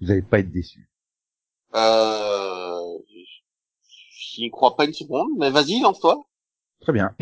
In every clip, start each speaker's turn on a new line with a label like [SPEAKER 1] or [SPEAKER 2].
[SPEAKER 1] Vous allez pas être déçu.
[SPEAKER 2] Euh, j'y n'y crois pas une seconde, mais vas-y, lance-toi.
[SPEAKER 1] Très bien.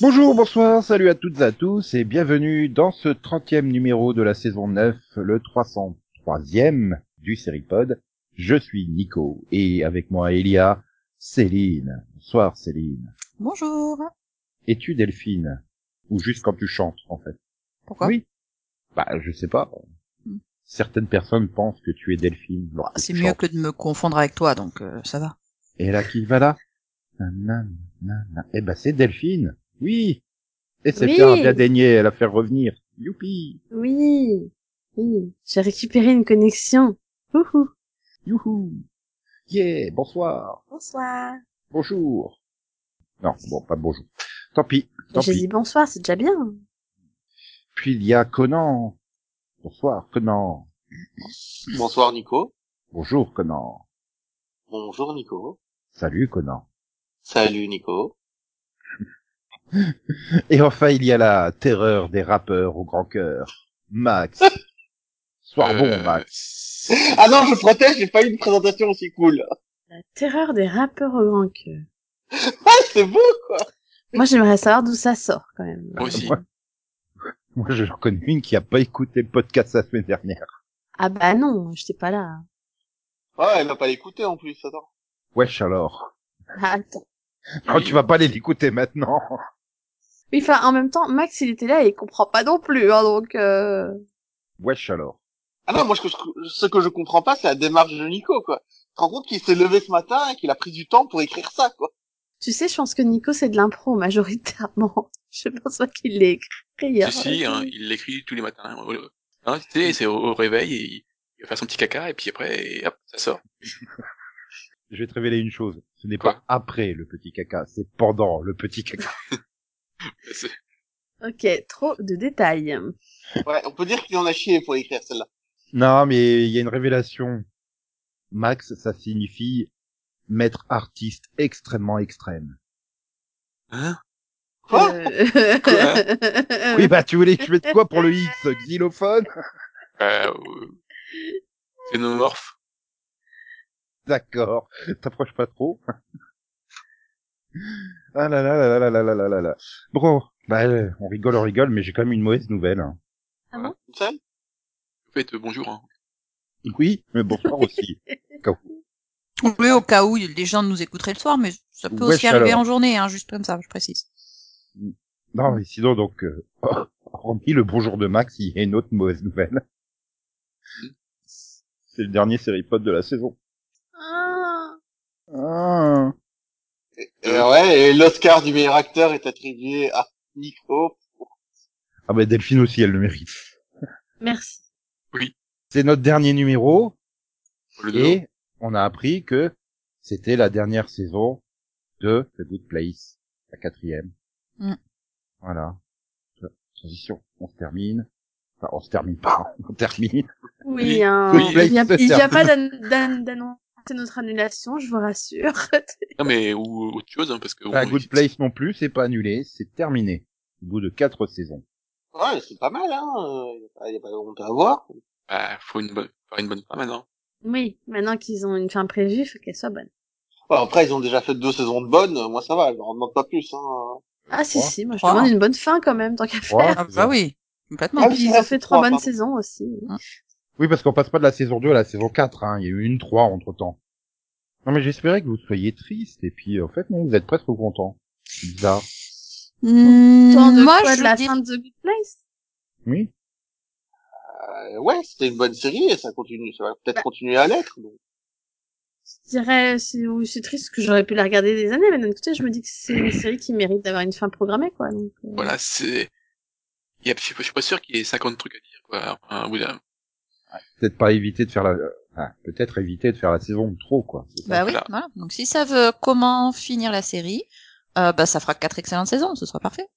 [SPEAKER 1] Bonjour, bonsoir, salut à toutes et à tous et bienvenue dans ce 30e numéro de la saison 9, le 303e du Seripod. Je suis Nico et avec moi Elia, Céline. Bonsoir Céline.
[SPEAKER 3] Bonjour.
[SPEAKER 1] Es-tu Delphine Ou juste quand tu chantes en fait
[SPEAKER 3] Pourquoi
[SPEAKER 1] Oui. Bah je sais pas.
[SPEAKER 3] Hmm. Oh,
[SPEAKER 1] Certaines personnes pensent que tu es Delphine. lorsque
[SPEAKER 3] C'est
[SPEAKER 1] tu
[SPEAKER 3] mieux
[SPEAKER 1] chantes.
[SPEAKER 3] que de me confondre avec toi, donc euh, ça va.
[SPEAKER 1] Et là qui va là Nanana. Eh ben c'est Delphine. Oui. Et c'est
[SPEAKER 4] Oui.
[SPEAKER 1] bien, bien daigné à la faire revenir. Youpi.
[SPEAKER 4] Oui, oui, j'ai récupéré une connexion. Wouhou.
[SPEAKER 1] Youhou Yeah Bonsoir
[SPEAKER 4] Bonsoir.
[SPEAKER 1] Bonjour Non, bon, pas bonjour. Tant pis, tant
[SPEAKER 4] J'ai
[SPEAKER 1] pis.
[SPEAKER 4] dit bonsoir, c'est déjà bien.
[SPEAKER 1] Puis il y a Conan. Bonsoir, Conan.
[SPEAKER 2] Bonsoir, Nico.
[SPEAKER 1] Bonjour, Conan.
[SPEAKER 2] Bonjour, Nico.
[SPEAKER 1] Salut, Conan.
[SPEAKER 2] Salut, Nico.
[SPEAKER 1] Et enfin, il y a la terreur des rappeurs au grand cœur. Max. Soir bon, Max.
[SPEAKER 2] Ah non, je proteste, j'ai pas eu une présentation aussi cool.
[SPEAKER 4] La terreur des rappeurs au grand cœur.
[SPEAKER 2] Ah, c'est beau, quoi.
[SPEAKER 4] Moi, j'aimerais savoir d'où ça sort, quand même.
[SPEAKER 5] Moi aussi.
[SPEAKER 1] Bah, Moi, moi, je reconnais une qui a pas écouté le podcast la semaine dernière.
[SPEAKER 4] Ah bah non, j'étais pas là.
[SPEAKER 2] Ouais, elle va pas l'écouter, en plus, attends.
[SPEAKER 1] Wesh, alors.
[SPEAKER 4] Ah, attends.
[SPEAKER 1] Oh, tu vas pas aller l'écouter maintenant.
[SPEAKER 4] Oui, enfin, en même temps, Max, il était là et il comprend pas non plus, hein, donc... Euh...
[SPEAKER 1] Wesh, alors.
[SPEAKER 2] Ah non, moi, ce que je, ce que je comprends pas, c'est la démarche de Nico, quoi. Tu te rends compte qu'il s'est levé ce matin et qu'il a pris du temps pour écrire ça, quoi.
[SPEAKER 4] Tu sais, je pense que Nico, c'est de l'impro, majoritairement. Je pense pas qu'il l'ait écrit. hein.
[SPEAKER 5] Si, si,
[SPEAKER 1] euh,
[SPEAKER 5] hein, il l'écrit tous les matins. hein, au- hein, tu sais, c'est au, au réveil, et il, il va faire son petit caca, et puis après, et hop, ça sort.
[SPEAKER 1] Je vais te révéler une chose. Ce n'est
[SPEAKER 5] Quoi
[SPEAKER 1] pas après le petit caca, c'est pendant le petit caca.
[SPEAKER 5] C'est-
[SPEAKER 4] Ok, trop de détails.
[SPEAKER 2] Ouais, on peut dire qu'il en a chié pour écrire celle-là.
[SPEAKER 1] Non, mais il y a une révélation. Max, ça signifie maître artiste extrêmement extrême.
[SPEAKER 5] Hein
[SPEAKER 2] Quoi
[SPEAKER 4] Euh,
[SPEAKER 1] Oui, bah tu voulais que je mette quoi pour le X Xylophone
[SPEAKER 5] euh, euh, Xénomorphe.
[SPEAKER 1] D'accord. T'approches pas trop. Ah là là là là là là là là là. Bon, bah euh, on rigole, on rigole, mais j'ai quand même une mauvaise nouvelle. hein.
[SPEAKER 2] Une seule
[SPEAKER 5] Vous faites euh, bonjour. Hein.
[SPEAKER 1] Oui, mais bonsoir aussi.
[SPEAKER 3] Oui, au cas où les gens nous écouteraient le soir, mais ça peut
[SPEAKER 1] Wesh,
[SPEAKER 3] aussi arriver
[SPEAKER 1] alors.
[SPEAKER 3] en journée, hein, juste comme ça, je précise.
[SPEAKER 1] Non, mais sinon donc, euh, hormis le bonjour de Max, il y a une autre mauvaise nouvelle. C'est le dernier série pod de la saison.
[SPEAKER 4] Ah.
[SPEAKER 1] Ah.
[SPEAKER 2] Euh, Ouais, et l'Oscar du meilleur acteur est attribué à Nico.
[SPEAKER 1] Ah bah Delphine aussi, elle le mérite.
[SPEAKER 4] Merci.
[SPEAKER 1] C'est notre dernier numéro
[SPEAKER 5] Le dehors.
[SPEAKER 1] et on a appris que c'était la dernière saison de The Good Place, la quatrième.
[SPEAKER 3] Mm.
[SPEAKER 1] Voilà. Transition, on se termine. Enfin, on se termine pas, on termine.
[SPEAKER 4] Oui,
[SPEAKER 5] Oui,
[SPEAKER 4] hein.
[SPEAKER 5] oui,
[SPEAKER 4] il n'y a,
[SPEAKER 1] Leicester.
[SPEAKER 4] il n'y a pas d'an- d'an- d'annoncer notre annulation, je vous rassure.
[SPEAKER 5] Non, mais, ou autre chose, hein, parce que...
[SPEAKER 1] La
[SPEAKER 5] bon,
[SPEAKER 1] Bah, Good Place non plus, c'est pas annulé, c'est terminé. Au bout de quatre saisons.
[SPEAKER 2] Ouais, c'est pas mal, hein. euh, y a pas- y a pas de honte à avoir.
[SPEAKER 5] Bah, faut une bonne, faire une bonne fin maintenant.
[SPEAKER 4] Oui, maintenant qu'ils ont une fin prévue, il faut qu'elle soit bonne.
[SPEAKER 2] Ouais, après, ils ont déjà fait deux saisons de bonnes. Moi, ça va, je leur en demande pas plus, hein.
[SPEAKER 4] Ah si,
[SPEAKER 1] Trois.
[SPEAKER 4] si, moi je
[SPEAKER 3] Trois.
[SPEAKER 4] demande une bonne fin quand même, tant qu'à
[SPEAKER 1] Trois.
[SPEAKER 4] faire.
[SPEAKER 3] Ah bah oui,
[SPEAKER 4] Et
[SPEAKER 3] complètement.
[SPEAKER 2] Ah
[SPEAKER 4] puis
[SPEAKER 2] oui,
[SPEAKER 4] ils
[SPEAKER 2] ça,
[SPEAKER 4] ont
[SPEAKER 2] c'est
[SPEAKER 4] fait trois
[SPEAKER 2] trois,
[SPEAKER 4] bonnes
[SPEAKER 2] pardon.
[SPEAKER 4] saisons aussi.
[SPEAKER 1] Oui, parce qu'on passe pas de la saison 2 à la saison 4, hein. Il y a eu une 3 entre temps. Non, mais j'espérais que vous soyez triste, et puis, en fait, non, vous êtes presque content. C'est bizarre.
[SPEAKER 3] Mmh,
[SPEAKER 4] Tant de
[SPEAKER 3] moi,
[SPEAKER 4] quoi,
[SPEAKER 3] je
[SPEAKER 4] de la
[SPEAKER 3] dis-
[SPEAKER 4] fin de The Good Place
[SPEAKER 1] Oui.
[SPEAKER 2] Euh, ouais, c'était une bonne série et ça continue, ça va
[SPEAKER 4] Bah.
[SPEAKER 2] peut-être continuer à l'être. donc.
[SPEAKER 4] Je dirais, c'est oui, c'est triste que j'aurais pu la regarder des années, mais d'un autre côté, je me dis que c'est une série qui mérite d'avoir une fin programmée, quoi. Donc, euh,
[SPEAKER 1] Mm.
[SPEAKER 5] Voilà, c'est... il Y a, je, suis pas- je suis pas sûr qu'il y ait 50 trucs à dire, quoi. Enfin, au bout d'un-
[SPEAKER 1] peut-être pas éviter de faire la euh, ah, peut-être éviter de faire la saison trop quoi. c'est ça.
[SPEAKER 3] Bah oui,
[SPEAKER 5] Voilà.
[SPEAKER 3] voilà. Donc s'ils savent euh, comment finir la série, euh, bah, ça fera quatre excellentes saisons, ce sera parfait.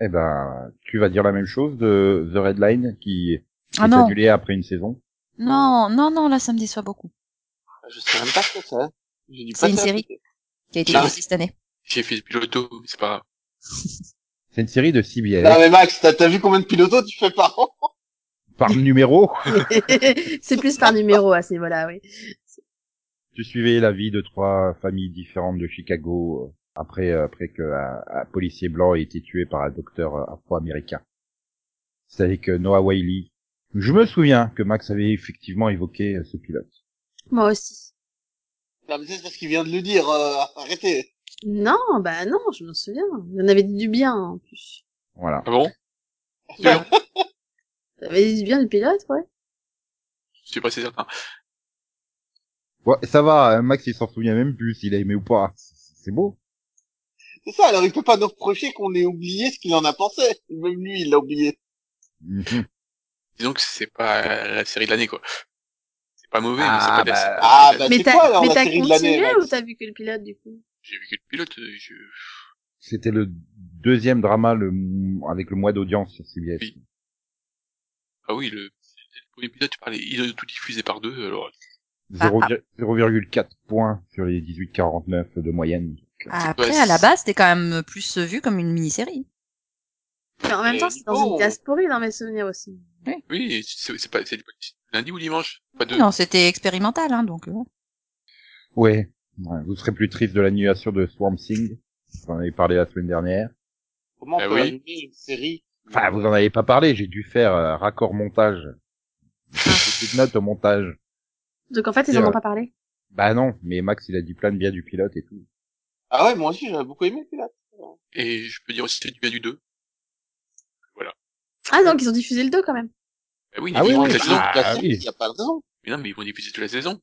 [SPEAKER 1] Eh ben, tu vas dire la même chose de The Red Line qui
[SPEAKER 3] Ah
[SPEAKER 1] est
[SPEAKER 3] non,
[SPEAKER 1] annulé après une saison.
[SPEAKER 3] non, non, non, là, ça me déçoit beaucoup.
[SPEAKER 2] euh, Je sais même pas ce que c'est. J'ai dû
[SPEAKER 3] C'est
[SPEAKER 2] passer
[SPEAKER 3] une
[SPEAKER 2] à
[SPEAKER 3] série.
[SPEAKER 2] côté.
[SPEAKER 3] Qui a été
[SPEAKER 5] Ah.
[SPEAKER 3] diffusée cette année.
[SPEAKER 5] J'ai fait ce piloto, mais c'est pas grave.
[SPEAKER 1] C'est une série de CBS
[SPEAKER 2] Non mais Max, t'as t'as vu combien de pilotos tu fais par an
[SPEAKER 1] par numéro.
[SPEAKER 4] c'est plus par numéro à ce niveau-là, oui.
[SPEAKER 1] tu suivais la vie de trois familles différentes de Chicago euh, après euh, après que un, un policier blanc ait été tué par un docteur euh, afro-américain. C'est avec euh, Noah Wiley. Je me souviens que Max avait effectivement évoqué euh, ce pilote.
[SPEAKER 4] Moi aussi.
[SPEAKER 2] Non mais c'est parce qu'il vient de le dire, euh, arrêtez.
[SPEAKER 4] Non, bah non, je m'en souviens. Il y en avait dit du bien, en plus.
[SPEAKER 1] Voilà.
[SPEAKER 5] Ah bon
[SPEAKER 2] Bah.
[SPEAKER 4] Il y avait dit du bien du pilote, ouais.
[SPEAKER 5] Je suis pas assez certain.
[SPEAKER 1] Ouais, ça va, hein, Max il s'en souvient même plus s'il a aimé ou pas. C'est c'est beau.
[SPEAKER 2] C'est ça, alors il peut pas nous reprocher qu'on ait oublié ce qu'il en a pensé. Même lui, il l'a oublié.
[SPEAKER 1] Mhm.
[SPEAKER 5] Disons que c'est pas euh, la série de l'année, quoi. C'est pas mauvais, mais c'est
[SPEAKER 1] Ah,
[SPEAKER 5] pas
[SPEAKER 1] bah,
[SPEAKER 5] la...
[SPEAKER 2] Ah bah
[SPEAKER 4] mais
[SPEAKER 2] c'est
[SPEAKER 4] t'as,
[SPEAKER 2] quoi alors
[SPEAKER 4] mais
[SPEAKER 2] la
[SPEAKER 4] t'as
[SPEAKER 2] série de l'année
[SPEAKER 4] continué ou
[SPEAKER 2] Max
[SPEAKER 4] t'as vu que le pilote, du coup?
[SPEAKER 5] J'ai vu que le pilote, euh, je...
[SPEAKER 1] C'était le deuxième drama le, m- avec le mois d'audience sur CBS.
[SPEAKER 5] Oui. Ah oui, le, le premier pilote, tu parlais, ils ont tout diffusé par deux, alors...
[SPEAKER 3] Ah,
[SPEAKER 1] 0, 0,4 points sur les 18,49 de moyenne.
[SPEAKER 3] Après,
[SPEAKER 5] Ouais,
[SPEAKER 3] à la
[SPEAKER 5] c'est-
[SPEAKER 3] base, c'était quand même plus vu comme une mini-série.
[SPEAKER 4] Mais en même temps, c'est dans
[SPEAKER 5] Oh.
[SPEAKER 4] une diasporie dans mes souvenirs aussi.
[SPEAKER 5] Oui, c'est c'est pas... C'est du- lundi ou dimanche Pas deux.
[SPEAKER 3] Non, c'était expérimental, hein, donc. euh, bon.
[SPEAKER 1] Ouais. Ouais, Vous serez plus triste de l'annulation de Swarm Thing. Vous en avez parlé la semaine dernière.
[SPEAKER 2] Comment on
[SPEAKER 5] Bah
[SPEAKER 2] peut
[SPEAKER 5] oui.
[SPEAKER 2] annuler une série
[SPEAKER 1] Eh Enfin, vous en avez pas parlé. J'ai dû faire euh, raccord montage.
[SPEAKER 3] Ah.
[SPEAKER 1] J'ai fait une Petite note au montage.
[SPEAKER 4] Donc en fait, ils
[SPEAKER 1] Yeah.
[SPEAKER 4] en ont pas parlé.
[SPEAKER 1] Bah non, mais Max il a dit plein de bien du pilote et tout.
[SPEAKER 2] Ah ouais, moi aussi j'avais beaucoup aimé là.
[SPEAKER 5] Et je peux dire aussi du bien du deux.
[SPEAKER 4] Ah, donc ils ont diffusé le 2 quand même.
[SPEAKER 5] Bah oui,
[SPEAKER 1] Ah
[SPEAKER 5] ils
[SPEAKER 1] oui,
[SPEAKER 5] ont
[SPEAKER 1] oui,
[SPEAKER 5] toute
[SPEAKER 1] bah, ah,
[SPEAKER 5] la saison.
[SPEAKER 2] la série,
[SPEAKER 1] oui.
[SPEAKER 2] il y a pas de raison.
[SPEAKER 5] Mais non, mais ils vont diffuser toute la saison.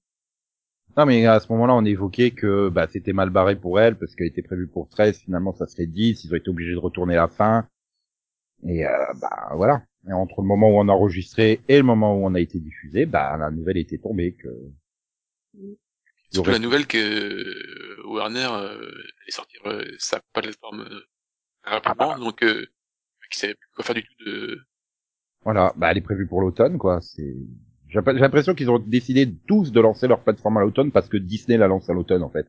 [SPEAKER 1] Non mais à ce moment-là on évoquait que bah c'était mal barré pour elle parce qu'elle était prévue pour 13, finalement ça serait 10, ils ont été obligés de retourner la fin. Et euh, bah voilà. Et entre le moment où on a enregistré et le moment où on a été diffusé, bah la nouvelle était tombée que
[SPEAKER 5] Surtout
[SPEAKER 1] aurait-
[SPEAKER 5] la nouvelle que euh, Warner euh, allait sortir euh, sa plateforme euh, rapidement,
[SPEAKER 1] Ah bah.
[SPEAKER 5] donc euh, qui savait plus quoi faire du tout de...
[SPEAKER 1] Voilà, bah elle est prévue pour l'automne, quoi. C'est, j'ai pas- j'ai l'impression qu'ils ont décidé tous de lancer leur plateforme à l'automne parce que Disney la lance à l'automne, en fait.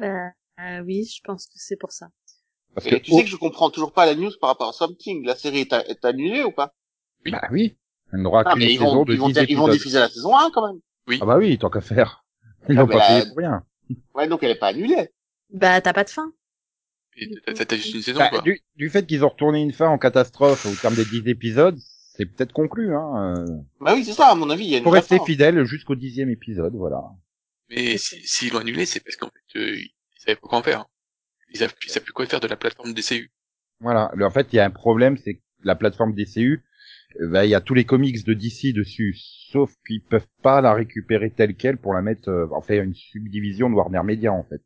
[SPEAKER 4] Euh, euh, oui, je pense que c'est pour ça.
[SPEAKER 1] Parce que
[SPEAKER 2] Et tu sais que je comprends toujours pas la news par rapport à Something. La série est, est annulée ou pas
[SPEAKER 1] oh, bah oui, elle n'aura
[SPEAKER 2] Ah,
[SPEAKER 1] qu'une
[SPEAKER 2] mais ils
[SPEAKER 1] saison
[SPEAKER 2] vont,
[SPEAKER 1] de
[SPEAKER 2] ils, vont,
[SPEAKER 1] 10
[SPEAKER 2] dire- ils vont
[SPEAKER 1] épisodes.
[SPEAKER 2] diffuser la saison 1 quand même.
[SPEAKER 1] Ah bah oui, tant qu'à faire. Ils
[SPEAKER 2] Ah,
[SPEAKER 1] n'ont
[SPEAKER 2] mais
[SPEAKER 1] pas
[SPEAKER 2] la-
[SPEAKER 1] payé pour rien.
[SPEAKER 2] Ouais, donc elle est pas annulée.
[SPEAKER 4] Bah, t'as pas de fin.
[SPEAKER 5] et
[SPEAKER 4] Du
[SPEAKER 5] t'as-
[SPEAKER 4] coup,
[SPEAKER 5] T'as t'as juste une saison,
[SPEAKER 1] Bah,
[SPEAKER 5] quoi.
[SPEAKER 1] du, du fait qu'ils ont retourné une fin en catastrophe au terme des 10 épisodes, c'est peut-être conclu, hein. euh,
[SPEAKER 2] Bah oui, c'est ça, à mon avis, il y a une
[SPEAKER 1] Faut
[SPEAKER 2] vraie
[SPEAKER 1] rester
[SPEAKER 2] fin.
[SPEAKER 1] fidèle jusqu'au dixième épisode, voilà.
[SPEAKER 5] Mais si- s'ils l'ont annulé, c'est parce qu'en fait, euh, ils savaient pas quoi en faire. Ils savent, ils savent plus quoi faire de la plateforme DCU.
[SPEAKER 1] Voilà. Le- En fait, il y a un problème, c'est que la plateforme DCU, euh, bah, il y a tous les comics de DC dessus, sauf qu'ils peuvent pas la récupérer telle quelle pour la mettre, euh, en fait, une subdivision de Warner Media, en fait.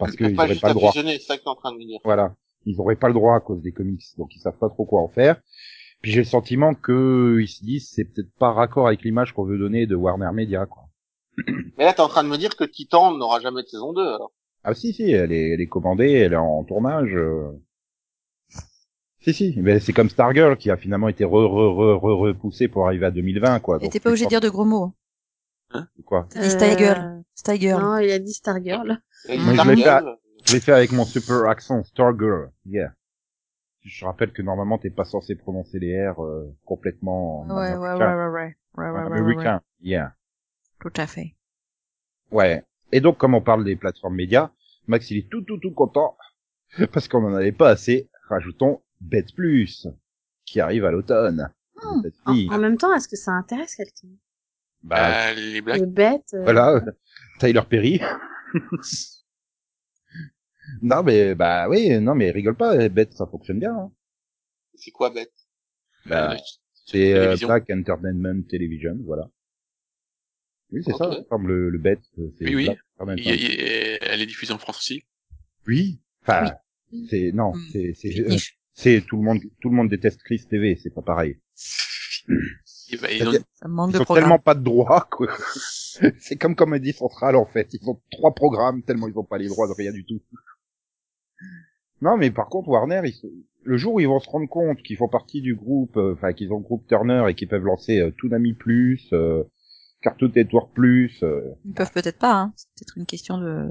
[SPEAKER 1] Parce
[SPEAKER 2] Ils peuvent
[SPEAKER 1] qu'ils
[SPEAKER 2] pas
[SPEAKER 1] n'auraient
[SPEAKER 2] juste
[SPEAKER 1] pas
[SPEAKER 2] la
[SPEAKER 1] le droit.
[SPEAKER 2] fusionner, c'est ça que t'es en train de me dire.
[SPEAKER 1] Voilà. Ils n'auraient pas le droit à cause des comics, donc ils savent pas trop quoi en faire. Puis j'ai le sentiment que ils se disent c'est peut-être pas raccord avec l'image qu'on veut donner de Warner Media, quoi.
[SPEAKER 2] Mais là, t'es en train de me dire que Titan n'aura jamais de saison 2, alors.
[SPEAKER 1] Ah si si, elle est, elle est commandée, elle est en tournage. euh. Si si, mais c'est comme Stargirl qui a finalement été re re re re repoussé pour arriver à 2020 quoi.
[SPEAKER 3] Et
[SPEAKER 1] Donc,
[SPEAKER 3] t'es
[SPEAKER 1] tu
[SPEAKER 3] pas obligé de
[SPEAKER 1] penses
[SPEAKER 3] dire de gros mots. hein.
[SPEAKER 1] que quoi
[SPEAKER 3] T'as dit Stargirl.
[SPEAKER 4] Euh,
[SPEAKER 3] Stargirl.
[SPEAKER 4] Non, il a dit Stargirl.
[SPEAKER 2] Et
[SPEAKER 3] Moi, je
[SPEAKER 1] l'ai
[SPEAKER 2] Stargirl,
[SPEAKER 1] Je l'ai fait avec mon super accent Stargirl. Yeah. Je rappelle que normalement t'es pas censé prononcer les R euh, complètement en
[SPEAKER 3] Ouais, ouais, ouais, ouais,
[SPEAKER 1] américain.
[SPEAKER 3] ouais, ouais,
[SPEAKER 1] En
[SPEAKER 3] ouais, ouais, ouais, ouais.
[SPEAKER 1] américain. Yeah.
[SPEAKER 3] Tout à fait.
[SPEAKER 1] Ouais. Et donc, comme on parle des plateformes médias, Max, il est tout, tout, tout content parce qu'on n'en avait pas assez. Rajoutons Bête Plus, qui arrive à l'automne.
[SPEAKER 3] Hmm.
[SPEAKER 1] Bête
[SPEAKER 4] En,
[SPEAKER 1] Fille.
[SPEAKER 4] en même temps, est-ce que ça intéresse quelqu'un
[SPEAKER 1] Bah,
[SPEAKER 5] Euh, les blagues,
[SPEAKER 4] Le bête. euh,
[SPEAKER 1] voilà, euh, Tyler Perry. non, mais, bah oui, non, mais rigole pas, Bête, ça fonctionne bien. hein.
[SPEAKER 2] c'est quoi, bête?
[SPEAKER 1] Bah,
[SPEAKER 5] euh,
[SPEAKER 1] c'est euh,
[SPEAKER 5] télévision.
[SPEAKER 1] Black Entertainment Television, voilà. Oui, c'est
[SPEAKER 2] Ok.
[SPEAKER 1] ça, il me semble, le, le Bête. c'est
[SPEAKER 5] Oui, oui.
[SPEAKER 1] Black Entertainment.
[SPEAKER 5] il y a- il y a- elle est diffusée en France aussi.
[SPEAKER 1] Oui. Enfin,
[SPEAKER 4] Oui.
[SPEAKER 1] c'est, non,
[SPEAKER 3] Hmm.
[SPEAKER 1] c'est, c'est,
[SPEAKER 3] Niche.
[SPEAKER 1] c'est tout le monde tout le monde déteste Chris TV, c'est pas pareil.
[SPEAKER 5] Et bah, ils ont
[SPEAKER 1] C'est-à-dire,
[SPEAKER 3] Ça me manque
[SPEAKER 1] Ils
[SPEAKER 3] de
[SPEAKER 1] ont
[SPEAKER 3] programme.
[SPEAKER 1] tellement pas de droits que c'est comme Comedy Central en fait, ils ont trois programmes tellement ils ont pas les droits de rien du tout. Non, mais par contre, Warner, ils se- le jour où ils vont se rendre compte qu'ils font partie du groupe, euh, enfin qu'ils ont le groupe Turner et qu'ils peuvent lancer euh, Toonami Plus, euh, Cartoon Network Plus, euh,
[SPEAKER 3] Ils peuvent peut-être pas, hein. C'est peut-être une question de,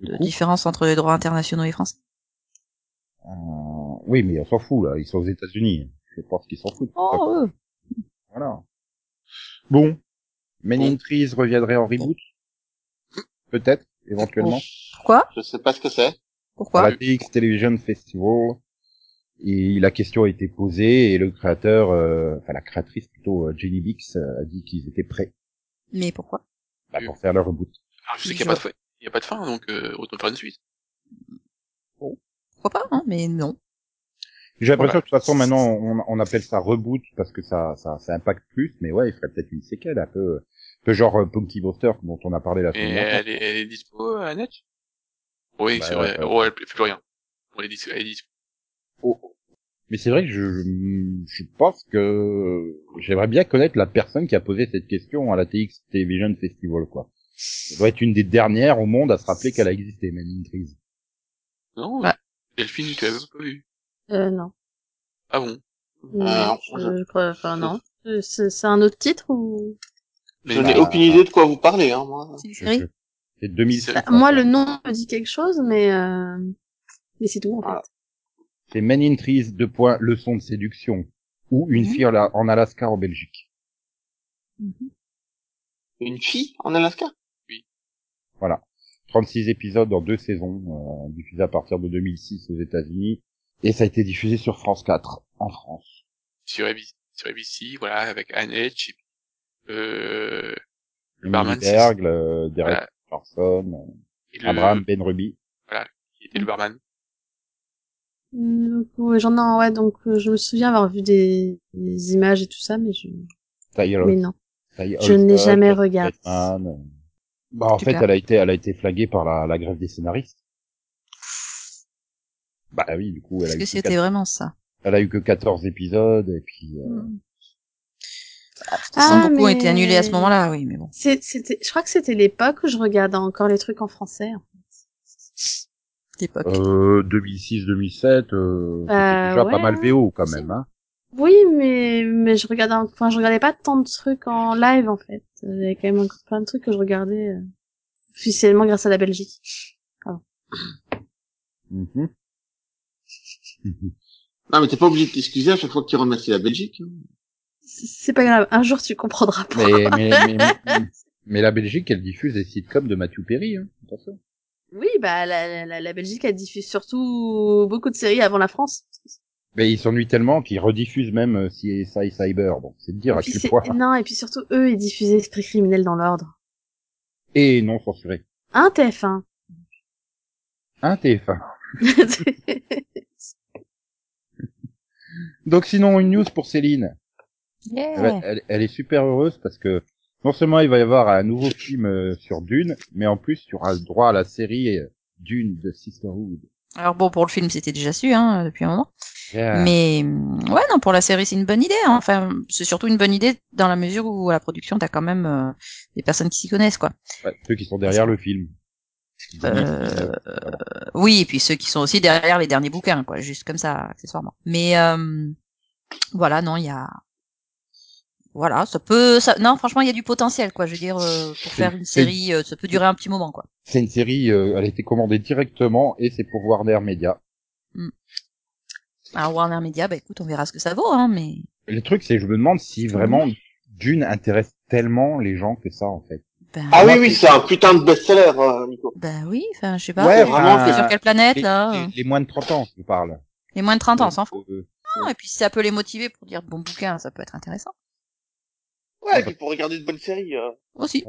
[SPEAKER 1] du
[SPEAKER 3] de
[SPEAKER 1] coup,
[SPEAKER 3] différence entre les droits internationaux et français.
[SPEAKER 1] euh, oui, mais on s'en fout là, ils sont aux États-Unis. Je pense qu'ils s'en foutent.
[SPEAKER 3] Oh, eux.
[SPEAKER 1] Voilà. Bon, Men
[SPEAKER 5] Bon.
[SPEAKER 1] in Trees reviendrait en reboot, peut-être, éventuellement.
[SPEAKER 3] Pourquoi
[SPEAKER 2] Je sais pas ce que c'est.
[SPEAKER 3] Pourquoi
[SPEAKER 1] à la TX Television Festival. Et la question a été posée et le créateur, euh, enfin la créatrice plutôt, euh, Jenny Bix, euh, a dit qu'ils étaient prêts
[SPEAKER 3] Mais pourquoi
[SPEAKER 1] bah, pour faire leur reboot.
[SPEAKER 5] Alors, je sais
[SPEAKER 3] Oui, je
[SPEAKER 5] qu'il n'y a, pas de fin- il y a pas de fin, donc euh, autant faire une suite.
[SPEAKER 3] Pourquoi pas hein Mais non.
[SPEAKER 1] J'ai l'impression
[SPEAKER 5] Voilà.
[SPEAKER 1] que de toute façon maintenant on, on appelle ça reboot parce que ça, ça, ça impacte plus, mais ouais, il ferait peut-être une séquelle un peu, euh, un peu genre euh, Punky Buster dont on a parlé la
[SPEAKER 5] Mais
[SPEAKER 1] semaine dernière.
[SPEAKER 5] elle est, elle est dispo, euh, Annette Oui,
[SPEAKER 1] Bah,
[SPEAKER 5] c'est
[SPEAKER 1] ouais,
[SPEAKER 5] vrai.
[SPEAKER 1] ouais.
[SPEAKER 5] Oh, elle fait plus rien. Bon, elle est dis- elle est dispo.
[SPEAKER 1] Oh. Mais c'est vrai que je, je- je pense que j'aimerais bien connaître la personne qui a posé cette question à la TX Television Festival quoi. Ça doit être une des dernières au monde à se rappeler qu'elle a existé, même une crise.
[SPEAKER 5] Non,
[SPEAKER 3] Bah.
[SPEAKER 5] Delphine, tu l'avais pas vu.
[SPEAKER 4] Euh, non.
[SPEAKER 5] Ah bon
[SPEAKER 2] Euh,
[SPEAKER 4] Non,
[SPEAKER 2] on-
[SPEAKER 4] je, je crois, enfin, non. Euh, C'est c'est un autre titre ou
[SPEAKER 5] Mais
[SPEAKER 2] je
[SPEAKER 1] bah,
[SPEAKER 2] n'ai aucune idée de quoi vous parlez, hein, moi.
[SPEAKER 3] C'est une série.
[SPEAKER 1] Je- C'est 2007.
[SPEAKER 5] Bah,
[SPEAKER 1] ça.
[SPEAKER 4] Moi, le nom me dit quelque chose, mais euh... mais c'est tout en
[SPEAKER 2] Ah.
[SPEAKER 4] fait.
[SPEAKER 1] C'est Men in Trees, deux points, leçon de séduction. Ou une
[SPEAKER 3] Mhm.
[SPEAKER 1] fille en la- en Alaska, en Belgique.
[SPEAKER 2] Une fille en Alaska
[SPEAKER 1] 36 épisodes en deux saisons, euh, diffusés à partir de 2006 aux États-Unis. Et ça a été diffusé sur France 4, en France.
[SPEAKER 5] sur ABC, sur ABC, voilà, avec Annette, Chip, euh,
[SPEAKER 1] Le
[SPEAKER 5] barman, c'est-
[SPEAKER 1] Berg, le euh, Derek
[SPEAKER 5] voilà,
[SPEAKER 1] Carson,
[SPEAKER 5] et
[SPEAKER 1] euh,
[SPEAKER 5] le,
[SPEAKER 1] Abraham Ben Ruby.
[SPEAKER 5] qui était le barman.
[SPEAKER 4] Donc, Mm, ouais, j'en ai, ouais, donc euh, je me souviens avoir vu des, des images et tout ça, mais je,
[SPEAKER 1] Ty Hol-
[SPEAKER 4] mais non.
[SPEAKER 1] Ty
[SPEAKER 4] Je ne l'ai
[SPEAKER 1] Holcott,
[SPEAKER 4] jamais
[SPEAKER 1] Jeffrey
[SPEAKER 4] regardé.
[SPEAKER 1] Bateman, euh. Bah, en
[SPEAKER 3] Super.
[SPEAKER 1] fait, elle a été, elle a été flaguée par la, la grève des scénaristes. Bah oui, du coup, elle a
[SPEAKER 3] Est-ce
[SPEAKER 1] eu
[SPEAKER 3] que
[SPEAKER 1] que
[SPEAKER 3] c'était vraiment ça
[SPEAKER 1] Elle a eu que 14 épisodes et puis euh,
[SPEAKER 3] Ah, De toute façon,
[SPEAKER 4] Ah,
[SPEAKER 3] beaucoup ont
[SPEAKER 4] mais-
[SPEAKER 3] été annulés à ce moment-là, oui, mais bon.
[SPEAKER 4] C'est- C'était, je crois que c'était l'époque où je regardais encore les trucs en français. hein.
[SPEAKER 3] D'époque.
[SPEAKER 1] euh, 2006 2007 euh, c'était
[SPEAKER 4] Bah,
[SPEAKER 1] déjà pas
[SPEAKER 4] ouais,
[SPEAKER 1] mal
[SPEAKER 4] hein,
[SPEAKER 1] VO quand
[SPEAKER 3] si.
[SPEAKER 1] même hein.
[SPEAKER 4] Oui, mais mais je regardais, en- enfin je regardais pas tant de trucs en live en fait. Euh, Il y avait quand même encore plein de trucs que je regardais euh, officiellement grâce à la Belgique.
[SPEAKER 1] Mhm.
[SPEAKER 2] Non, mais t'es pas obligé de t'excuser à chaque fois que tu remercies la Belgique. hein.
[SPEAKER 4] C'est c'est pas grave, un jour tu comprendras pas.
[SPEAKER 1] mais, mais, mais, mais- mais la Belgique elle diffuse des sitcoms de Mathieu Perry hein, attention.
[SPEAKER 4] Oui, bah la, la, la Belgique elle diffuse surtout beaucoup de séries avant la France.
[SPEAKER 1] Mais ils s'ennuient tellement qu'ils rediffusent même euh, CSI Cyber donc c'est de dire à
[SPEAKER 4] Puis
[SPEAKER 1] quel
[SPEAKER 4] c'est-
[SPEAKER 1] point
[SPEAKER 4] non, et puis surtout eux ils diffusaient Esprit criminel dans l'ordre. Hein,
[SPEAKER 1] et non censuré. Hein,
[SPEAKER 4] Un TF1.
[SPEAKER 1] Un TF1. Donc sinon une news pour Céline. Elle,
[SPEAKER 3] Yeah.
[SPEAKER 1] va- elle- elle est super heureuse parce que non seulement il va y avoir un nouveau film euh, sur Dune, mais en plus tu auras le droit à la série euh, Dune de Sisterhood.
[SPEAKER 3] Alors bon, pour le film, c'était déjà su, hein, depuis un moment.
[SPEAKER 1] Yeah.
[SPEAKER 3] Mais euh, ouais, non, pour la série, c'est une bonne idée. hein. Enfin, c'est surtout une bonne idée dans la mesure où à la production, t'as quand même euh, des personnes qui s'y connaissent, quoi.
[SPEAKER 1] Ouais, ceux qui sont derrière le film.
[SPEAKER 3] Euh, Oui, et puis ceux qui sont aussi derrière les derniers bouquins, quoi, juste comme ça, accessoirement. Mais euh, voilà, non, il y a, voilà, ça peut, ça... non, franchement, il y a du potentiel, quoi. Je veux dire, euh, pour faire une
[SPEAKER 1] C'est-
[SPEAKER 3] série, euh, ça peut durer un petit moment, quoi.
[SPEAKER 1] C'est une série, euh, elle a été commandée directement et c'est pour Warner Media.
[SPEAKER 3] Alors Warner Media, bah écoute, on verra ce que ça vaut, hein, mais
[SPEAKER 1] Le truc, c'est je me demande si vraiment Dune intéresse tellement les gens que ça, en fait.
[SPEAKER 3] ben,
[SPEAKER 2] Ah oui,
[SPEAKER 1] Moi,
[SPEAKER 2] oui,
[SPEAKER 1] c'est-
[SPEAKER 2] c'est un putain de best-seller, euh, Nico.
[SPEAKER 3] ben oui, enfin, je sais pas,
[SPEAKER 1] Ouais,
[SPEAKER 3] euh,
[SPEAKER 2] vraiment,
[SPEAKER 3] sur
[SPEAKER 1] euh,
[SPEAKER 3] quelle planète
[SPEAKER 1] les,
[SPEAKER 3] là, euh,
[SPEAKER 1] les- les moins de 30 ans, je parle.
[SPEAKER 3] les moins de 30 ans, on s'en fout.
[SPEAKER 1] Euh,
[SPEAKER 3] Et puis si ça peut les motiver pour dire bon bouquin, ça peut être intéressant
[SPEAKER 2] Ouais, et puis pour regarder de bonnes séries. euh.
[SPEAKER 3] aussi.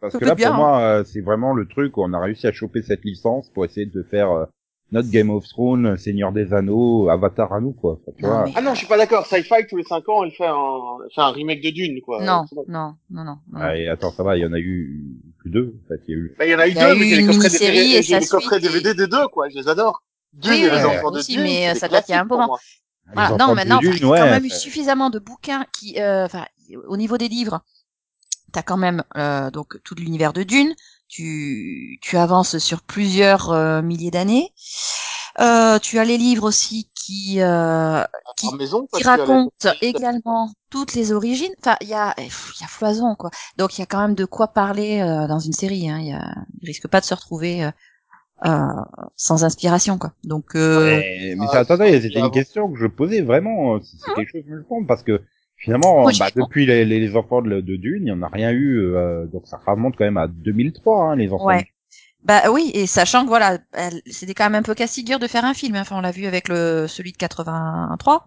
[SPEAKER 1] Parce
[SPEAKER 3] Ça
[SPEAKER 1] que
[SPEAKER 3] peut
[SPEAKER 1] là,
[SPEAKER 3] bien, hein.
[SPEAKER 1] pour moi, euh, c'est vraiment le truc où on a réussi à choper cette licence pour essayer de faire euh, notre Game of Thrones, euh, Seigneur des Anneaux, euh, Avatar à nous, quoi. Enfin, tu
[SPEAKER 3] Non,
[SPEAKER 1] vois.
[SPEAKER 3] mais-
[SPEAKER 2] Ah non, je suis pas d'accord. Sci-Fi, tous les 5 ans, elle fait un, elle fait un remake de Dune, quoi.
[SPEAKER 3] Non,
[SPEAKER 2] C'est bon.
[SPEAKER 3] non, non, non. non.
[SPEAKER 1] Ah, et attends, ça va, il y en a eu plus deux, en fait. Il y a eu...
[SPEAKER 2] Bah, il y en a eu
[SPEAKER 3] Il y a
[SPEAKER 2] deux,
[SPEAKER 3] eu
[SPEAKER 2] mais j'ai
[SPEAKER 3] une
[SPEAKER 2] les coffrets
[SPEAKER 3] mini-série
[SPEAKER 2] DVD, j'ai
[SPEAKER 3] et sa
[SPEAKER 2] les coffrets
[SPEAKER 3] suite et-
[SPEAKER 2] DVD des deux, quoi. Je les adore. Dune
[SPEAKER 3] Oui,
[SPEAKER 2] et les
[SPEAKER 1] oui,
[SPEAKER 2] enfants de
[SPEAKER 3] aussi,
[SPEAKER 2] Dune.
[SPEAKER 3] mais,
[SPEAKER 2] c'est
[SPEAKER 3] euh,
[SPEAKER 2] des
[SPEAKER 3] ça date il y a un
[SPEAKER 2] classiques pour
[SPEAKER 3] moment.
[SPEAKER 2] moi.
[SPEAKER 3] Voilà,
[SPEAKER 1] Les
[SPEAKER 3] Ah, non,
[SPEAKER 1] enfants
[SPEAKER 3] maintenant,
[SPEAKER 1] de
[SPEAKER 3] il
[SPEAKER 1] Dune,
[SPEAKER 3] y a quand
[SPEAKER 1] ouais,
[SPEAKER 3] même eu
[SPEAKER 1] ça-
[SPEAKER 3] suffisamment de bouquins qui, euh, enfin, au niveau des livres, t'as quand même euh, donc tout l'univers de Dune. Tu, tu avances sur plusieurs euh, milliers d'années. Euh, tu as les livres aussi qui euh,
[SPEAKER 2] Par maison, quoi,
[SPEAKER 3] qui
[SPEAKER 2] tu as la-
[SPEAKER 3] raconte également toutes les origines. Enfin, il y a, eh, pff, il y a foison, quoi. Donc, il y a quand même de quoi parler euh, dans une série. Hein. Il, y a, il risque pas de se retrouver euh, euh, sans inspiration, quoi. Donc, euh,
[SPEAKER 1] Mais, mais
[SPEAKER 2] Ah,
[SPEAKER 1] ça, attendez,
[SPEAKER 2] c'est
[SPEAKER 1] c'était
[SPEAKER 2] avant.
[SPEAKER 1] une question que je posais vraiment. euh, C'est c'est quelque chose que je compte parce que finalement,
[SPEAKER 3] Hein Moi, j'y
[SPEAKER 1] bah,
[SPEAKER 3] crois.
[SPEAKER 1] depuis les, les, les enfants de, de Dune, il n'y en a rien eu. euh, donc ça remonte quand même à 2003, hein, les enfants.
[SPEAKER 3] Ouais. bah oui, et sachant que voilà, elle- c'était quand même un peu casse-figure de faire un film. hein. Enfin, on l'a vu avec le celui de 83.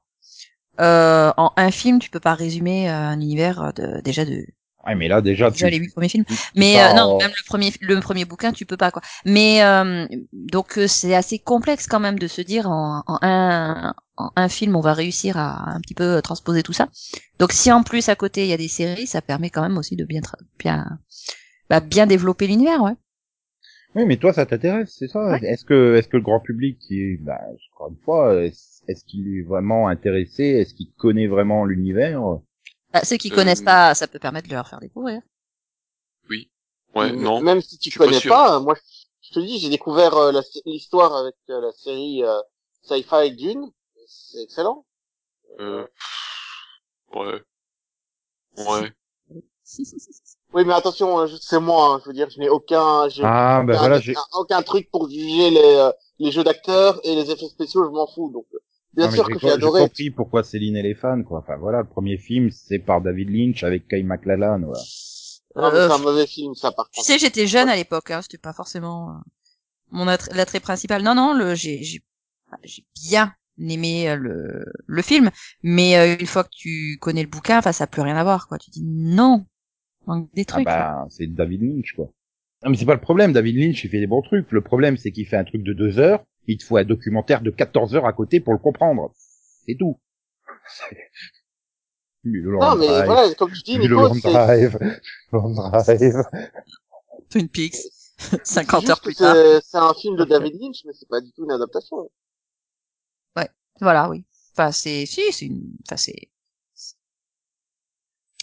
[SPEAKER 3] Euh, en un film, tu peux pas résumer euh, un univers de, déjà de
[SPEAKER 1] Ouais, mais là déjà, Ah, tu,
[SPEAKER 3] déjà les huit premiers films.
[SPEAKER 1] tu- tu
[SPEAKER 3] Mais
[SPEAKER 1] pars
[SPEAKER 3] euh, non,
[SPEAKER 1] en-
[SPEAKER 3] même le premier, le premier bouquin, tu peux pas quoi. Mais euh, donc euh, c'est assez complexe quand même de se dire en, en un en un film on va réussir à un petit peu euh, transposer tout ça. Donc si en plus à côté il y a des séries, ça permet quand même aussi de bien tra- bien bah, bien développer l'univers, ouais.
[SPEAKER 1] Oui, mais toi, ça t'intéresse, c'est ça.
[SPEAKER 3] Ouais.
[SPEAKER 1] Est-ce que, est-ce que le grand public, qui est, bah, encore une fois, est-ce est-ce qu'il est vraiment intéressé Est-ce qu'il connaît vraiment l'univers
[SPEAKER 3] Bah, ceux qui
[SPEAKER 5] Euh,
[SPEAKER 3] connaissent pas, ça peut permettre de leur faire découvrir.
[SPEAKER 5] Oui. Ouais,
[SPEAKER 2] M-
[SPEAKER 5] non.
[SPEAKER 2] Même si tu
[SPEAKER 5] je suis pas
[SPEAKER 2] connais
[SPEAKER 5] sûr.
[SPEAKER 2] pas, euh, moi, je- je te dis, j'ai découvert euh, la sé- l'histoire avec euh, la série euh, Sci-Fi Dune. C'est excellent.
[SPEAKER 5] Euh, pff, ouais. Ouais.
[SPEAKER 2] Oui, mais attention, euh, je- c'est moi, hein, je veux dire, je n'ai aucun, j'ai
[SPEAKER 1] Ah, ben
[SPEAKER 2] aucun,
[SPEAKER 1] voilà, j'ai.
[SPEAKER 2] aucun, aucun truc pour juger les, euh, les jeux d'acteurs et les effets spéciaux, je m'en fous. Donc, euh, bien
[SPEAKER 1] non, mais
[SPEAKER 2] sûr
[SPEAKER 1] j'ai
[SPEAKER 2] que
[SPEAKER 1] co-
[SPEAKER 2] j'ai
[SPEAKER 1] j'ai
[SPEAKER 2] adoré.
[SPEAKER 1] compris pourquoi Céline et les fans, quoi. Enfin voilà, le premier film, c'est par David Lynch avec Kyle MacLachlan, voilà. Ah
[SPEAKER 2] Non, mais
[SPEAKER 3] Euh,
[SPEAKER 2] c'est un mauvais film, ça, par
[SPEAKER 3] Tu
[SPEAKER 2] contre.
[SPEAKER 3] sais, j'étais jeune à l'époque, hein, c'était pas forcément euh, mon attrait, l'attrait principal. Non, non, le, j'ai, j'ai, j'ai bien aimé euh, le, le film, mais euh, une fois que tu connais le bouquin, enfin, ça a plus rien à voir, quoi. Tu dis non, manque des
[SPEAKER 1] Ah
[SPEAKER 3] trucs. là.
[SPEAKER 1] bah, c'est David Lynch, quoi. Non, mais c'est pas le problème, David Lynch, il fait des bons trucs. Le problème, c'est qu'il fait un truc de deux heures, il te faut un documentaire de 14 heures à côté pour le comprendre. C'est tout.
[SPEAKER 2] Non,
[SPEAKER 1] Mulholland
[SPEAKER 2] mais
[SPEAKER 1] Drive.
[SPEAKER 2] voilà, comme tu dis, Nico,
[SPEAKER 1] Mulholland
[SPEAKER 2] c'est
[SPEAKER 1] Drive. Mulholland Drive.
[SPEAKER 3] Twin Peaks,
[SPEAKER 2] c'est
[SPEAKER 3] 50 heures
[SPEAKER 2] juste
[SPEAKER 3] plus
[SPEAKER 2] que
[SPEAKER 3] tard.
[SPEAKER 2] c'est c'est un film de David Lynch, mais c'est pas du tout une adaptation.
[SPEAKER 3] Voilà, oui. Enfin, c'est, si, c'est une, enfin, c'est,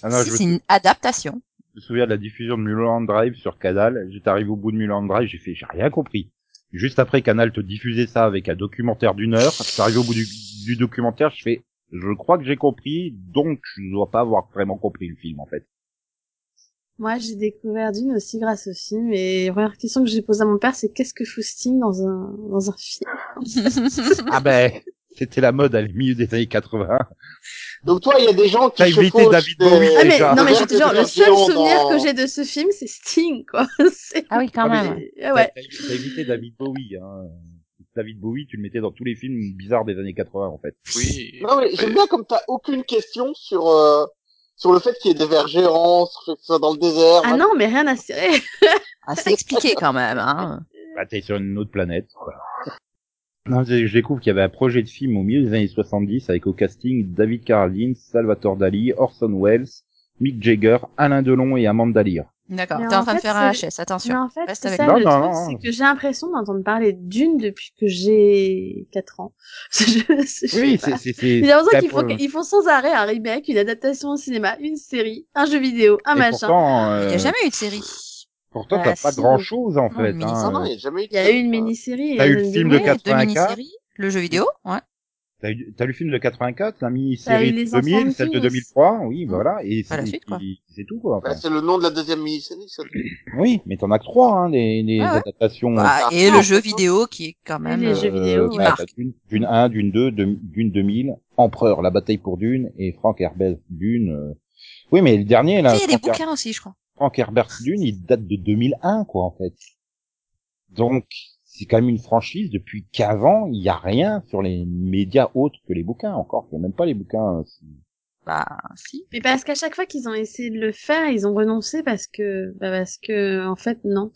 [SPEAKER 1] Ah non,
[SPEAKER 3] si,
[SPEAKER 1] je me
[SPEAKER 3] c'est une adaptation.
[SPEAKER 1] Je me souviens de la diffusion de Mulholland Drive sur Canal. J'étais arrivé au bout de Mulholland Drive, j'ai fait, j'ai rien compris. Juste après, Canal te diffusait ça avec un documentaire d'une heure. Je suis arrivé au bout du, du documentaire, je fais, je crois que j'ai compris, donc je ne dois pas avoir vraiment compris le film, en fait.
[SPEAKER 4] Moi, j'ai découvert Dune aussi grâce au film, et la première question que j'ai posée à mon père, c'est qu'est-ce que Faustine dans un, dans un film?
[SPEAKER 1] Ah ben, c'était la mode à le milieu des années 80.
[SPEAKER 2] Donc toi, il y a des gens qui
[SPEAKER 1] T'as évité
[SPEAKER 2] chevauchent
[SPEAKER 1] David
[SPEAKER 2] des-
[SPEAKER 1] Bowie,
[SPEAKER 4] Ah, mais,
[SPEAKER 1] Déjà.
[SPEAKER 4] non, mais je
[SPEAKER 2] Robert
[SPEAKER 4] te jure, le
[SPEAKER 2] Downey
[SPEAKER 4] seul
[SPEAKER 2] Jr.
[SPEAKER 4] souvenir
[SPEAKER 2] dans-
[SPEAKER 4] que j'ai de ce film, c'est Sting, quoi. C'est-
[SPEAKER 3] ah oui, quand
[SPEAKER 1] Ah, mais-
[SPEAKER 3] même.
[SPEAKER 4] Ah ouais.
[SPEAKER 1] T'as t'as évité David Bowie, hein. David Bowie, tu le mettais dans tous les films bizarres des années 80, en fait.
[SPEAKER 5] Oui.
[SPEAKER 2] Non, mais j'aime bien comme t'as aucune question sur, euh, sur le fait qu'il y ait des vers géants, sur le fait que ce soit dans le désert.
[SPEAKER 4] Ah
[SPEAKER 2] voilà.
[SPEAKER 4] non, mais rien à cirer.
[SPEAKER 3] Ah, c'est expliqué quand même, hein.
[SPEAKER 1] Bah, t'es sur une autre planète, quoi. Non, je, je découvre qu'il y avait un projet de film au milieu des années 70 avec au casting David Carradine, Salvatore Dali, Orson Welles, Mick Jagger, Alain Delon et Amanda Lear.
[SPEAKER 3] D'accord.
[SPEAKER 4] Mais
[SPEAKER 3] T'es en,
[SPEAKER 4] en
[SPEAKER 3] train de
[SPEAKER 4] fait,
[SPEAKER 3] faire un
[SPEAKER 4] c'est-
[SPEAKER 3] HS, attention.
[SPEAKER 4] Mais en fait,
[SPEAKER 3] Reste
[SPEAKER 4] c'est
[SPEAKER 3] avec
[SPEAKER 4] ça
[SPEAKER 1] moi.
[SPEAKER 4] le
[SPEAKER 1] Non, non,
[SPEAKER 4] truc,
[SPEAKER 1] non.
[SPEAKER 4] c'est que j'ai l'impression d'entendre parler de Dune depuis que j'ai 4 ans. Je- je sais
[SPEAKER 1] Oui,
[SPEAKER 4] pas.
[SPEAKER 1] c'est, c'est, c'est.
[SPEAKER 4] J'ai l'impression
[SPEAKER 1] c'est
[SPEAKER 4] qu'ils
[SPEAKER 1] pour-
[SPEAKER 4] font, ils font sans arrêt un remake, une adaptation au cinéma, une série, un jeu vidéo, un
[SPEAKER 1] et
[SPEAKER 4] machin.
[SPEAKER 1] pourtant,
[SPEAKER 3] Il
[SPEAKER 1] euh,
[SPEAKER 3] n'y a jamais eu de série.
[SPEAKER 1] pourtant,
[SPEAKER 4] Bah,
[SPEAKER 1] t'as pas
[SPEAKER 4] si.
[SPEAKER 1] grand chose, en
[SPEAKER 3] Non,
[SPEAKER 1] fait,
[SPEAKER 3] mais
[SPEAKER 1] hein.
[SPEAKER 2] Non, non, il y a jamais eu de
[SPEAKER 4] Il y a eu une mini-série. il y a
[SPEAKER 1] T'as eu
[SPEAKER 4] des
[SPEAKER 1] le
[SPEAKER 4] années
[SPEAKER 1] film de
[SPEAKER 4] de-
[SPEAKER 3] Ouais,
[SPEAKER 1] 84.
[SPEAKER 3] deux mini-séries, le jeu vidéo, ouais.
[SPEAKER 1] T'as eu, t'as eu le film de 84, la
[SPEAKER 3] Bah,
[SPEAKER 4] T'as eu
[SPEAKER 1] mini-série
[SPEAKER 4] les
[SPEAKER 1] de 2000,
[SPEAKER 4] enfants
[SPEAKER 1] celle de
[SPEAKER 4] Kings.
[SPEAKER 1] 2003, oui, voilà, et
[SPEAKER 3] À la
[SPEAKER 1] c'est,
[SPEAKER 3] suite, quoi.
[SPEAKER 1] et c'est tout, quoi, enfin.
[SPEAKER 2] Bah, c'est le nom de la deuxième mini-série, ça.
[SPEAKER 1] Oui, mais t'en as que trois, hein, les, les
[SPEAKER 3] Ah ouais.
[SPEAKER 1] adaptations.
[SPEAKER 3] Bah,
[SPEAKER 2] Ah,
[SPEAKER 3] et
[SPEAKER 2] non,
[SPEAKER 3] le jeu
[SPEAKER 2] non.
[SPEAKER 3] vidéo qui est quand même
[SPEAKER 4] les
[SPEAKER 3] euh,
[SPEAKER 4] jeux vidéo,
[SPEAKER 3] qui
[SPEAKER 4] ouais.
[SPEAKER 3] marque.
[SPEAKER 1] D'une, d'une 1, d'une 2, de- d'une 2000, Empereur, la bataille pour Dune, et Frank Herbert Dune. euh. Oui, mais le dernier, là,
[SPEAKER 3] Après, il y a des
[SPEAKER 1] Frank, Her-
[SPEAKER 3] bouquins aussi, je crois.
[SPEAKER 1] Frank Herbert Dune, il date de 2001, quoi, en fait. Donc, c'est quand même une franchise, depuis 15 ans, il n'y a rien sur les médias autres que les bouquins, encore, que même pas les bouquins. euh, si-
[SPEAKER 3] Bah, si.
[SPEAKER 4] Mais parce qu'à chaque fois qu'ils ont essayé de le faire, ils ont renoncé parce que, bah parce que, en fait, non.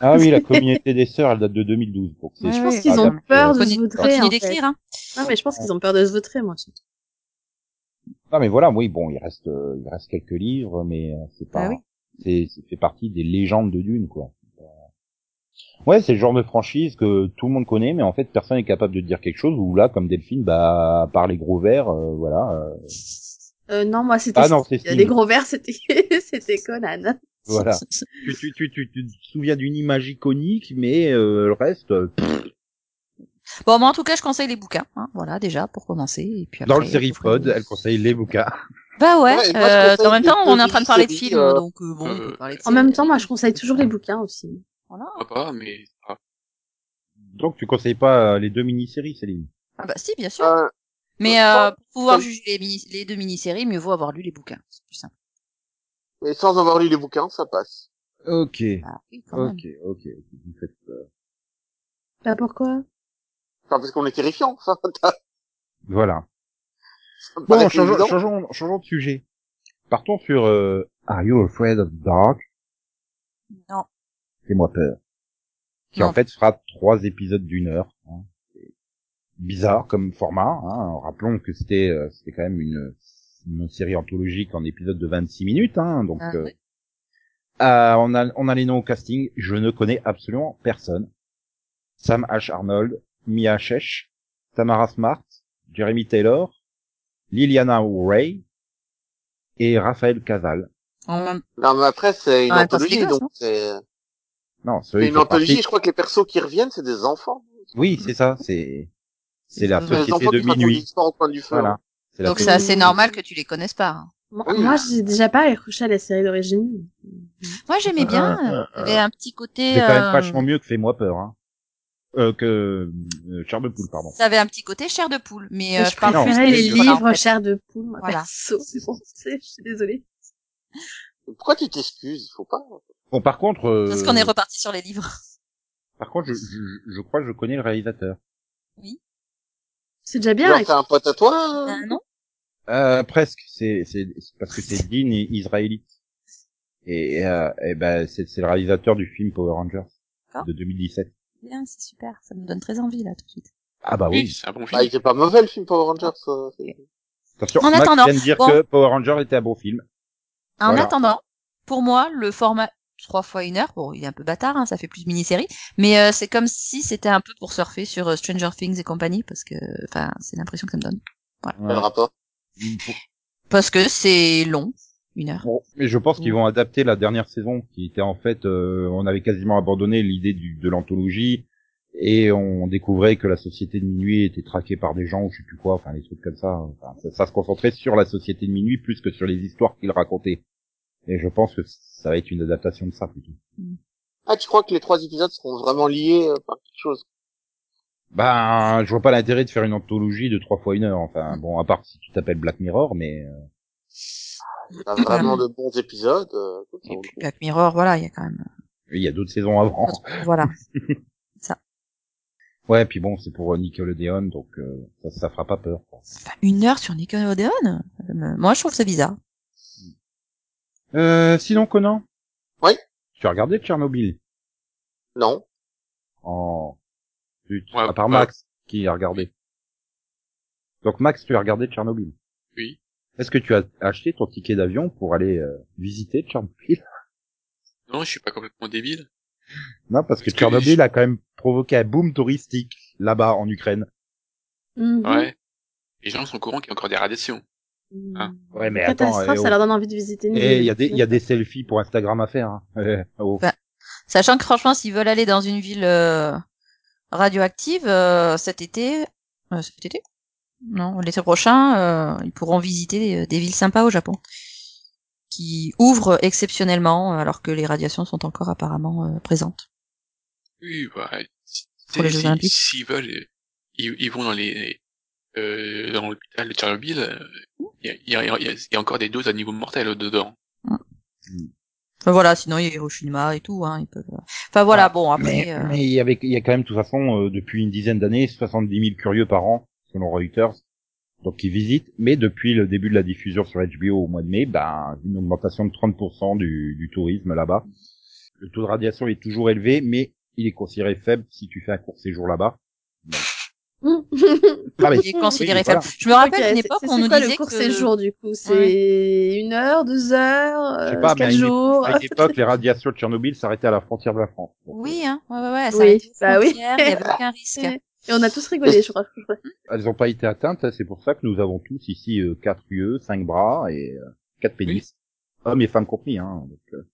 [SPEAKER 1] Ah oui, la communauté des sœurs, elle date de 2012. Donc c'est
[SPEAKER 3] Ouais,
[SPEAKER 4] je
[SPEAKER 1] sûr.
[SPEAKER 3] ouais.
[SPEAKER 4] pense
[SPEAKER 3] oui,
[SPEAKER 4] qu'ils
[SPEAKER 1] Ah,
[SPEAKER 4] ont
[SPEAKER 1] donc,
[SPEAKER 4] peur
[SPEAKER 1] euh,
[SPEAKER 4] de se
[SPEAKER 3] Continue,
[SPEAKER 4] vautrer,
[SPEAKER 3] continue
[SPEAKER 4] en fait.
[SPEAKER 3] d'écrire, hein.
[SPEAKER 4] Non, mais je pense qu'ils ont peur de se vautrer, moi. surtout.
[SPEAKER 1] Non mais voilà, oui, bon, il reste, euh, il reste quelques livres, mais euh, c'est pas,
[SPEAKER 3] Ah oui.
[SPEAKER 1] c'est, c'est fait partie des légendes de Dune, quoi. Euh, Ouais, c'est le genre de franchise que tout le monde connaît, mais en fait personne n'est capable de dire quelque chose. Ou là, comme Delphine, bah, à part les gros verts, euh, voilà. euh,
[SPEAKER 4] Euh, non, moi, c'était,
[SPEAKER 1] Ah non, c'est
[SPEAKER 4] il y a
[SPEAKER 1] Sting.
[SPEAKER 4] des gros verres, c'était, c'était Conan.
[SPEAKER 1] Voilà. tu, tu, tu, tu, tu te souviens d'une image iconique, mais euh, le reste, euh, pff,
[SPEAKER 3] Bon, moi, en tout cas, je conseille les bouquins. hein, voilà, déjà, pour commencer. Et puis
[SPEAKER 1] Dans
[SPEAKER 3] après,
[SPEAKER 1] le série
[SPEAKER 3] vous ferez-
[SPEAKER 1] pod, elle conseille les bouquins.
[SPEAKER 3] Bah ouais,
[SPEAKER 2] Ouais, et moi, je
[SPEAKER 3] euh,
[SPEAKER 2] conseille
[SPEAKER 3] en même
[SPEAKER 2] les
[SPEAKER 3] temps, on est en train de parler de
[SPEAKER 2] téléséries,
[SPEAKER 3] films,
[SPEAKER 2] euh,
[SPEAKER 3] donc euh, bon, on peut
[SPEAKER 5] euh,
[SPEAKER 3] parler de
[SPEAKER 4] En même
[SPEAKER 3] séries.
[SPEAKER 4] temps, moi, je conseille toujours les bouquins aussi.
[SPEAKER 3] Voilà.
[SPEAKER 5] Pourquoi pas, mais ah,
[SPEAKER 1] Donc tu conseilles pas euh, les deux mini-séries, Céline
[SPEAKER 3] Ah bah si, bien sûr.
[SPEAKER 2] Euh,
[SPEAKER 3] Mais
[SPEAKER 2] je
[SPEAKER 3] euh,
[SPEAKER 2] crois-
[SPEAKER 3] pour pouvoir
[SPEAKER 2] comme-
[SPEAKER 3] juger les, mini- les deux mini-séries, mieux vaut avoir lu les bouquins. C'est plus simple.
[SPEAKER 2] et sans avoir lu les bouquins, ça passe.
[SPEAKER 1] Ok,
[SPEAKER 3] Ah oui, quand même.
[SPEAKER 1] ok, ok. Vous faites, euh,
[SPEAKER 4] Bah pourquoi
[SPEAKER 2] Enfin, parce qu'on est terrifiant. Ça,
[SPEAKER 1] Voilà.
[SPEAKER 2] ça me
[SPEAKER 1] Bon,
[SPEAKER 2] paraît
[SPEAKER 1] changeons,
[SPEAKER 2] évident.
[SPEAKER 1] changeons, changeons de sujet. Partons sur euh, Are You Afraid of the Dark
[SPEAKER 3] Non.
[SPEAKER 1] Fais-moi peur. Qui en
[SPEAKER 3] Non.
[SPEAKER 1] fait fera trois épisodes d'une heure. hein. C'est Bizarre comme format. Hein. Rappelons que c'était euh, c'était quand même une, une série anthologique en épisode de 26 minutes. Hein. Donc
[SPEAKER 3] Ah,
[SPEAKER 1] euh,
[SPEAKER 3] oui.
[SPEAKER 1] euh, on, a, on a les noms au casting. Je ne connais absolument personne. Sam H. Arnold, Mia Shesh, Tamara Smart, Jeremy Taylor, Liliana Ray et Raphaël Casal.
[SPEAKER 3] En même-
[SPEAKER 2] Non, mais après, c'est une
[SPEAKER 3] Ah, attends, c'est
[SPEAKER 2] anthologie,
[SPEAKER 3] des gosses,
[SPEAKER 2] donc
[SPEAKER 3] non
[SPEAKER 2] c'est euh,
[SPEAKER 1] Non,
[SPEAKER 2] c'est
[SPEAKER 1] ceux ils
[SPEAKER 2] une
[SPEAKER 1] font
[SPEAKER 2] anthologie.
[SPEAKER 1] partie-
[SPEAKER 2] Je crois que les persos qui reviennent, c'est des enfants.
[SPEAKER 1] Oui, c'est ça. C'est c'est la
[SPEAKER 3] C'est
[SPEAKER 2] C'est des
[SPEAKER 1] société
[SPEAKER 2] enfants
[SPEAKER 1] de
[SPEAKER 2] qui racontent des
[SPEAKER 1] minuit.
[SPEAKER 2] histoires au coin du feu. hein.
[SPEAKER 1] Voilà. C'est la
[SPEAKER 3] euh, Donc c'est
[SPEAKER 1] société-
[SPEAKER 3] assez normal que tu les connaisses pas. hein.
[SPEAKER 4] Moi,
[SPEAKER 2] Oui.
[SPEAKER 4] moi, j'ai déjà pas accroché à la série d'origine.
[SPEAKER 3] Moi j'aimais
[SPEAKER 1] Euh,
[SPEAKER 3] bien.
[SPEAKER 1] euh,
[SPEAKER 3] Il y avait un petit côté.
[SPEAKER 1] C'est quand même
[SPEAKER 3] euh,
[SPEAKER 1] vachement mieux que Fais-moi peur. Hein. Euh, que euh, Charles de Poule, pardon.
[SPEAKER 3] Ça avait un petit côté chair de poule, mais
[SPEAKER 4] Et
[SPEAKER 3] euh,
[SPEAKER 4] je
[SPEAKER 3] je parle plus
[SPEAKER 4] préférais
[SPEAKER 3] des
[SPEAKER 4] les
[SPEAKER 3] livres, là, en
[SPEAKER 4] livres
[SPEAKER 3] fait.
[SPEAKER 4] chers de poule, moi,
[SPEAKER 3] Voilà.
[SPEAKER 4] perso. Mais bon, c'est- je suis désolée.
[SPEAKER 2] Pourquoi tu t'excuses Faut pas.
[SPEAKER 1] Bon, par contre, euh,
[SPEAKER 3] Parce qu'on est reparti sur les livres.
[SPEAKER 1] par contre, je, je, je crois que je connais le réalisateur.
[SPEAKER 4] C'est déjà bien.
[SPEAKER 2] Genre, t'as un pote à toi. hein
[SPEAKER 3] Ah, non
[SPEAKER 1] Euh, presque. C'est c'est c'est parce que c'est Dean et israélite. Et, euh, eh ben c'est c'est le réalisateur du film Power Rangers
[SPEAKER 3] D'accord.
[SPEAKER 1] de 2017.
[SPEAKER 3] Bien, c'est super. Ça me donne très envie là tout de suite.
[SPEAKER 1] Ah bah
[SPEAKER 5] oui,
[SPEAKER 1] oui.
[SPEAKER 5] c'est un bon film.
[SPEAKER 2] Bah, il était pas mauvais le film Power Rangers. euh, c'est-
[SPEAKER 1] Attention,
[SPEAKER 3] En
[SPEAKER 1] Max
[SPEAKER 3] attendant,
[SPEAKER 1] vient de dire
[SPEAKER 3] bon.
[SPEAKER 1] que Power Rangers était un bon film.
[SPEAKER 3] En
[SPEAKER 1] Voilà.
[SPEAKER 3] attendant, pour moi, le format trois fois une heure, bon, il est un peu bâtard, hein, ça fait plus mini-série, mais euh, c'est comme si c'était un peu pour surfer sur euh, Stranger Things et compagnie, parce que, enfin, c'est l'impression que ça me donne.
[SPEAKER 2] Quel rapport
[SPEAKER 1] Ouais.
[SPEAKER 3] Parce que c'est long, une heure.
[SPEAKER 1] Bon, mais je pense qu'ils vont adapter la dernière saison, qui était en fait, euh, on avait quasiment abandonné l'idée du- de l'anthologie et on découvrait que la société de minuit était traquée par des gens ou je sais plus quoi, enfin des trucs comme ça. Enfin, ça, ça se concentrait sur la société de minuit plus que sur les histoires qu'il racontait. Et je pense que ça va être une adaptation de ça plutôt.
[SPEAKER 2] Ah, tu crois que les trois épisodes seront vraiment liés euh, par quelque chose
[SPEAKER 1] Ben, je vois pas l'intérêt de faire une anthologie de trois fois une heure. Enfin, bon, à part si tu t'appelles Black Mirror, mais euh,
[SPEAKER 2] T'as vraiment de bons épisodes. euh, écoute, ça
[SPEAKER 3] Et
[SPEAKER 2] vaut le
[SPEAKER 3] puis
[SPEAKER 2] coup.
[SPEAKER 3] Black Mirror, voilà, il y a quand même.
[SPEAKER 1] il y a d'autres saisons avant.
[SPEAKER 3] Voilà.
[SPEAKER 1] Ouais, puis bon, c'est pour euh, Nickelodeon, donc euh, ça, ça fera pas peur. quoi.
[SPEAKER 3] Enfin, une heure sur Nickelodeon ça me- Moi, je trouve ça bizarre.
[SPEAKER 1] Euh, sinon, Conan
[SPEAKER 2] Oui.
[SPEAKER 1] Tu as regardé Tchernobyl
[SPEAKER 2] Non.
[SPEAKER 1] en... Zut,
[SPEAKER 5] Ouais,
[SPEAKER 1] à part
[SPEAKER 5] ouais.
[SPEAKER 1] Max qui a regardé. Donc Max, tu as regardé Tchernobyl
[SPEAKER 5] Oui.
[SPEAKER 1] Est-ce que tu as acheté ton ticket d'avion pour aller euh, visiter Tchernobyl
[SPEAKER 5] Non, je suis pas complètement débile.
[SPEAKER 1] Non, parce que
[SPEAKER 5] Parce que
[SPEAKER 1] Tchernobyl
[SPEAKER 5] je-
[SPEAKER 1] a quand même provoqué un boom touristique là-bas en Ukraine.
[SPEAKER 4] Mhm.
[SPEAKER 5] Ouais. Les gens sont au courant qu'il y a encore des radiations. Ah.
[SPEAKER 1] Ouais, mais
[SPEAKER 4] Catastrophe,
[SPEAKER 1] attends, eh, oh.
[SPEAKER 4] ça
[SPEAKER 1] et
[SPEAKER 4] leur donne envie de visiter. une
[SPEAKER 1] et Eh, il y a
[SPEAKER 4] nouvelle
[SPEAKER 1] des il y a
[SPEAKER 4] ville.
[SPEAKER 1] des selfies pour Instagram à faire. hein. Euh, oh.
[SPEAKER 3] Bah, Sachant que franchement, s'ils veulent aller dans une ville euh, radioactive euh, cet été, euh, cet été Non, l'été prochain, euh, ils pourront visiter euh, des villes sympas au Japon qui ouvrent exceptionnellement euh, alors que les radiations sont encore apparemment euh, présentes.
[SPEAKER 5] Oui, bah, si-
[SPEAKER 3] Pour les
[SPEAKER 5] si-
[SPEAKER 3] Jeux Olympiques.
[SPEAKER 5] S'ils veulent, euh, ils, ils vont dans les, euh, dans l'hôpital de Tchernobyl, euh, il y a, il y, a, il y a- il y a encore des doses à niveau mortel dedans.
[SPEAKER 3] Enfin, voilà, sinon il y a Hiroshima et tout, hein, ils peuvent. euh. Enfin voilà,
[SPEAKER 1] Ah,
[SPEAKER 3] bon après.
[SPEAKER 1] Mais,
[SPEAKER 3] euh,
[SPEAKER 1] mais il y avait, il y a quand même, de toute façon, euh, depuis une dizaine d'années, 70 000 curieux par an, selon Reuters, donc qui visitent. Mais depuis le début de la diffusion sur HBO au mois de mai, ben, une augmentation de 30% du, du tourisme là-bas. Le taux de radiation est toujours élevé, mais il est considéré faible si tu fais un court séjour là-bas. Ah, mais-
[SPEAKER 3] il est considéré
[SPEAKER 1] oui,
[SPEAKER 3] faible.
[SPEAKER 1] voilà.
[SPEAKER 3] Je me rappelle
[SPEAKER 4] Ok,
[SPEAKER 3] une
[SPEAKER 4] c'est-
[SPEAKER 3] époque
[SPEAKER 4] c'est-
[SPEAKER 3] on nous
[SPEAKER 4] C'est quoi
[SPEAKER 3] disait
[SPEAKER 4] le court
[SPEAKER 3] que
[SPEAKER 4] séjour du coup C'est une heure, deux heures,
[SPEAKER 1] Je sais pas,
[SPEAKER 4] euh,
[SPEAKER 1] mais à
[SPEAKER 4] quatre
[SPEAKER 1] une é-
[SPEAKER 4] jours
[SPEAKER 1] À une époque, les radiations de Tchernobyl s'arrêtaient à la frontière de la France. Donc,
[SPEAKER 3] Oui, hein, ouais, ouais, ouais, ça
[SPEAKER 4] Oui,
[SPEAKER 3] oui,
[SPEAKER 4] bah oui.
[SPEAKER 3] il n'y avait aucun risque.
[SPEAKER 4] Et on a tous rigolé, je crois. je crois.
[SPEAKER 1] Elles n'ont pas été atteintes, hein, c'est pour ça que nous avons tous ici euh, quatre yeux, cinq bras et euh, quatre pénis. Hommes et femmes compris, hein. donc, euh.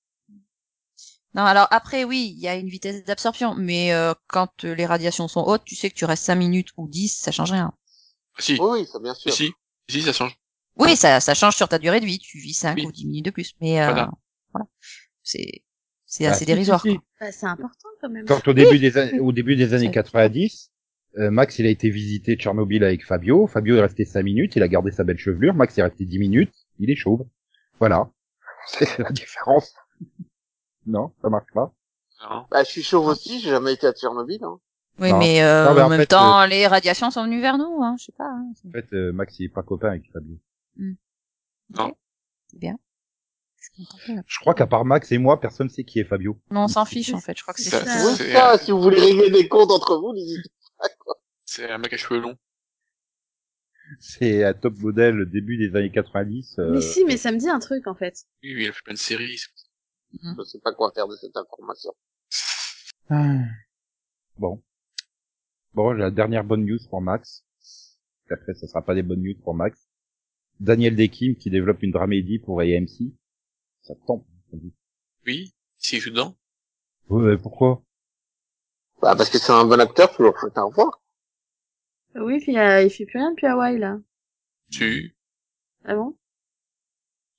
[SPEAKER 3] Non, alors après, oui, il y a une vitesse d'absorption, mais euh, quand euh, les radiations sont hautes, tu sais que tu restes 5 minutes ou 10, ça change rien.
[SPEAKER 5] Ah, Si,
[SPEAKER 1] Oh,
[SPEAKER 2] Oui, oui, ça, bien sûr.
[SPEAKER 5] si, si, ça change.
[SPEAKER 3] Oui, ça, ça change sur ta durée de vie, tu vis 5
[SPEAKER 5] Oui.
[SPEAKER 3] ou 10 minutes de plus, mais euh,
[SPEAKER 5] Voilà.
[SPEAKER 3] voilà. C'est c'est
[SPEAKER 1] Bah,
[SPEAKER 3] assez
[SPEAKER 1] si,
[SPEAKER 3] dérisoire.
[SPEAKER 1] si, si.
[SPEAKER 3] quoi.
[SPEAKER 4] Bah, c'est important quand même.
[SPEAKER 1] Quand au début des années, au début des années 90, euh, Max il a été visiter Tchernobyl avec Fabio. Fabio est resté 5 minutes, il a gardé sa belle chevelure. Max est resté 10 minutes, il est chauve. Voilà, c'est la différence. Non, ça marche pas.
[SPEAKER 5] Hein.
[SPEAKER 2] Bah, je suis chauve aussi, j'ai jamais été à Tchernobyl. Hein.
[SPEAKER 3] Oui,
[SPEAKER 1] Non.
[SPEAKER 3] mais, euh,
[SPEAKER 1] Non, mais en
[SPEAKER 3] en même
[SPEAKER 1] fait,
[SPEAKER 3] temps, les radiations sont venues vers nous, hein, je sais pas. hein.
[SPEAKER 1] En fait, euh, Max il est pas copain avec Fabio.
[SPEAKER 3] C'est n'importe quoi.
[SPEAKER 1] Je crois qu'à part Max et moi, personne sait qui est Fabio.
[SPEAKER 3] Non, on s'en fiche en fait, je crois que c'est
[SPEAKER 5] Ça,
[SPEAKER 3] ça.
[SPEAKER 4] ça.
[SPEAKER 2] Oui,
[SPEAKER 5] C'est
[SPEAKER 2] ça,
[SPEAKER 5] euh,
[SPEAKER 2] si vous voulez régler des comptes entre vous, n'hésitez
[SPEAKER 5] c'est un mec à cheveux longs.
[SPEAKER 1] C'est un top modèle début des années 90. euh,
[SPEAKER 4] Mais si, mais ça me dit un truc en fait.
[SPEAKER 5] Oui, oui, il a fait plein de séries.
[SPEAKER 2] pas. Je sais pas quoi faire de cette information.
[SPEAKER 1] Ah. Bon. Bon, la dernière bonne news pour Max. Après, ça sera pas des bonnes news pour Max. Daniel Dekim qui développe une dramédie pour AMC. Ça tombe.
[SPEAKER 5] Oui, si je dedans.
[SPEAKER 1] Ouais, mais pourquoi
[SPEAKER 2] Bah, parce que c'est un bon acteur, faut le faut un revoir.
[SPEAKER 4] Oui, puis euh, il fait plus rien depuis Hawaï là.
[SPEAKER 1] Mmh.
[SPEAKER 5] Tu,
[SPEAKER 4] Ah bon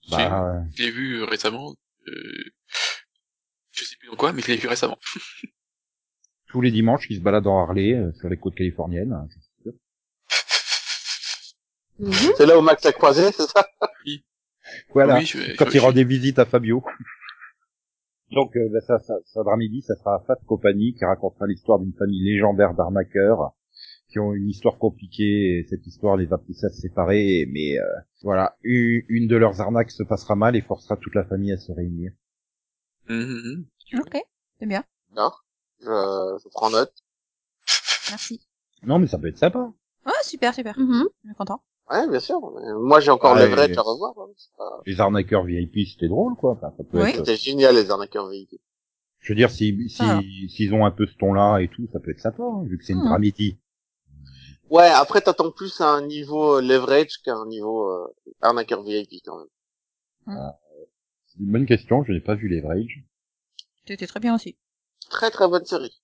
[SPEAKER 1] Bah, euh,
[SPEAKER 5] je l'ai vu euh, récemment. Euh, je sais plus dans quoi, mais je l'ai vu récemment.
[SPEAKER 1] tous les dimanches, il se balade en Harley euh, sur les côtes californiennes. hein.
[SPEAKER 4] Mhm.
[SPEAKER 2] C'est là où Max a croisé, c'est ça?
[SPEAKER 1] Voilà.
[SPEAKER 5] Oui, je, je-
[SPEAKER 1] Quand
[SPEAKER 5] je-
[SPEAKER 1] il rend des visites à Fabio. Donc, euh, bah, ça, ça, ça dramédie, ça sera Fat Company qui racontera l'histoire d'une famille légendaire d'arnaqueurs qui ont une histoire compliquée. Et cette histoire les a poussés à se séparer, mais euh, voilà, une, une de leurs arnaques se passera mal et forcera toute la famille à se réunir.
[SPEAKER 5] Mhm, mhm.
[SPEAKER 3] Ok, c'est bien,
[SPEAKER 2] Non? Je, je prends note.
[SPEAKER 3] merci.
[SPEAKER 1] Non, mais ça peut être sympa.
[SPEAKER 3] Ouais, super, super,
[SPEAKER 4] Mhm.
[SPEAKER 1] Hmm.
[SPEAKER 3] je suis content.
[SPEAKER 2] Ouais, bien sûr. Euh, Moi, j'ai encore
[SPEAKER 1] Ouais,
[SPEAKER 2] le vrai de
[SPEAKER 1] mais-
[SPEAKER 2] la revoir. hein. C'est pas-
[SPEAKER 1] Les arnaqueurs VIP, c'était drôle, quoi. Enfin, ça peut
[SPEAKER 3] Oui.
[SPEAKER 1] être-
[SPEAKER 2] C'était génial, les arnaqueurs véhicules.
[SPEAKER 1] je veux dire, si si-
[SPEAKER 3] Ah.
[SPEAKER 1] s'ils ont un peu ce ton-là et tout, ça peut être sympa, hein, vu que c'est une
[SPEAKER 3] Mhm.
[SPEAKER 1] dramédie.
[SPEAKER 2] Ouais, après, t'attends plus à un niveau euh, leverage qu'à un niveau euh, arnaqueur VIP, quand même.
[SPEAKER 1] C'est une bonne question, je n'ai pas vu Leverage.
[SPEAKER 3] T'étais très bien aussi.
[SPEAKER 2] Très, très bonne série.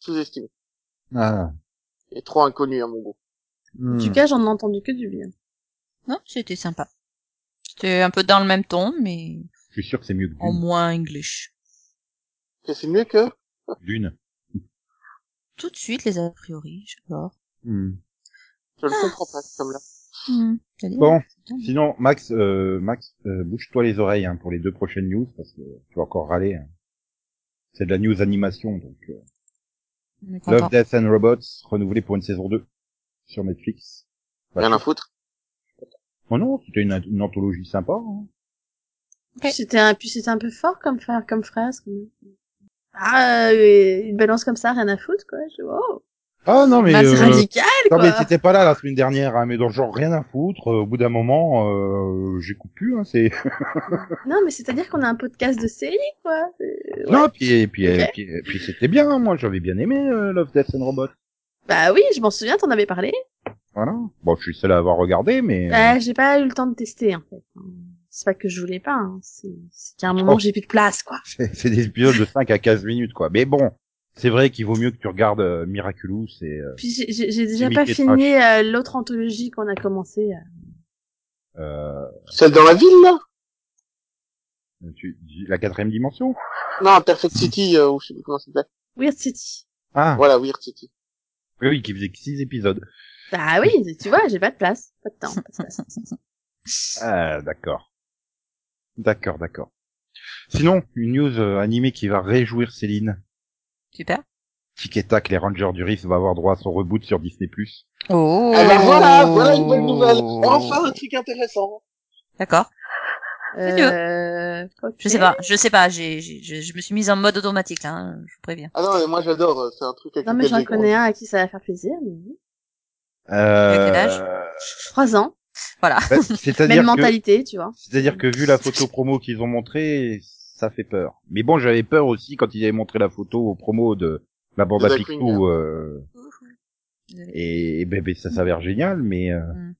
[SPEAKER 2] Sous-estimé.
[SPEAKER 1] Ah.
[SPEAKER 2] Et trop inconnu, à mon goût.
[SPEAKER 4] En
[SPEAKER 1] Hmm.
[SPEAKER 4] tout cas, j'en ai entendu que du bien.
[SPEAKER 3] Non, c'était sympa. C'était un peu dans le même ton, mais
[SPEAKER 1] Je suis sûr que c'est mieux que
[SPEAKER 3] en
[SPEAKER 1] Dune.
[SPEAKER 3] moins English.
[SPEAKER 2] Que c'est mieux que...
[SPEAKER 1] Dune.
[SPEAKER 3] Tout de suite, les a priori, j'adore.
[SPEAKER 1] Hmm.
[SPEAKER 2] Je ne comprends pas, comme là.
[SPEAKER 3] Hmm, t'as dit
[SPEAKER 1] Bon,
[SPEAKER 3] putain.
[SPEAKER 1] sinon Max, euh, Max, euh, bouge-toi les oreilles hein, pour les deux prochaines news parce que tu vas encore râler. hein. C'est de la news animation donc. euh,
[SPEAKER 3] On est
[SPEAKER 1] Love,
[SPEAKER 3] content.
[SPEAKER 1] Death and Robots renouvelé pour une saison 2 sur Netflix. Bah,
[SPEAKER 2] Rien à
[SPEAKER 1] c'est-
[SPEAKER 2] foutre.
[SPEAKER 1] Oh non, c'était une, une anthologie sympa. hein.
[SPEAKER 3] Ouais.
[SPEAKER 4] Puis C'était un, puis c'était un peu fort comme frère, comme phrase. quand même. Ah, euh, une balance comme ça, rien à foutre, quoi. Je, oh,
[SPEAKER 1] Ah non mais
[SPEAKER 3] Bah, c'est
[SPEAKER 1] euh,
[SPEAKER 4] radical,
[SPEAKER 1] non mais
[SPEAKER 4] quoi.
[SPEAKER 1] t'étais pas là la semaine dernière, hein, mais dans le genre rien à foutre. euh, au bout d'un moment, euh, j'écoute plus. Hein, c'est
[SPEAKER 4] Non, mais c'est-à-dire qu'on a un podcast de série, quoi. Euh, ouais.
[SPEAKER 1] non puis et puis et
[SPEAKER 4] Ouais.
[SPEAKER 1] puis, et puis c'était bien. hein, Moi j'avais bien aimé euh, Love, Death and Robots.
[SPEAKER 4] Bah oui, je m'en souviens, t'en avais parlé.
[SPEAKER 1] Voilà. Bon, je suis seul à avoir regardé, mais. euh,
[SPEAKER 4] Bah, j'ai pas eu le temps de tester, en fait. C'est pas que je voulais pas, hein. c'est c'est qu'à un moment,
[SPEAKER 1] Oh.
[SPEAKER 4] j'ai plus de place, quoi.
[SPEAKER 1] C'est c'est des épisodes de 5 à 15 minutes, quoi. Mais bon, c'est vrai qu'il vaut mieux que tu regardes euh, Miraculous et... euh,
[SPEAKER 4] Puis j'ai- j'ai j'ai déjà
[SPEAKER 1] Jimmy
[SPEAKER 4] pas
[SPEAKER 1] Kimmel
[SPEAKER 4] fini euh, l'autre anthologie qu'on a commencé. euh.
[SPEAKER 1] euh,
[SPEAKER 2] Celle dans la ville, là
[SPEAKER 1] tu, dis la quatrième dimension
[SPEAKER 2] Non, Perfect City, euh, ou je sais plus comment ça s'appelle.
[SPEAKER 4] Weird City.
[SPEAKER 1] Ah,
[SPEAKER 2] Voilà, Weird City.
[SPEAKER 1] oui, oui, qui faisait 6 épisodes.
[SPEAKER 4] Bah oui, tu vois, j'ai pas de place, pas de temps, pas de place.
[SPEAKER 1] Ah, d'accord. D'accord, d'accord. Sinon, une news euh, animée qui va réjouir Céline.
[SPEAKER 3] Super.
[SPEAKER 1] Tic et Tac, les Rangers du Rift va avoir droit à son reboot sur Disney+.
[SPEAKER 3] Oh.
[SPEAKER 2] Ah ben voilà, voilà une bonne nouvelle. Enfin, un truc intéressant.
[SPEAKER 3] D'accord.
[SPEAKER 4] Euh,
[SPEAKER 3] Je sais pas, je sais pas, j'ai, j'ai- je, je me suis mise en mode automatique là, hein, je vous préviens.
[SPEAKER 2] Ah non, mais moi, j'adore. euh, C'est un truc avec
[SPEAKER 4] Non, mais
[SPEAKER 2] lequel
[SPEAKER 4] j'en
[SPEAKER 2] j'ai
[SPEAKER 4] connais un à qui ça va faire plaisir. Mais... oui.
[SPEAKER 1] Euh,
[SPEAKER 3] quel âge
[SPEAKER 4] Trois ans,
[SPEAKER 1] bah,
[SPEAKER 4] même
[SPEAKER 1] C'est-à-dire que,
[SPEAKER 4] mentalité, tu vois.
[SPEAKER 1] c'est-à-dire que vu la photo promo qu'ils ont montrée, ça fait peur. Mais bon, j'avais peur aussi quand ils avaient montré la photo au promo de la bande
[SPEAKER 2] De
[SPEAKER 1] à
[SPEAKER 2] Black
[SPEAKER 1] Picsou,
[SPEAKER 2] Winger.
[SPEAKER 1] euh,
[SPEAKER 3] Désolée.
[SPEAKER 1] et, et ben, ben, ça s'avère génial mais euh,
[SPEAKER 3] Mm.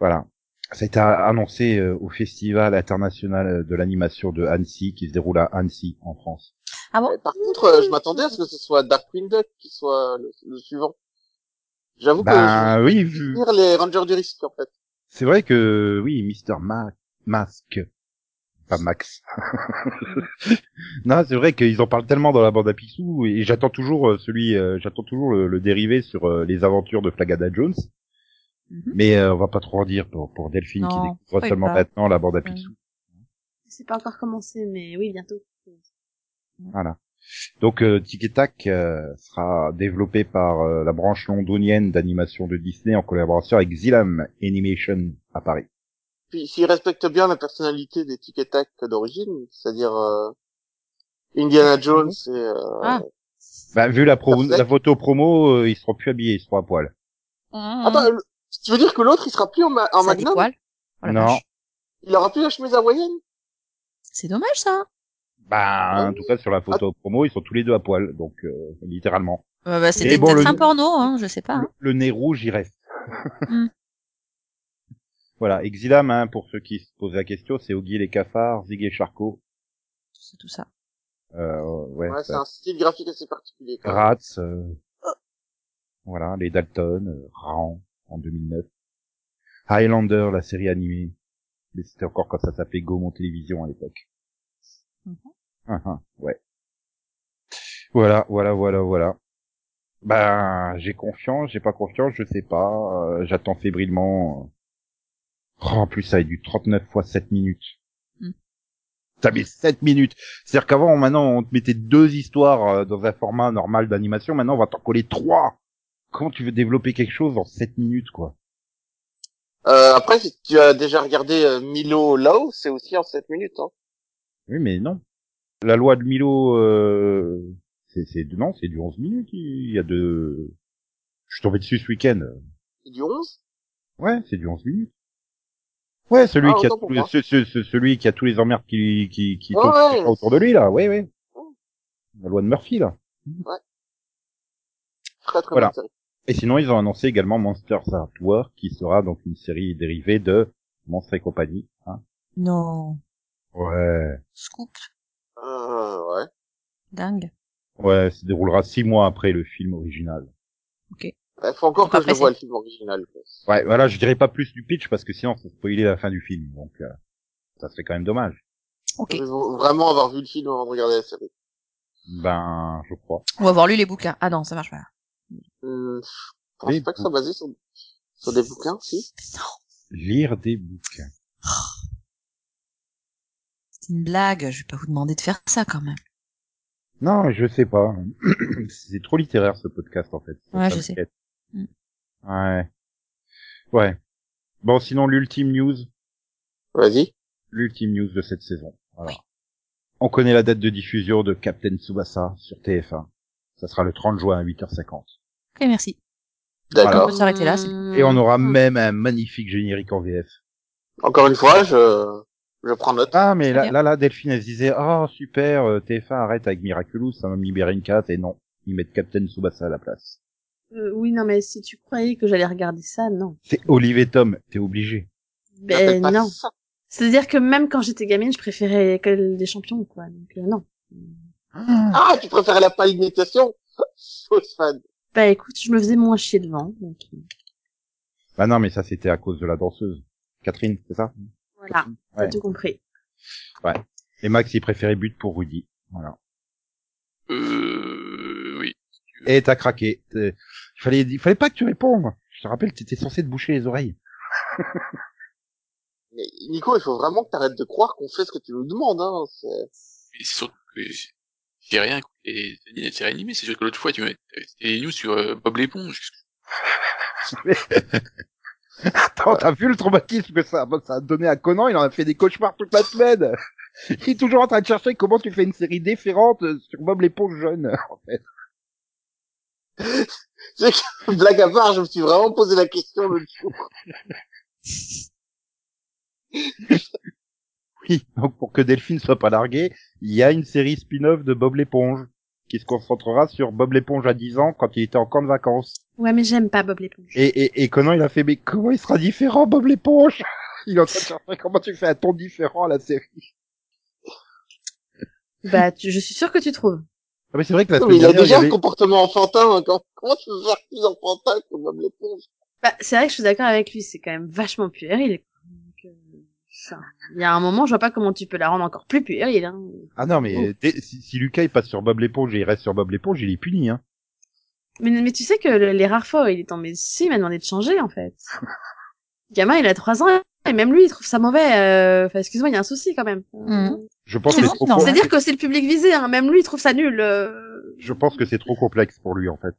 [SPEAKER 1] voilà ça a été annoncé euh, au Festival international de l'animation de Annecy, qui se déroule à Annecy, en France.
[SPEAKER 3] Ah bon
[SPEAKER 2] Mais Par contre, euh, je m'attendais à ce que ce soit Darkwing Duck qui soit le, le suivant. J'avoue que
[SPEAKER 1] Ben oui,
[SPEAKER 2] je
[SPEAKER 1] vu-
[SPEAKER 2] vais lire les Rangers du risque, en fait.
[SPEAKER 1] c'est vrai que oui, Mister Ma Mask, pas Max. non, c'est vrai qu'ils en parlent tellement dans la bande à Picsou, et j'attends toujours euh, celui, euh, j'attends toujours le, le dérivé sur euh, les aventures de Flagada Jones.
[SPEAKER 3] Mhm.
[SPEAKER 1] Mais euh, on va pas trop en dire pour, pour Delphine qui
[SPEAKER 3] Non,
[SPEAKER 1] découvre
[SPEAKER 3] spoil
[SPEAKER 1] seulement
[SPEAKER 3] pas.
[SPEAKER 1] maintenant la bande à Picsou.
[SPEAKER 4] C'est pas encore commencé, mais oui, bientôt.
[SPEAKER 1] Voilà. Donc euh, Tic et Tac euh, sera développé par euh, la branche londonienne d'animation de Disney en collaboration avec Zilam Animation à Paris.
[SPEAKER 2] Puis s'ils respectent bien la personnalité des Tic et Tac d'origine, c'est-à-dire euh, Indiana Jones et... euh,
[SPEAKER 3] Ah.
[SPEAKER 1] Bah, vu la, pro-
[SPEAKER 2] Parfait.
[SPEAKER 1] la photo promo, euh, ils seront plus habillés, ils seront à poil.
[SPEAKER 2] Ah bah, le- tu veux dire que l'autre, il sera plus en, ma- en
[SPEAKER 3] Mmh. Mm. Ça a des
[SPEAKER 2] magnum
[SPEAKER 3] poils. Oh la
[SPEAKER 1] non,
[SPEAKER 3] vache.
[SPEAKER 2] Il aura plus la chemise hawaïenne
[SPEAKER 3] C'est dommage ça.
[SPEAKER 1] bah en tout cas sur la photo promo, ils sont tous les deux à poil, donc euh, littéralement.
[SPEAKER 3] Euh, bah, C'était
[SPEAKER 1] Et bon,
[SPEAKER 3] peut-être
[SPEAKER 1] le-
[SPEAKER 3] un porno, hein, je sais pas.
[SPEAKER 1] Le,
[SPEAKER 3] hein.
[SPEAKER 1] le nez rouge, il reste.
[SPEAKER 3] Mm.
[SPEAKER 1] Voilà, Exilam, hein, pour ceux qui se posent la question, c'est Oggy les cafards, Zig et Charcot.
[SPEAKER 3] C'est tout ça.
[SPEAKER 1] Euh, ouais,
[SPEAKER 2] Ouais, c'est
[SPEAKER 1] ça-
[SPEAKER 2] un style graphique assez particulier. Quand même.
[SPEAKER 1] Gratz, euh, voilà, les Dalton, euh, Ran, en 2009. Highlander, la série animée. Mais c'était encore quand ça s'appelait Gaumont Télévision à l'époque.
[SPEAKER 3] Mhm.
[SPEAKER 1] Ah, ah, ouais. Voilà, voilà, voilà, voilà. Ben, j'ai confiance, j'ai pas confiance, je sais pas. euh, J'attends fébrilement. Oh, en plus, ça a du 39 fois 7 minutes.
[SPEAKER 3] Mm.
[SPEAKER 1] T'as mis 7 minutes. C'est-à-dire qu'avant, maintenant, on te mettait deux histoires euh, dans un format normal d'animation. Maintenant, on va t'en coller trois. Comment tu veux développer quelque chose en 7 minutes, quoi
[SPEAKER 2] Euh, après, si tu as déjà regardé euh, Milo là-haut, c'est aussi en 7 minutes. Hein.
[SPEAKER 1] Oui, mais non. La loi de Milo, euh, c'est, c'est, non, c'est du 11 minutes. Il y a deux... Je suis tombé dessus ce week-end.
[SPEAKER 2] C'est du 11
[SPEAKER 1] Ouais, c'est du 11 minutes. Ouais, celui
[SPEAKER 2] Ah,
[SPEAKER 1] qui a
[SPEAKER 2] autant pour
[SPEAKER 1] tous-
[SPEAKER 2] moi.
[SPEAKER 1] ce- ce- ce- celui qui a tous les emmerdes qui qui qui
[SPEAKER 2] Ouais,
[SPEAKER 1] tombent
[SPEAKER 2] ouais,
[SPEAKER 1] tout le temps autour de lui là, ouais ouais. La loi de Murphy là.
[SPEAKER 2] Très très
[SPEAKER 1] Voilà.
[SPEAKER 2] bonne série.
[SPEAKER 1] Et sinon, ils ont annoncé également Monsters at War qui sera donc une série dérivée de Monstres et compagnie. hein.
[SPEAKER 3] Non.
[SPEAKER 1] Ouais.
[SPEAKER 3] Scoop.
[SPEAKER 2] Euh, ouais.
[SPEAKER 3] Dingue.
[SPEAKER 1] Ouais, ça se déroulera six mois après le film original.
[SPEAKER 2] Il Bah, faut encore
[SPEAKER 3] Pas
[SPEAKER 2] que je le
[SPEAKER 3] pressé.
[SPEAKER 2] voie, le film original. quoi.
[SPEAKER 1] Ouais, voilà, je dirais pas plus du pitch parce que sinon, faut spoiler la fin du film, donc euh, ça serait quand même dommage.
[SPEAKER 3] Ok.
[SPEAKER 2] Je veux vraiment avoir vu le film avant de regarder la série.
[SPEAKER 1] Ben, je crois.
[SPEAKER 3] On va avoir lu les bouquins. Ah non, ça marche pas.
[SPEAKER 2] Hum, je pense
[SPEAKER 1] Oui,
[SPEAKER 2] pas que ce
[SPEAKER 1] bon.
[SPEAKER 2] soit basé sur, sur des bouquins, si.
[SPEAKER 1] Lire des bouquins.
[SPEAKER 3] C'est une blague. Je vais pas vous demander de faire ça quand même.
[SPEAKER 1] Non, je sais pas. c'est trop littéraire ce podcast en fait.
[SPEAKER 3] Ouais,
[SPEAKER 1] Ça
[SPEAKER 3] je
[SPEAKER 1] me
[SPEAKER 3] sais.
[SPEAKER 1] guette.
[SPEAKER 3] Mm.
[SPEAKER 1] Ouais. Ouais. Bon, sinon l'ultime news,
[SPEAKER 2] Vas-y.
[SPEAKER 1] l'ultime news de cette saison. Voilà. On connaît la date de diffusion de Captain Tsubasa sur TF1. Ça sera le 30 juin à 8h50.
[SPEAKER 3] Ok, merci.
[SPEAKER 2] D'accord.
[SPEAKER 3] On peut s'arrêter là. c'est-
[SPEAKER 4] Hmm.
[SPEAKER 1] Et on
[SPEAKER 4] Euh,
[SPEAKER 1] aura
[SPEAKER 3] Mm.
[SPEAKER 1] même un magnifique générique en VF.
[SPEAKER 2] Encore une fois, je, je prends note.
[SPEAKER 1] Ah, mais
[SPEAKER 3] Très
[SPEAKER 1] là,
[SPEAKER 3] bien.
[SPEAKER 1] là, là, Delphine, elle se disait, ah, super, euh, TF1 arrête avec Miraculous, ça va me libérer une carte, et non. Ils mettent Captain Tsubasa à la place.
[SPEAKER 4] Euh, oui, non, mais si tu croyais que j'allais regarder ça, non.
[SPEAKER 1] C'est Olivier Tom, t'es obligé.
[SPEAKER 3] Bah,
[SPEAKER 4] Ben
[SPEAKER 2] N'appelle pas
[SPEAKER 4] non.
[SPEAKER 2] ça.
[SPEAKER 4] C'est-à-dire que même quand j'étais gamine, je préférais l'école des champions, quoi. Donc euh, non.
[SPEAKER 2] Ah, tu préférais la palimitation Sauce fan.
[SPEAKER 4] Bah écoute, je me faisais moins chier devant. Donc, euh,
[SPEAKER 1] Bah non, mais ça c'était à cause de la danseuse. Catherine, c'est ça
[SPEAKER 4] voilà, t'as
[SPEAKER 1] Ouais.
[SPEAKER 4] tout compris.
[SPEAKER 1] Et Max, il préférait but pour Rudy. Voilà.
[SPEAKER 5] mmh. Euh, oui.
[SPEAKER 1] Et t'as craqué. T'es- Il fallait, il fallait pas que tu répondes. Je te rappelle, t'étais censé te boucher les oreilles.
[SPEAKER 2] Mais Nico, il faut vraiment que t'arrêtes de croire qu'on fait ce que tu nous demandes. Hein. C'est-
[SPEAKER 5] Et c'est surtout que j'ai rien contre les les séries animées. C'est juste que l'autre fois, tu m'as c'était les news sur euh, Bob l'éponge.
[SPEAKER 1] Attends, t'as vu le traumatisme que ça, ça a donné à Conan Il en a fait des cauchemars toute la semaine. Il est toujours en train de chercher comment tu fais une série différente euh, sur Bob l'éponge jeune. En fait.
[SPEAKER 2] C'est que, blague à part, je me suis vraiment posé la question l'autre jour.
[SPEAKER 1] Oui. Donc pour que Delphine soit pas larguée, il y a une série spin-off de Bob l'éponge qui se concentrera sur Bob l'éponge à 10 ans quand il était en camp de vacances.
[SPEAKER 4] Ouais, mais j'aime pas Bob l'éponge.
[SPEAKER 1] Et, et, et Conan, il a fait, mais comment il sera différent, Bob l'éponge Il est en train de chercher comment tu fais un ton différent à la série.
[SPEAKER 4] Bah, tu- je suis sûre que tu trouves.
[SPEAKER 1] Ah, mais c'est vrai que la
[SPEAKER 2] Non,
[SPEAKER 1] semaine
[SPEAKER 2] mais il a
[SPEAKER 1] dernière, il y
[SPEAKER 2] déjà un
[SPEAKER 1] avait...
[SPEAKER 2] comportement enfantin, hein, quand- comment tu veux faire plus enfantin que Bob l'éponge?
[SPEAKER 4] Bah, c'est vrai que je suis d'accord avec lui, c'est quand même vachement puéril. Donc, euh, enfin, Il y a un moment, je vois pas comment tu peux la rendre encore plus puérile. Hein.
[SPEAKER 1] Ah non, mais
[SPEAKER 2] Oh.
[SPEAKER 1] euh, dès- si, si Lucas, il passe sur Bob l'éponge et il reste sur Bob l'éponge, il est puni, hein.
[SPEAKER 4] Mais, mais tu sais que le- les rares fois où il est tombé dessus, il m'a demandé de changer, en fait. Le gamin, il a trois ans, et même lui, il trouve ça mauvais. euh, Enfin, excuse-moi, il y a un souci quand même.
[SPEAKER 3] Mhm.
[SPEAKER 1] Je pense
[SPEAKER 3] C'est
[SPEAKER 1] que
[SPEAKER 3] bon,
[SPEAKER 1] c'est trop,
[SPEAKER 3] non.
[SPEAKER 1] com-
[SPEAKER 4] C'est-à-dire que c'est le public visé, hein. même lui, il trouve ça nul. euh.
[SPEAKER 1] je pense que c'est trop complexe pour lui, en fait.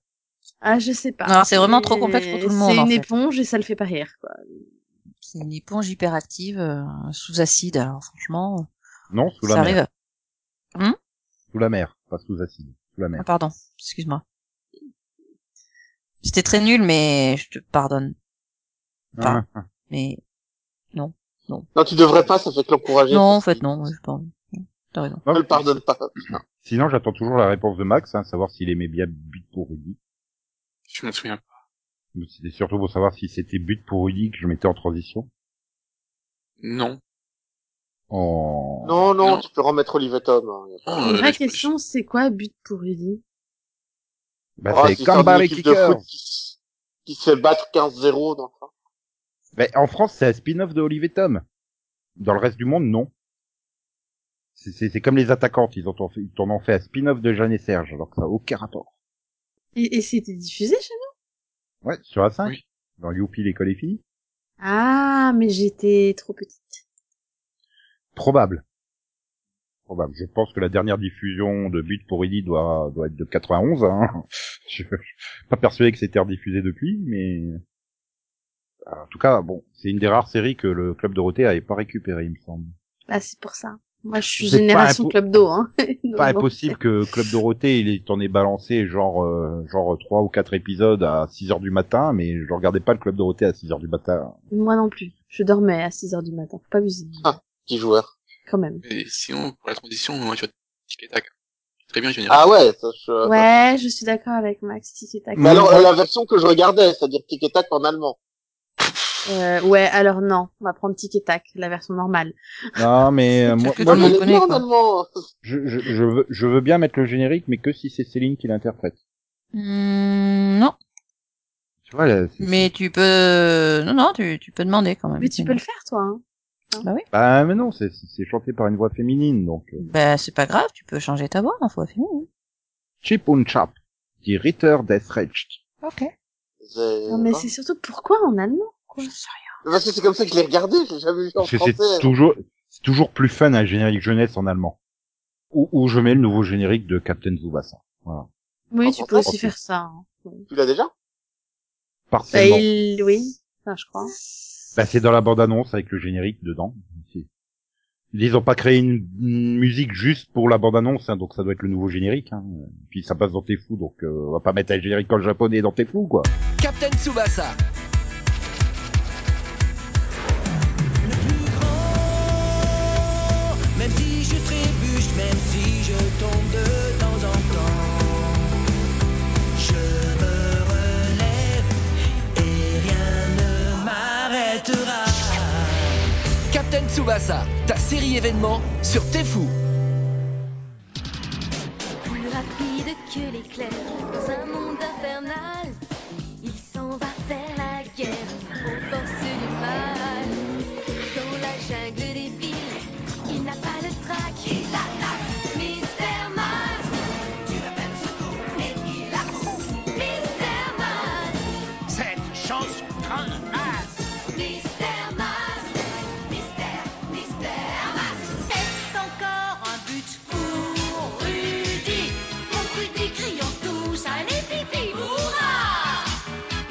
[SPEAKER 4] Ah, je sais pas.
[SPEAKER 3] Non, c'est vraiment trop complexe pour tout le monde,
[SPEAKER 4] C'est
[SPEAKER 3] en
[SPEAKER 4] une
[SPEAKER 3] fait.
[SPEAKER 4] éponge et ça le fait pas rire, quoi.
[SPEAKER 3] C'est une éponge hyperactive euh, sous acide. Alors franchement,
[SPEAKER 1] Non, sous la
[SPEAKER 3] ça
[SPEAKER 1] mer.
[SPEAKER 3] arrive.
[SPEAKER 1] Sous la mer, pas sous acide. Sous la mer.
[SPEAKER 3] Ah, pardon, excuse-moi. C'était très nul, mais je te pardonne. Enfin,
[SPEAKER 1] Ah, ah.
[SPEAKER 3] mais
[SPEAKER 2] Non, tu devrais pas, ça fait que l'encourager.
[SPEAKER 3] non, en
[SPEAKER 2] parce
[SPEAKER 3] fait
[SPEAKER 2] qu'il-
[SPEAKER 3] non, j'ai pas envie. Non, T'as raison.
[SPEAKER 2] Je le pardonne pas.
[SPEAKER 1] ah. Sinon, j'attends toujours la réponse de Max, hein, savoir s'il aimait bien but pour Rudy.
[SPEAKER 5] Je m'en souviens pas.
[SPEAKER 1] Mais C'était surtout pour savoir si c'était but pour Rudy que je mettais en transition.
[SPEAKER 5] Non.
[SPEAKER 1] En...
[SPEAKER 2] Non, non,
[SPEAKER 5] Non.
[SPEAKER 2] tu peux remettre Olivet Tom. hein.
[SPEAKER 5] non
[SPEAKER 4] Une
[SPEAKER 5] euh,
[SPEAKER 4] vraie
[SPEAKER 5] je-
[SPEAKER 4] question, c'est quoi but pour Rudy
[SPEAKER 1] Bah,
[SPEAKER 2] Oh,
[SPEAKER 1] c'est
[SPEAKER 2] l'histoire d'une
[SPEAKER 1] Campbell et
[SPEAKER 2] équipe de
[SPEAKER 1] Kicker.
[SPEAKER 2] foot qui, s- qui se fait battre 15-0 dans le-
[SPEAKER 1] Bah, en France, c'est un spin-off de Olivier Tom. Dans le reste du monde, non. C'est- C'est c'est comme les attaquantes, ils ont t'en fait- ils t'en ont fait un spin-off de Jeanne et Serge, alors que ça n'a aucun rapport.
[SPEAKER 4] Et, et c'était diffusé chez nous
[SPEAKER 1] Ouais, sur A5,
[SPEAKER 5] Oui.
[SPEAKER 1] dans Youpi, l'école est finie.
[SPEAKER 4] Ah, mais j'étais trop petite.
[SPEAKER 1] Probable. Probable. Je pense que la dernière diffusion de But pour Idi doit, doit être de 91. Hein. Je, je suis pas persuadé que c'était rediffusé depuis, mais... En tout cas, bon, c'est une des rares séries que le Club Dorothée avait pas récupéré, il me semble.
[SPEAKER 4] Bah, c'est pour ça. Moi, je suis
[SPEAKER 1] C'est pas
[SPEAKER 4] génération
[SPEAKER 1] impo-
[SPEAKER 4] club d'eau, hein. Donc,
[SPEAKER 1] pas
[SPEAKER 4] bon.
[SPEAKER 1] impossible que Club Dorothée, il t'en ait balancé genre euh, genre trois ou quatre épisodes à 6 heures du matin, mais je regardais pas le Club Dorothée à 6 heures du matin.
[SPEAKER 4] Moi non plus. Je dormais à 6 heures du matin. Faut pas abuser.
[SPEAKER 1] Ah.
[SPEAKER 2] Petit joueur.
[SPEAKER 4] Quand même.
[SPEAKER 5] Mais sinon, pour la transition, moi, tu vois, tic et tac. Très bien, général.
[SPEAKER 2] Ah ouais, ça,
[SPEAKER 1] bah.
[SPEAKER 2] je...
[SPEAKER 4] Ouais, je suis d'accord avec Max, tic et tac.
[SPEAKER 2] Mais alors, la version que je regardais, c'est-à-dire tic et tac en allemand.
[SPEAKER 4] Euh, ouais, alors non. On va prendre tic et tac, la version normale.
[SPEAKER 1] Non, mais euh, moi,
[SPEAKER 3] que
[SPEAKER 1] moi,
[SPEAKER 3] tu
[SPEAKER 2] mais
[SPEAKER 1] je,
[SPEAKER 3] le
[SPEAKER 2] elle est
[SPEAKER 3] connais,
[SPEAKER 2] bien en
[SPEAKER 3] quoi.
[SPEAKER 2] allemand.
[SPEAKER 1] je, je, je veux, je veux bien mettre le générique, mais que si c'est Céline qui l'interprète.
[SPEAKER 3] Hmm, non,
[SPEAKER 1] Tu vois, là, c'est-
[SPEAKER 3] mais tu peux, non non, tu, tu peux demander quand même.
[SPEAKER 4] Mais tu peux le faire, toi, hein.
[SPEAKER 1] bah mais non, c'est c'est chanté par une voix féminine, donc euh,
[SPEAKER 3] Bah c'est pas grave, tu peux changer ta voix, hein, faut affiner.
[SPEAKER 1] Chip und Chap, dit Ritter des Rechts.
[SPEAKER 3] Ok.
[SPEAKER 2] C'est-
[SPEAKER 4] Non, mais c'est surtout pourquoi en allemand, quoi.
[SPEAKER 2] Parce que c'est comme ça que je l'ai regardé, je l'ai jamais vu en
[SPEAKER 1] Parce que c'est
[SPEAKER 2] français. hein.
[SPEAKER 1] toujours c'est toujours plus fun un générique jeunesse en allemand. Ou, ou je mets le nouveau générique de Captain Tsubasa. Voilà.
[SPEAKER 4] Oui,
[SPEAKER 2] En
[SPEAKER 4] tu peux
[SPEAKER 2] français,
[SPEAKER 4] aussi
[SPEAKER 1] en
[SPEAKER 4] faire ça. hein. Ouais.
[SPEAKER 2] Tu l'as déjà
[SPEAKER 4] Bah,
[SPEAKER 1] Partiellement.
[SPEAKER 4] il... Oui, enfin, je crois.
[SPEAKER 1] Bah, c'est dans la bande-annonce avec le générique dedans. C'est- Ils ont pas créé une, une musique juste pour la bande-annonce, hein, donc ça doit être le nouveau générique. Hein. Puis ça passe dans tes fous, donc euh, on va pas mettre un générique en japonais dans tes fous, quoi.
[SPEAKER 6] Captain Tsubasa. Le plus grand, même si je trébuche, même si je tombe de temps en temps, je me relève et rien ne m'arrêtera. Captain Tsubasa, ta série événement sur Tefou.
[SPEAKER 7] Plus rapide que l'éclair, dans un monde infernal, il s'en va faire la guerre aux forces du mal. Dans la jungle des villes, il n'a pas le trac, il attaque Mister Man. Tu l'appelles secours, mais il approuve Mister Man.
[SPEAKER 6] Cette chance
[SPEAKER 7] Mister Mas, Mister, Mister Mas. Est-ce encore un but pour Rudy Mon Rudy criant tous, allez pipi, hurrah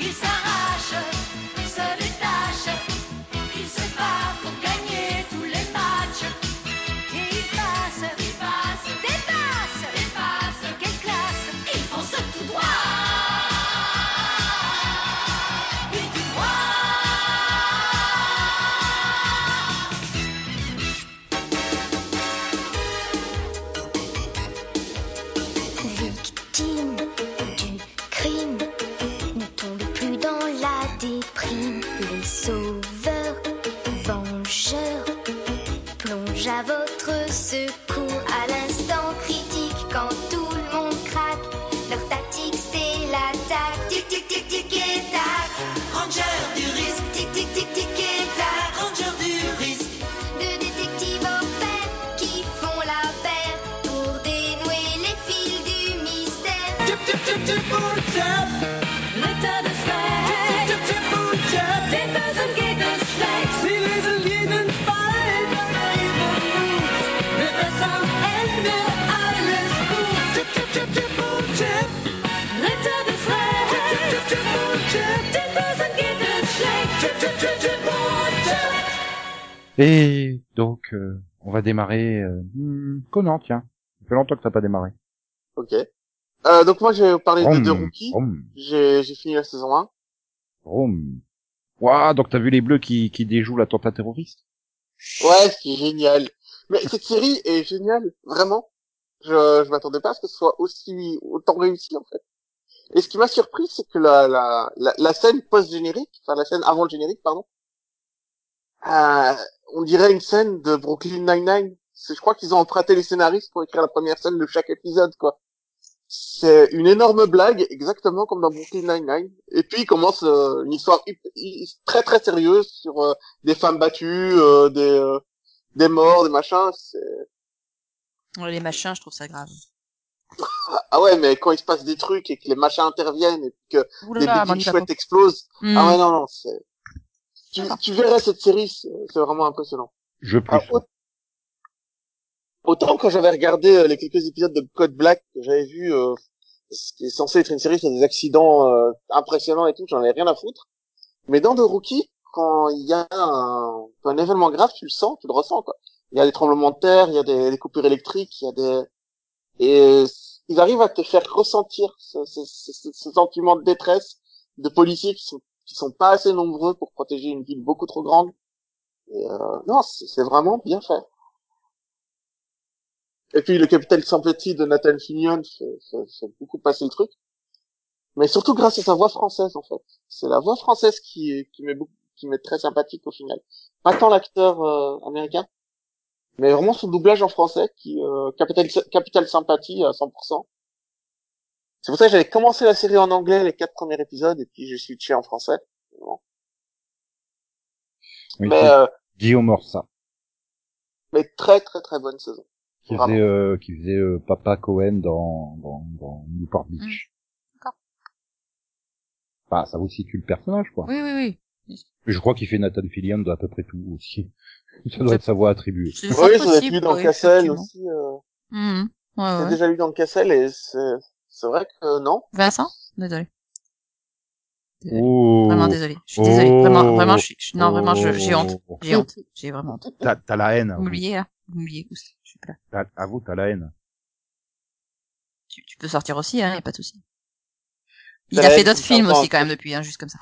[SPEAKER 7] Il s'arrache, se détache, il se bat pour gagner tous les matchs. Et il passe, il passe, dépasse, dépasse, quelle classe Il fonce tout droit, et tout droit.
[SPEAKER 8] Victime du crime, ne tombe plus dans la déprime. Les sauveurs vont secoue à l'instant critique quand tout le monde craque. Leur tactique, c'est l'attaque. Tic, tic, tic, tic et tac.
[SPEAKER 6] Ranger du risque, tic tic tic tic et tac. Ranger du risque,
[SPEAKER 8] Deux détectives au pair qui font la paire pour dénouer les fils du mystère.
[SPEAKER 6] tip tip tip tip pour le tap. Tip tip tip pour le tap. Sie lesen jeden Fall. Tip tip tip tip pour le tap. Tip tip tip tip pour le tap. Tip tip tip tip pour le tap.
[SPEAKER 1] Et donc, euh, on va démarrer... Euh, hmm, Conan, tiens. Ça fait longtemps que t'as pas démarré.
[SPEAKER 2] Ok. Euh, donc moi, j'ai parlé de
[SPEAKER 1] Vroom,
[SPEAKER 2] deux rookies.
[SPEAKER 1] vroom,
[SPEAKER 2] J'ai j'ai fini la saison 1.
[SPEAKER 1] vroom. Ouah, donc t'as vu les bleus qui, qui déjouent l'attentat terroriste
[SPEAKER 2] Ouais, c'est génial. Mais cette série est géniale, vraiment. Je, je m'attendais pas à ce que ce soit aussi autant réussi en fait. Et ce qui m'a surpris, c'est que la la la, la scène post générique, enfin la scène avant le générique, pardon, euh, on dirait une scène de Brooklyn Nine Nine. Je crois qu'ils ont emprunté les scénaristes pour écrire la première scène de chaque épisode, quoi. C'est une énorme blague, exactement comme dans Brooklyn Nine Nine. Et puis il commence euh, une histoire hyp- hy- très très sérieuse sur euh, des femmes battues, euh, des euh, des morts, des machins. c'est-
[SPEAKER 3] Ouais, Oh, Les machins, je trouve ça grave.
[SPEAKER 2] Ah ouais, mais quand il se passe des trucs et que les machins interviennent et que les
[SPEAKER 3] Oulala,
[SPEAKER 2] béquilles
[SPEAKER 3] Mandy
[SPEAKER 2] chouettes explosent,
[SPEAKER 3] Hmm.
[SPEAKER 2] ah ouais non non, c'est tu,
[SPEAKER 3] D'accord.
[SPEAKER 2] tu verras cette série, c'est c'est vraiment impressionnant.
[SPEAKER 1] Je plus.
[SPEAKER 2] Ah, au- Autant quand j'avais regardé euh, les quelques épisodes de Code Black que j'avais vu, euh, ce qui est censé être une série sur des accidents euh, impressionnants et tout, j'en ai rien à foutre. Mais dans The Rookie, quand il y a un, un événement grave, tu le sens, tu le ressens quoi. Il y a des tremblements de terre, il y a des, des coupures électriques, il y a des et c- ils arrivent à te faire ressentir ce, ce- ce- ce- ce sentiment de détresse de policiers qui sont qui sont pas assez nombreux pour protéger une ville beaucoup trop grande. Et euh, non, c'est c'est vraiment bien fait. Et puis le capitaine Sampetti de Nathan Fillion fait, fait- fait beaucoup passer le truc. Mais surtout grâce à sa voix française, en fait. C'est la voix française qui, est- qui m'est beaucoup- qui m'est très sympathique au final. Pas tant l'acteur euh, américain, mais vraiment son doublage en français qui euh, capital, capital sympathie à 100%. C'est pour ça que j'avais commencé la série en anglais les quatre premiers épisodes et puis j'ai switché en français.
[SPEAKER 1] Oui,
[SPEAKER 2] mais,
[SPEAKER 1] c'est
[SPEAKER 2] euh,
[SPEAKER 1] Guillaume Orsa,
[SPEAKER 2] mais très très très bonne saison.
[SPEAKER 1] qui
[SPEAKER 2] vraiment.
[SPEAKER 1] faisait, euh, qui faisait euh, Papa Cohen dans, dans, dans Newport Beach.
[SPEAKER 3] D'accord.
[SPEAKER 1] Bah, ça vous situe le personnage, quoi.
[SPEAKER 3] Oui, oui,
[SPEAKER 1] Je crois qu'il fait Nathan Fillion dans à peu près tout aussi. Ça doit
[SPEAKER 3] C'est-
[SPEAKER 1] être sa voix attribuée.
[SPEAKER 3] oui. C'est
[SPEAKER 2] Oui, ça a
[SPEAKER 3] possible,
[SPEAKER 2] vu dans
[SPEAKER 3] oui,
[SPEAKER 2] Cassel
[SPEAKER 3] effectivement.
[SPEAKER 2] aussi. Euh,
[SPEAKER 3] Mhm. Ouais,
[SPEAKER 2] j'ai
[SPEAKER 3] ouais, ouais.
[SPEAKER 2] déjà lu dans Cassel et c'est c'est vrai que euh, non.
[SPEAKER 3] Vincent Désolé. Désolé.
[SPEAKER 1] Oh.
[SPEAKER 3] Vraiment désolé. Je suis désolée. Vraiment, vraiment, je suis... je- Non, vraiment, je- j'ai honte.
[SPEAKER 1] Oh.
[SPEAKER 3] J'ai honte. J'ai vraiment honte.
[SPEAKER 1] T'as, t'as la haine. à
[SPEAKER 3] Vous
[SPEAKER 1] vous.
[SPEAKER 3] m'oubliez, là. Vous m'oubliez. Ouf, je suis pas là.
[SPEAKER 1] T'as, à vous, t'as la haine.
[SPEAKER 3] Tu, tu peux sortir aussi, hein, y a pas de souci. Il
[SPEAKER 2] Ça
[SPEAKER 3] a
[SPEAKER 2] va
[SPEAKER 3] fait
[SPEAKER 2] être
[SPEAKER 3] d'autres
[SPEAKER 2] comme ça,
[SPEAKER 3] films
[SPEAKER 2] encore
[SPEAKER 3] aussi,
[SPEAKER 2] un
[SPEAKER 3] quand même, depuis, hein, juste comme ça.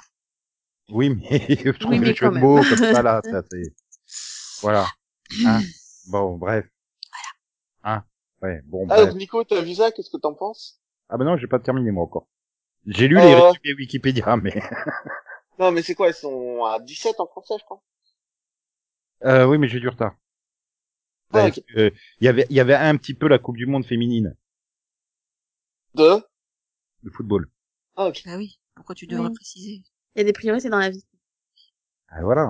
[SPEAKER 1] Oui, mais je trouve
[SPEAKER 4] mais
[SPEAKER 1] les jeux
[SPEAKER 4] quand
[SPEAKER 1] de
[SPEAKER 4] même.
[SPEAKER 1] mots comme ça, là, ça, c'est... Voilà.
[SPEAKER 2] Ah.
[SPEAKER 3] Ah.
[SPEAKER 1] Hein. Bon, bref. Hein. Ouais, bon,
[SPEAKER 2] Ah,
[SPEAKER 1] bref.
[SPEAKER 2] donc Nico, t'as vu ça Qu'est-ce que t'en penses
[SPEAKER 1] Ah ben non, j'ai pas terminé, moi, encore. J'ai lu
[SPEAKER 2] Ah
[SPEAKER 1] les
[SPEAKER 2] ouais.
[SPEAKER 1] résumés Wikipédia, mais...
[SPEAKER 2] Non, mais c'est quoi Ils sont à 17 en français, je crois.
[SPEAKER 1] Euh, oui, mais j'ai du retard.
[SPEAKER 2] Ah,
[SPEAKER 1] Parce que, euh, Il y avait, il y avait un petit peu la Coupe du Monde féminine,
[SPEAKER 2] Deux.
[SPEAKER 1] le football.
[SPEAKER 2] Ah, ok.
[SPEAKER 3] Bah oui. Pourquoi tu devrais
[SPEAKER 4] Oui.
[SPEAKER 3] préciser
[SPEAKER 4] Il y a des priorités dans la vie.
[SPEAKER 1] Ah, voilà.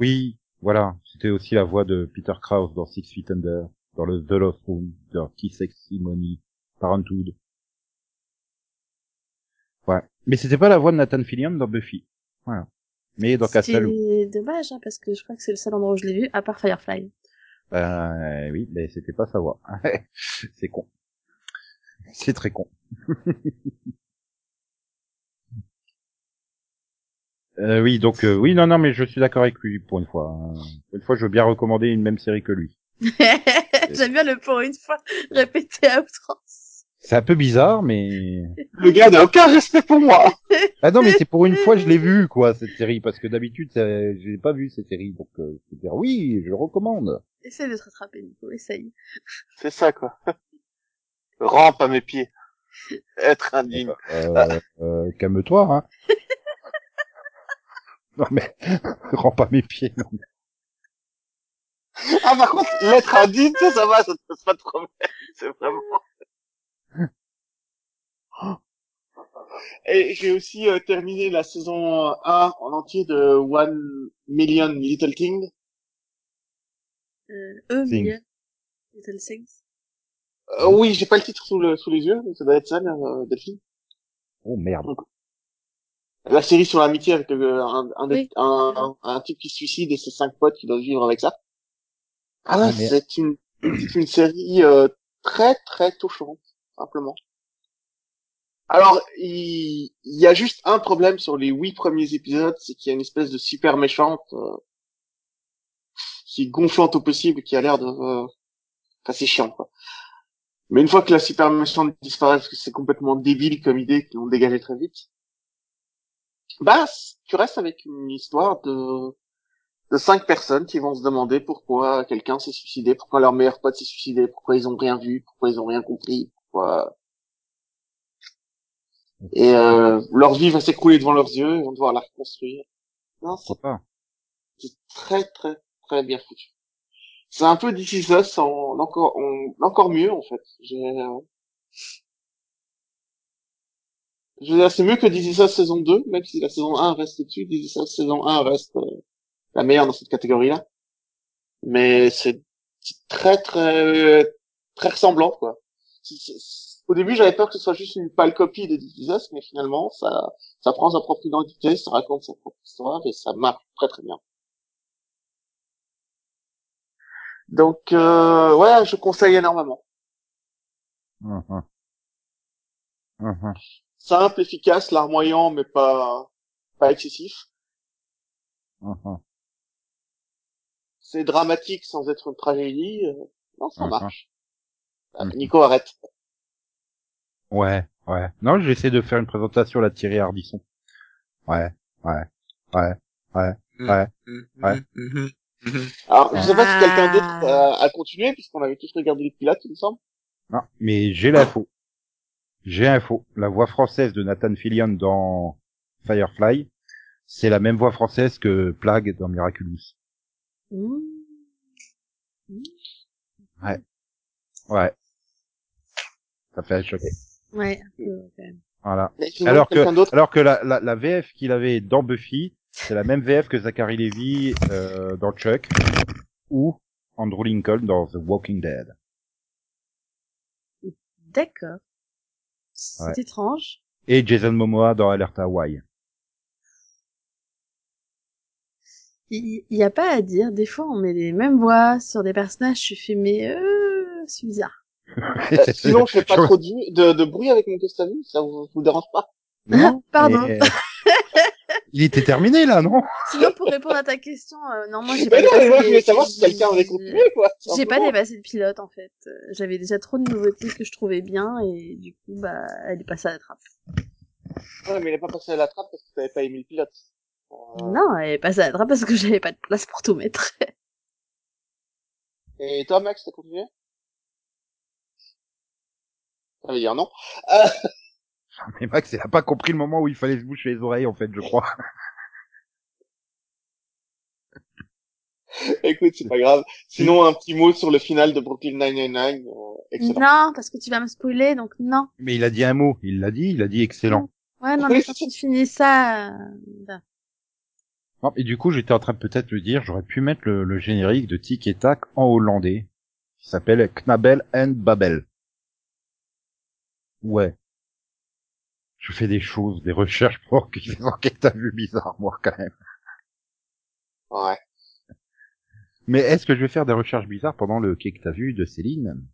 [SPEAKER 1] Oui, voilà. C'était aussi la voix de Peter Krause dans Six Feet Under, dans le The Lost Room, dans Kiss Sexy Money, Parenthood. Ouais. Mais c'était pas la voix de Nathan Fillion dans Buffy. Voilà. Mais dans
[SPEAKER 4] C'est
[SPEAKER 1] Castle,
[SPEAKER 4] dommage, hein, parce que je crois que c'est le seul endroit où je l'ai vu, à part Firefly.
[SPEAKER 1] ben, oui, mais c'était pas sa voix. C'est con. C'est très con. Euh, oui, donc euh, oui, non, non, mais je suis d'accord avec lui pour une fois. hein. Pour une fois, je veux bien recommander une même série que lui.
[SPEAKER 4] J'aime bien le pour une fois répété à outrance.
[SPEAKER 1] C'est un peu bizarre, mais
[SPEAKER 2] Le gars n'a aucun respect pour moi.
[SPEAKER 1] ah non, mais c'est pour une fois je l'ai vu quoi cette série parce que d'habitude ça- j'ai pas vu cette série, donc euh, je peux dire oui, je le recommande.
[SPEAKER 4] Essaye de te rattraper, Nico, essaye.
[SPEAKER 2] C'est ça, quoi. Rampe à mes pieds. Être indigne.
[SPEAKER 1] Euh, euh, Calme-toi. Hein. non mais rends pas mes pieds. Non.
[SPEAKER 2] Ah, par contre, lettre indienne, ça, ça va, ça te pose pas de problème. C'est vraiment. Et j'ai aussi euh, terminé la saison 1 en entier de One Million Little Things.
[SPEAKER 4] Euh, E,
[SPEAKER 1] Thing.
[SPEAKER 4] Million. Little Things.
[SPEAKER 2] Euh, oui, j'ai pas le titre sous, le, sous les yeux, mais ça doit être ça, euh, Delphine.
[SPEAKER 1] Oh merde.
[SPEAKER 2] La série sur l'amitié avec euh, un, un, des-
[SPEAKER 4] Oui.
[SPEAKER 2] un, un, un type qui se suicide et ses cinq potes qui doivent vivre avec ça. Ah,
[SPEAKER 1] Ah, mais-
[SPEAKER 2] c'est une, c'est une série euh, très très touchante, simplement. Alors, il, il y a juste un problème sur les huit premiers épisodes, c'est qu'il y a une espèce de super méchante euh, qui est gonflante au possible, qui a l'air de... euh, Enfin, c'est chiant, quoi. Mais une fois que la super méchante disparaît, parce que c'est complètement débile comme idée qu'ils ont dégagé très vite, bah, c- tu restes avec une histoire de de cinq personnes qui vont se demander pourquoi quelqu'un s'est suicidé, pourquoi leur meilleur pote s'est suicidé, pourquoi ils ont rien vu, pourquoi ils ont rien compris, pourquoi et euh, leur vie va s'écrouler devant leurs yeux, ils vont devoir la reconstruire. Non, c'est
[SPEAKER 1] Pourquoi pas
[SPEAKER 2] c'est très très très bien foutu. C'est un peu This Is Us en encore en- encore mieux en fait. J'ai, euh, Je veux dire, c'est mieux que This Is Us saison 2, même si la saison 1 reste dessus, This Is Us saison 1 reste euh, la meilleure dans cette catégorie-là. Mais c'est c'est très très très ressemblant quoi. C'est- c'est- c'est- Au début, j'avais peur que ce soit juste une pâle copie de This Is Us, mais finalement, ça ça prend sa propre identité, ça raconte sa propre histoire et ça marche très très bien. Donc euh, ouais, je conseille énormément.
[SPEAKER 1] Hum, hum. Hum, hum.
[SPEAKER 2] Simple, efficace, larmoyant, mais pas pas excessif.
[SPEAKER 1] Hum, hum.
[SPEAKER 2] C'est dramatique sans être une tragédie. euh, Non, ça
[SPEAKER 1] Mhm.
[SPEAKER 2] marche. Ah,
[SPEAKER 1] Mhm.
[SPEAKER 2] Nico, arrête.
[SPEAKER 1] Ouais, ouais. Non, j'essaie de faire une présentation là de Thierry Hardisson. Ouais, ouais, ouais. Ouais.
[SPEAKER 5] Mm,
[SPEAKER 1] Ouais.
[SPEAKER 5] Mhm. Mhm.
[SPEAKER 2] Alors, je sais pas si quelqu'un d'autre euh,
[SPEAKER 4] Ah.
[SPEAKER 2] a, a continué, puisqu'on avait tous regardé les pilotes, il me semble.
[SPEAKER 1] Non, mais j'ai l'info. J'ai l'info. La voix française de Nathan Fillion dans Firefly, c'est la même voix française que Plague dans Miraculous.
[SPEAKER 4] Mmh.
[SPEAKER 1] Ouais. Ça fait choquer.
[SPEAKER 4] Ouais, un peu, quand même.
[SPEAKER 1] Voilà.
[SPEAKER 2] Mais je me demande
[SPEAKER 1] Alors
[SPEAKER 2] quelqu'un
[SPEAKER 1] que,
[SPEAKER 2] d'autre.
[SPEAKER 1] alors que la, la, la VF qu'il avait dans Buffy, c'est la même VF que Zachary Levy euh, dans Chuck ou Andrew Lincoln dans The Walking Dead.
[SPEAKER 4] D'accord. C'est
[SPEAKER 1] Ouais.
[SPEAKER 4] étrange.
[SPEAKER 1] Et Jason Momoa dans Alert Hawaii.
[SPEAKER 4] Il il y, a pas à dire. Des fois, on met les mêmes voix sur des personnages. Je suis fait, mais euh, c'est bizarre.
[SPEAKER 2] Euh, sinon, je fais pas trop de, de, de bruit avec mon test à vue, ça vous, vous dérange pas
[SPEAKER 1] Non,
[SPEAKER 4] Pardon.
[SPEAKER 1] mais- Il était terminé là, non
[SPEAKER 4] Sinon, pour répondre à ta question, euh, non, moi, j'ai pas
[SPEAKER 2] Mais non, mais moi, je voulais
[SPEAKER 4] dépassé- euh,
[SPEAKER 2] savoir si quelqu'un avait continué, quoi.
[SPEAKER 4] J'ai pas
[SPEAKER 2] simplement.
[SPEAKER 4] dépassé le pilote, en fait. Euh, J'avais déjà trop de nouveautés que je trouvais bien, et du coup, bah, elle est passée à la trappe.
[SPEAKER 2] Ouais, mais il est pas passé à la trappe parce que t'avais pas aimé le pilote. Euh,
[SPEAKER 4] Non, elle est passée à la trappe parce que j'avais pas de place pour tout mettre.
[SPEAKER 2] Et toi, Max, t'as continué Ça veut dire non. Euh,
[SPEAKER 1] Mais Max, il a pas compris le moment où il fallait se boucher les oreilles, en fait, je crois.
[SPEAKER 2] écoute, c'est pas grave. Sinon, un petit mot sur le final de Brooklyn 999. euh, excellent.
[SPEAKER 4] Non, parce que tu vas me spoiler, donc non.
[SPEAKER 1] Mais il a dit un mot. Il l'a dit, il a dit excellent.
[SPEAKER 4] Ouais, non, mais quand tu finis ça, euh,
[SPEAKER 1] Non, et du coup, j'étais en train de peut-être le dire, j'aurais pu mettre le, le générique de Tic et Tac en hollandais, qui s'appelle Knabel and Babel. Ouais. Je fais des choses, des recherches pour que des enquêtes à vue bizarre, moi, quand même.
[SPEAKER 2] Ouais.
[SPEAKER 1] Mais est-ce que je vais faire des recherches bizarres pendant le quai que t'as vu de Céline?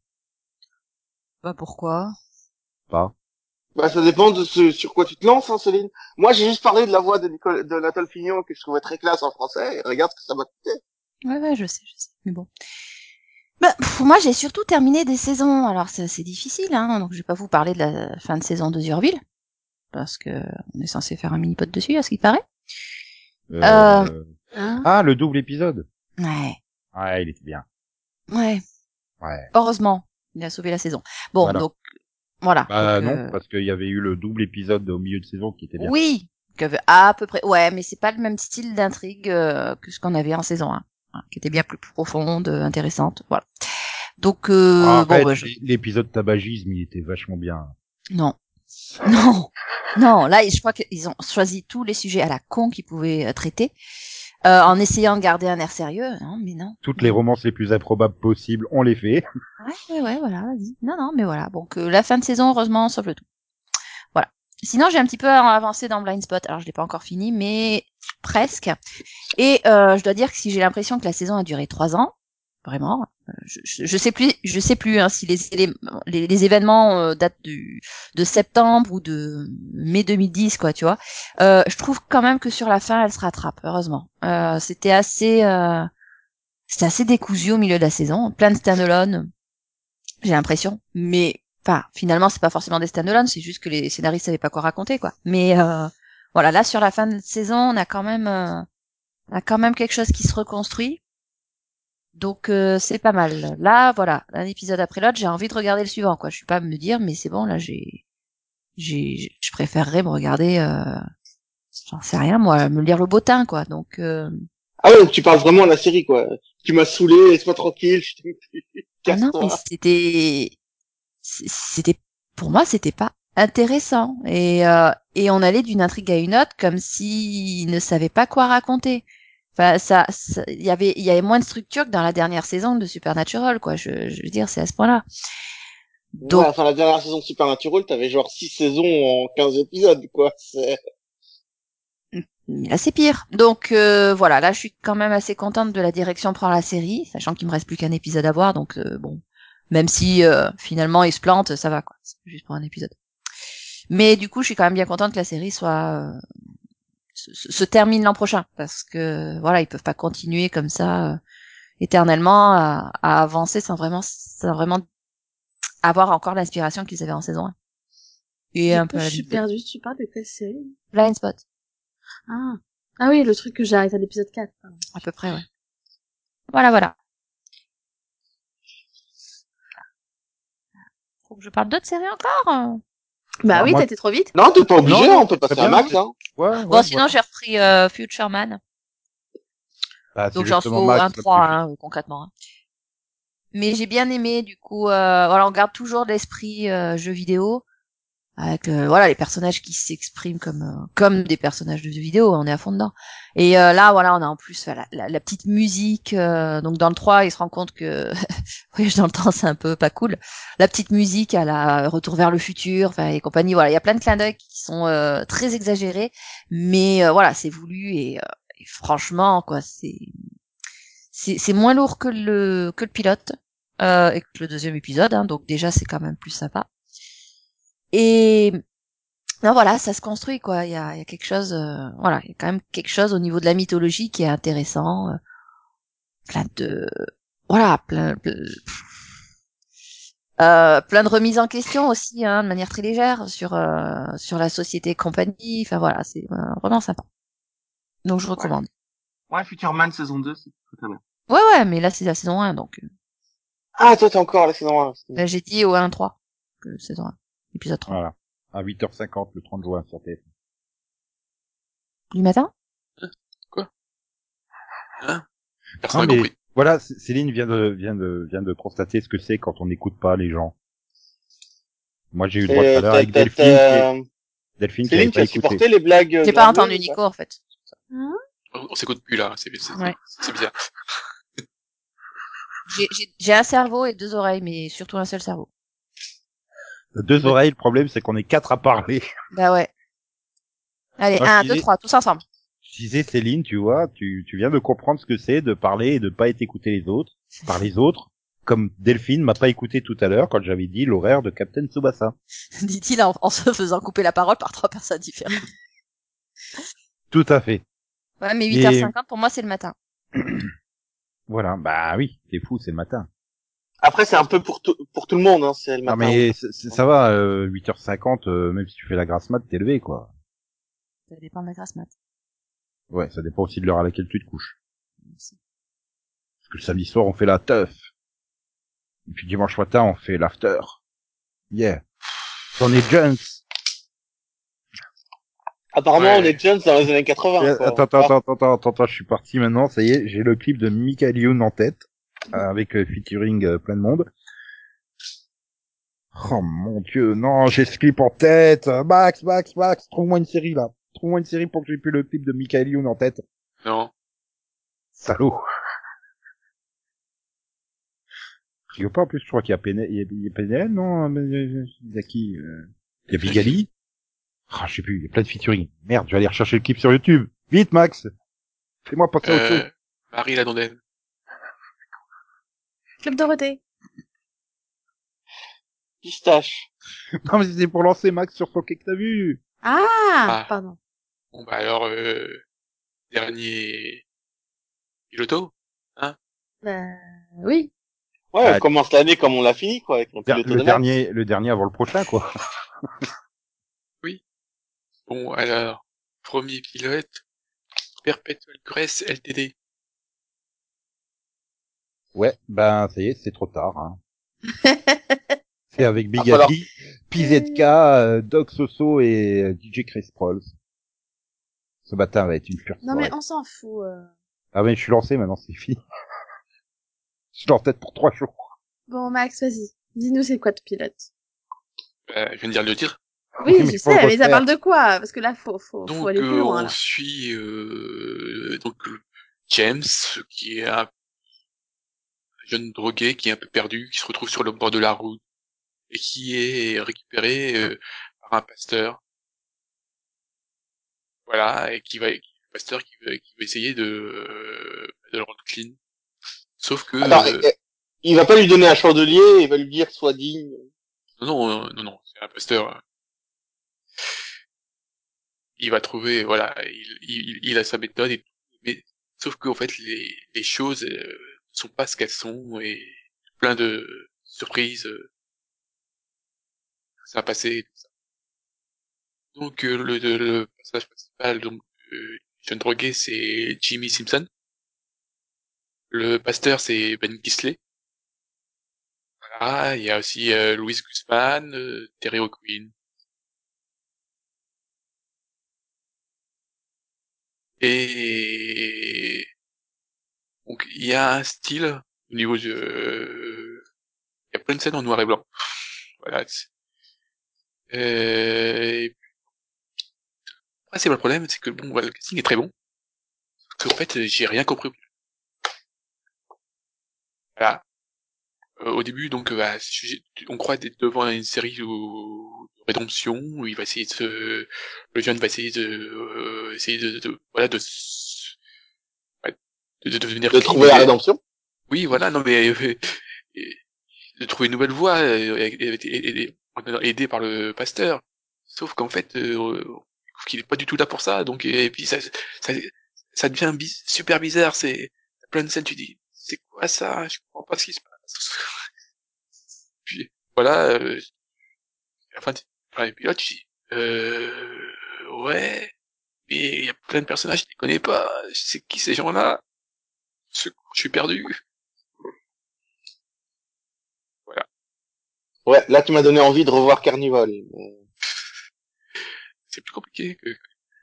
[SPEAKER 3] Bah pourquoi
[SPEAKER 1] Pas.
[SPEAKER 2] Bah, ça dépend de ce, sur quoi tu te lances, hein, Céline. Moi, j'ai juste parlé de la voix de, Nicole, de Nathalie Fignon que je trouvais très classe en français. Et regarde ce que ça m'a coûté.
[SPEAKER 3] Ouais, ouais, je sais, je sais. Mais bon. Bah, pff, moi, j'ai surtout terminé des saisons. Alors, c'est c'est difficile, hein. Donc, je vais pas vous parler de la fin de saison de Zurville. Parce que on est censé faire un mini-pod dessus, à ce qu'il paraît.
[SPEAKER 1] Euh,
[SPEAKER 3] Euh.
[SPEAKER 4] hein.
[SPEAKER 1] Ah, le double épisode.
[SPEAKER 3] Ouais.
[SPEAKER 1] Ouais, il était bien.
[SPEAKER 3] Ouais.
[SPEAKER 1] Ouais.
[SPEAKER 3] Heureusement. Il a sauvé la saison. Bon,
[SPEAKER 1] Voilà.
[SPEAKER 3] donc, voilà.
[SPEAKER 1] Bah
[SPEAKER 3] Donc,
[SPEAKER 1] non,
[SPEAKER 3] euh,
[SPEAKER 1] parce qu'il y avait eu le double épisode au milieu de saison qui était bien.
[SPEAKER 3] Oui. que- à peu près. Ouais, mais c'est pas le même style d'intrigue euh, que ce qu'on avait en saison 1. hein, qui était bien plus profonde, euh, intéressante. Voilà. Donc euh,
[SPEAKER 1] Ah, en
[SPEAKER 3] bon,
[SPEAKER 1] fait,
[SPEAKER 3] bah, je-
[SPEAKER 1] l'épisode tabagisme, il était vachement bien.
[SPEAKER 3] non, non, non. Là, je crois qu'ils ont choisi tous les sujets à la con qu'ils pouvaient euh, traiter, euh, en essayant de garder un air sérieux. Non, mais non.
[SPEAKER 1] Toutes les romances les plus improbables possibles, on les fait.
[SPEAKER 3] Ouais, ouais, ouais, voilà, vas-y. Non, non, mais voilà. Donc, euh, la fin de saison, heureusement, sauf le tout. Voilà. Sinon, j'ai un petit peu avancé dans Blind Spot. Alors, je l'ai pas encore fini, mais presque. Et euh, je dois dire que si j'ai l'impression que la saison a duré trois ans, vraiment, euh, je, je, je sais plus, je sais plus hein, si les, élé- les, les événements euh, datent du, de septembre ou de mai 2010, quoi, tu vois. Euh, je trouve quand même que sur la fin, elle se rattrape, heureusement. Euh, C'était assez... Euh, c'était assez décousu au milieu de la saison, plein de stand-alone, j'ai l'impression. Mais enfin, finalement, c'est pas forcément des stand-alone, c'est juste que les scénaristes savaient pas quoi raconter, quoi. Mais euh, voilà, là sur la fin de saison, on a quand même, euh, on a quand même quelque chose qui se reconstruit. Donc euh, c'est pas mal. Là, voilà, un épisode après l'autre, j'ai envie de regarder le suivant, quoi. Je suis pas à me dire, mais c'est bon, là, j'ai, j'ai, je préférerais me regarder, euh, j'en sais rien, moi, me lire le botin, quoi. Donc euh,
[SPEAKER 2] Ah ouais, donc tu parles vraiment à la série, quoi. Tu m'as saoulé, laisse-moi tranquille, je t'aime plus.
[SPEAKER 3] Ah non, mais
[SPEAKER 2] Casse-toi.
[SPEAKER 3] c'était, c- c'était, pour moi, c'était pas intéressant. Et, euh, et on allait d'une intrigue à une autre comme s'ils ne savaient pas quoi raconter. Enfin, ça, ça- il y avait, il y avait moins de structure que dans la dernière saison de Supernatural, quoi. Je, je veux dire, c'est à ce point-là. Donc,
[SPEAKER 2] Ouais, enfin, la dernière saison de Supernatural, t'avais genre 6 saisons en 15 épisodes, quoi. C'est-
[SPEAKER 3] Mais là c'est pire. Donc euh, voilà, là je suis quand même assez contente de la direction que prend la série, sachant qu'il me reste plus qu'un épisode à voir, donc euh, bon, même si euh, finalement il se plante, ça va quoi, c'est juste pour un épisode. Mais du coup, je suis quand même bien contente que la série soit euh, se, se- se termine l'an prochain, parce que voilà, ils peuvent pas continuer comme ça euh, éternellement à, à avancer sans vraiment sans vraiment avoir encore l'inspiration qu'ils avaient en saison 1. Et un peu à la
[SPEAKER 4] Je suis perdue, tu parles de quelle série
[SPEAKER 3] blind spot,
[SPEAKER 4] Ah. ah oui, le truc que j'ai arrêté à l'épisode 4. pardon.
[SPEAKER 3] à peu près, ouais. Voilà, voilà. Faut que je parle d'autres séries encore. euh.
[SPEAKER 4] Bah
[SPEAKER 1] Alors
[SPEAKER 4] oui,
[SPEAKER 1] moi-
[SPEAKER 4] t'as été trop vite.
[SPEAKER 2] Non, t'es pas obligé,
[SPEAKER 1] Non,
[SPEAKER 2] on peut passer
[SPEAKER 1] très
[SPEAKER 2] à
[SPEAKER 1] bien.
[SPEAKER 2] Max, hein.
[SPEAKER 1] Ouais, ouais,
[SPEAKER 3] bon, sinon
[SPEAKER 1] ouais.
[SPEAKER 3] j'ai repris euh, Future Man.
[SPEAKER 1] Bah, c'est
[SPEAKER 3] Donc j'en suis
[SPEAKER 1] justement
[SPEAKER 3] au
[SPEAKER 1] Max,
[SPEAKER 3] 1
[SPEAKER 1] le
[SPEAKER 3] 3
[SPEAKER 1] plus-
[SPEAKER 3] hein, concrètement. hein. Mais j'ai bien aimé du coup euh, voilà, on garde toujours l'esprit euh, jeu vidéo avec euh, voilà les personnages qui s'expriment comme euh, comme des personnages de jeux vidéo, on est à fond dedans. Et euh, là voilà, on a en plus voilà, la, la petite musique euh, donc dans le 3, il se rend compte que voyage dans le temps, c'est un peu pas cool. La petite musique à la retour vers le futur enfin et compagnie, voilà, il y a plein de clins d'œil qui sont euh, très exagérés, mais euh, voilà, c'est voulu et, euh, et franchement quoi, c'est c'est c'est moins lourd que le que le pilote euh, et que le deuxième épisode hein, donc déjà c'est quand même plus sympa et non voilà ça se construit quoi il y a, il y a quelque chose euh, voilà il y a quand même quelque chose au niveau de la mythologie qui est intéressant euh, plein de voilà plein plein- euh, plein de remises en question aussi hein, de manière très légère sur euh, sur la société et compagnie enfin voilà c'est euh, vraiment sympa donc je recommande
[SPEAKER 9] Ouais, Future Man saison 2, c'est très bien.
[SPEAKER 3] ouais ouais mais là c'est la saison 1 donc euh,
[SPEAKER 2] Ah, toi, t'es encore à la saison 1.
[SPEAKER 3] Là, j'ai dit au 1-3, que saison 1, épisode 3.
[SPEAKER 1] Voilà. À 8h50 le 30 juin sur TF.
[SPEAKER 3] Du matin
[SPEAKER 5] Personne
[SPEAKER 1] Non,
[SPEAKER 5] n'a
[SPEAKER 1] Ah, mais-
[SPEAKER 5] compris.
[SPEAKER 1] Voilà, C- Céline vient de, vient de, vient de constater ce que c'est quand on n'écoute pas les gens. Moi, j'ai eu le droit
[SPEAKER 2] Euh,
[SPEAKER 1] tout à l'heure avec Delphine, qui, Delphine qui
[SPEAKER 2] Céline,
[SPEAKER 1] avait
[SPEAKER 2] tu as
[SPEAKER 1] pas écouté.
[SPEAKER 2] supporté les blagues. euh,
[SPEAKER 3] J'ai
[SPEAKER 2] de
[SPEAKER 3] pas
[SPEAKER 2] Arnaud,
[SPEAKER 3] entendu
[SPEAKER 2] ou pas
[SPEAKER 3] Nico, en fait.
[SPEAKER 5] On, on s'écoute plus là, c'est c'est-
[SPEAKER 3] Ouais.
[SPEAKER 5] c'est bizarre.
[SPEAKER 3] J'ai- j'ai- J'ai un cerveau et deux oreilles, mais surtout un seul cerveau.
[SPEAKER 1] Deux oreilles, le problème, c'est qu'on est quatre à parler.
[SPEAKER 3] Bah ouais. Allez,
[SPEAKER 1] Moi, je
[SPEAKER 3] 1,
[SPEAKER 1] disais-
[SPEAKER 3] 2, 3, tous ensemble.
[SPEAKER 1] Je disais, Céline, tu vois, tu, tu viens de comprendre ce que c'est de parler et de pas être écouté les autres, par les autres, comme Delphine m'a pas écouté tout à l'heure quand j'avais dit l'horaire de Captain Tsubasa.
[SPEAKER 3] Dit-il en, en se faisant couper la parole par trois personnes différentes.
[SPEAKER 1] Tout à fait.
[SPEAKER 3] Ouais, mais
[SPEAKER 1] Et-
[SPEAKER 3] 8h50, pour moi, c'est le matin.
[SPEAKER 1] Voilà. Bah oui, c'est fou, c'est le matin.
[SPEAKER 2] Après, c'est un peu pour tout, pour tout le monde, hein, c'est le
[SPEAKER 1] Non
[SPEAKER 2] matin.
[SPEAKER 1] Ah, mais c'est- c'est- ça va, euh, 8h50, euh, même si tu fais la grasse mat, t'es levé, quoi.
[SPEAKER 3] Ça dépend de la grasse mat.
[SPEAKER 1] Ouais, ça dépend aussi de l'heure à laquelle tu te couches. Parce que le samedi soir, on fait la teuf. Et puis dimanche matin, on fait l'after. Yeah. J'en ai Jones.
[SPEAKER 2] Apparemment,
[SPEAKER 5] Ouais.
[SPEAKER 2] on est Jones dans les années 80. quoi.
[SPEAKER 1] Euh, attends, attends, attends, attends, attends, attends, je suis parti maintenant, ça y est, j'ai le clip de Michael Youn en tête, euh, avec euh, featuring euh, plein de monde. Oh mon dieu, non, j'ai ce clip en tête, euh, Max, Max, Max, trouve-moi une série là, trouve-moi une série pour que j'ai plus le clip de Michael Youn en tête,
[SPEAKER 5] Non.
[SPEAKER 1] salaud. Je sais pas, en plus, je crois qu'il y a PNL, il y a- il y a PNL, non, mais, euh, il y a qui, euh, il y a Bigali. Ah, je sais plus, il y a plein de featuring. Merde, je vais aller rechercher le clip sur YouTube. Vite, Max! Fais-moi passer au
[SPEAKER 5] Euh, Marie la Dondaine.
[SPEAKER 4] Club Dorothée.
[SPEAKER 2] Ah, Pistache.
[SPEAKER 1] Non, mais c'était pour lancer Max sur ton quai que t'as vu.
[SPEAKER 4] Ah,
[SPEAKER 5] Ah.
[SPEAKER 4] pardon.
[SPEAKER 5] Bon, bah alors, euh, dernier piloto.
[SPEAKER 4] Euh, oui.
[SPEAKER 2] Ouais,
[SPEAKER 1] Bah,
[SPEAKER 2] on commence l'année comme on l'a fini, quoi, avec un
[SPEAKER 1] Der-
[SPEAKER 2] pilote
[SPEAKER 1] le
[SPEAKER 2] de dernier.
[SPEAKER 1] dernier, le dernier avant le prochain, quoi.
[SPEAKER 5] Bon, alors, premier pilote, Perpetual Grace LTD.
[SPEAKER 1] Ouais, ben, ça y est, c'est trop tard, hein. C'est avec Big
[SPEAKER 2] Va falloir-
[SPEAKER 1] Daddy, PZK, euh, Doc Soso et euh, DJ Chris Prolls. Ce matin va être une pure
[SPEAKER 4] Non
[SPEAKER 1] soirée.
[SPEAKER 4] mais on s'en fout. euh.
[SPEAKER 1] Ah mais je suis lancé maintenant, c'est fini. je suis en tête pour trois jours.
[SPEAKER 4] Bon Max, vas-y. Dis-nous c'est quoi ton pilote
[SPEAKER 5] Bah, je viens de dire le titre.
[SPEAKER 4] Oui,
[SPEAKER 1] mais
[SPEAKER 4] je
[SPEAKER 1] faut le
[SPEAKER 4] sais, mais ça
[SPEAKER 1] refaire.
[SPEAKER 4] parle de quoi Parce que là, faut, faut, faut
[SPEAKER 5] Donc,
[SPEAKER 4] aller plus
[SPEAKER 5] euh,
[SPEAKER 4] loin
[SPEAKER 5] on
[SPEAKER 4] là.
[SPEAKER 5] suit, euh, donc, le- James, qui est un jeune drogué qui est un peu perdu, qui se retrouve sur le bord de la route et qui est récupéré euh, par un pasteur. Voilà, et qui va, le pasteur qui va, qui va essayer de, euh, de le rendre clean. Sauf que,
[SPEAKER 2] Attends,
[SPEAKER 5] euh,
[SPEAKER 2] eh, eh, il va pas lui donner un chandelier, il va lui dire sois digne.
[SPEAKER 5] Non, non, non, non, c'est un pasteur. euh. Il va trouver, voilà, il, il, il a sa méthode, et, mais sauf qu'en fait, les, les choses euh, ne sont pas ce qu'elles sont, et plein de surprises, euh, ça a passé, tout ça. Donc, euh, le, le, le personnage principal, donc, euh, John Droguet, c'est Jimmy Simpson. Le pasteur, c'est Ben Gisley. Voilà, il y a aussi euh, Louise Guzman, euh, Terry O'Quinn. Et donc il y a un style au niveau du, euh, il y a plein de scènes en noir et blanc. Voilà. c'est- Euh... et puis- Après c'est pas le problème, c'est que bon, voilà, le casting est très bon. Sauf qu'en fait j'ai rien compris. Voilà. Euh, au début donc bah, sujet- on croit être devant une série où... de rédemption où il va essayer de se... le jeune va essayer de euh, essayer de, de- voilà de s- ouais, de, de devenir
[SPEAKER 2] De
[SPEAKER 5] clean,
[SPEAKER 2] trouver la
[SPEAKER 5] mais-
[SPEAKER 2] rédemption.
[SPEAKER 5] oui, voilà, non, mais euh, euh, de trouver une nouvelle voie, euh, et- et- et- et- aidé par le pasteur. Sauf qu'en fait, euh, on trouve qu'il est pas du tout là pour ça. Donc, et, puis ça, ça, ça devient bi- super bizarre. C'est t'as plein de scènes, tu dis, c'est quoi ça Je comprends pas ce qui se passe. puis voilà, euh, à la fin, tu- enfin, et puis là, tu dis, euh, ouais, mais il y a plein de personnages, je les connais pas. C'est qui ces gens-là Je je suis perdu.
[SPEAKER 2] Ouais, là tu m'as donné envie de revoir Carnival. mais-
[SPEAKER 5] c'est plus compliqué que...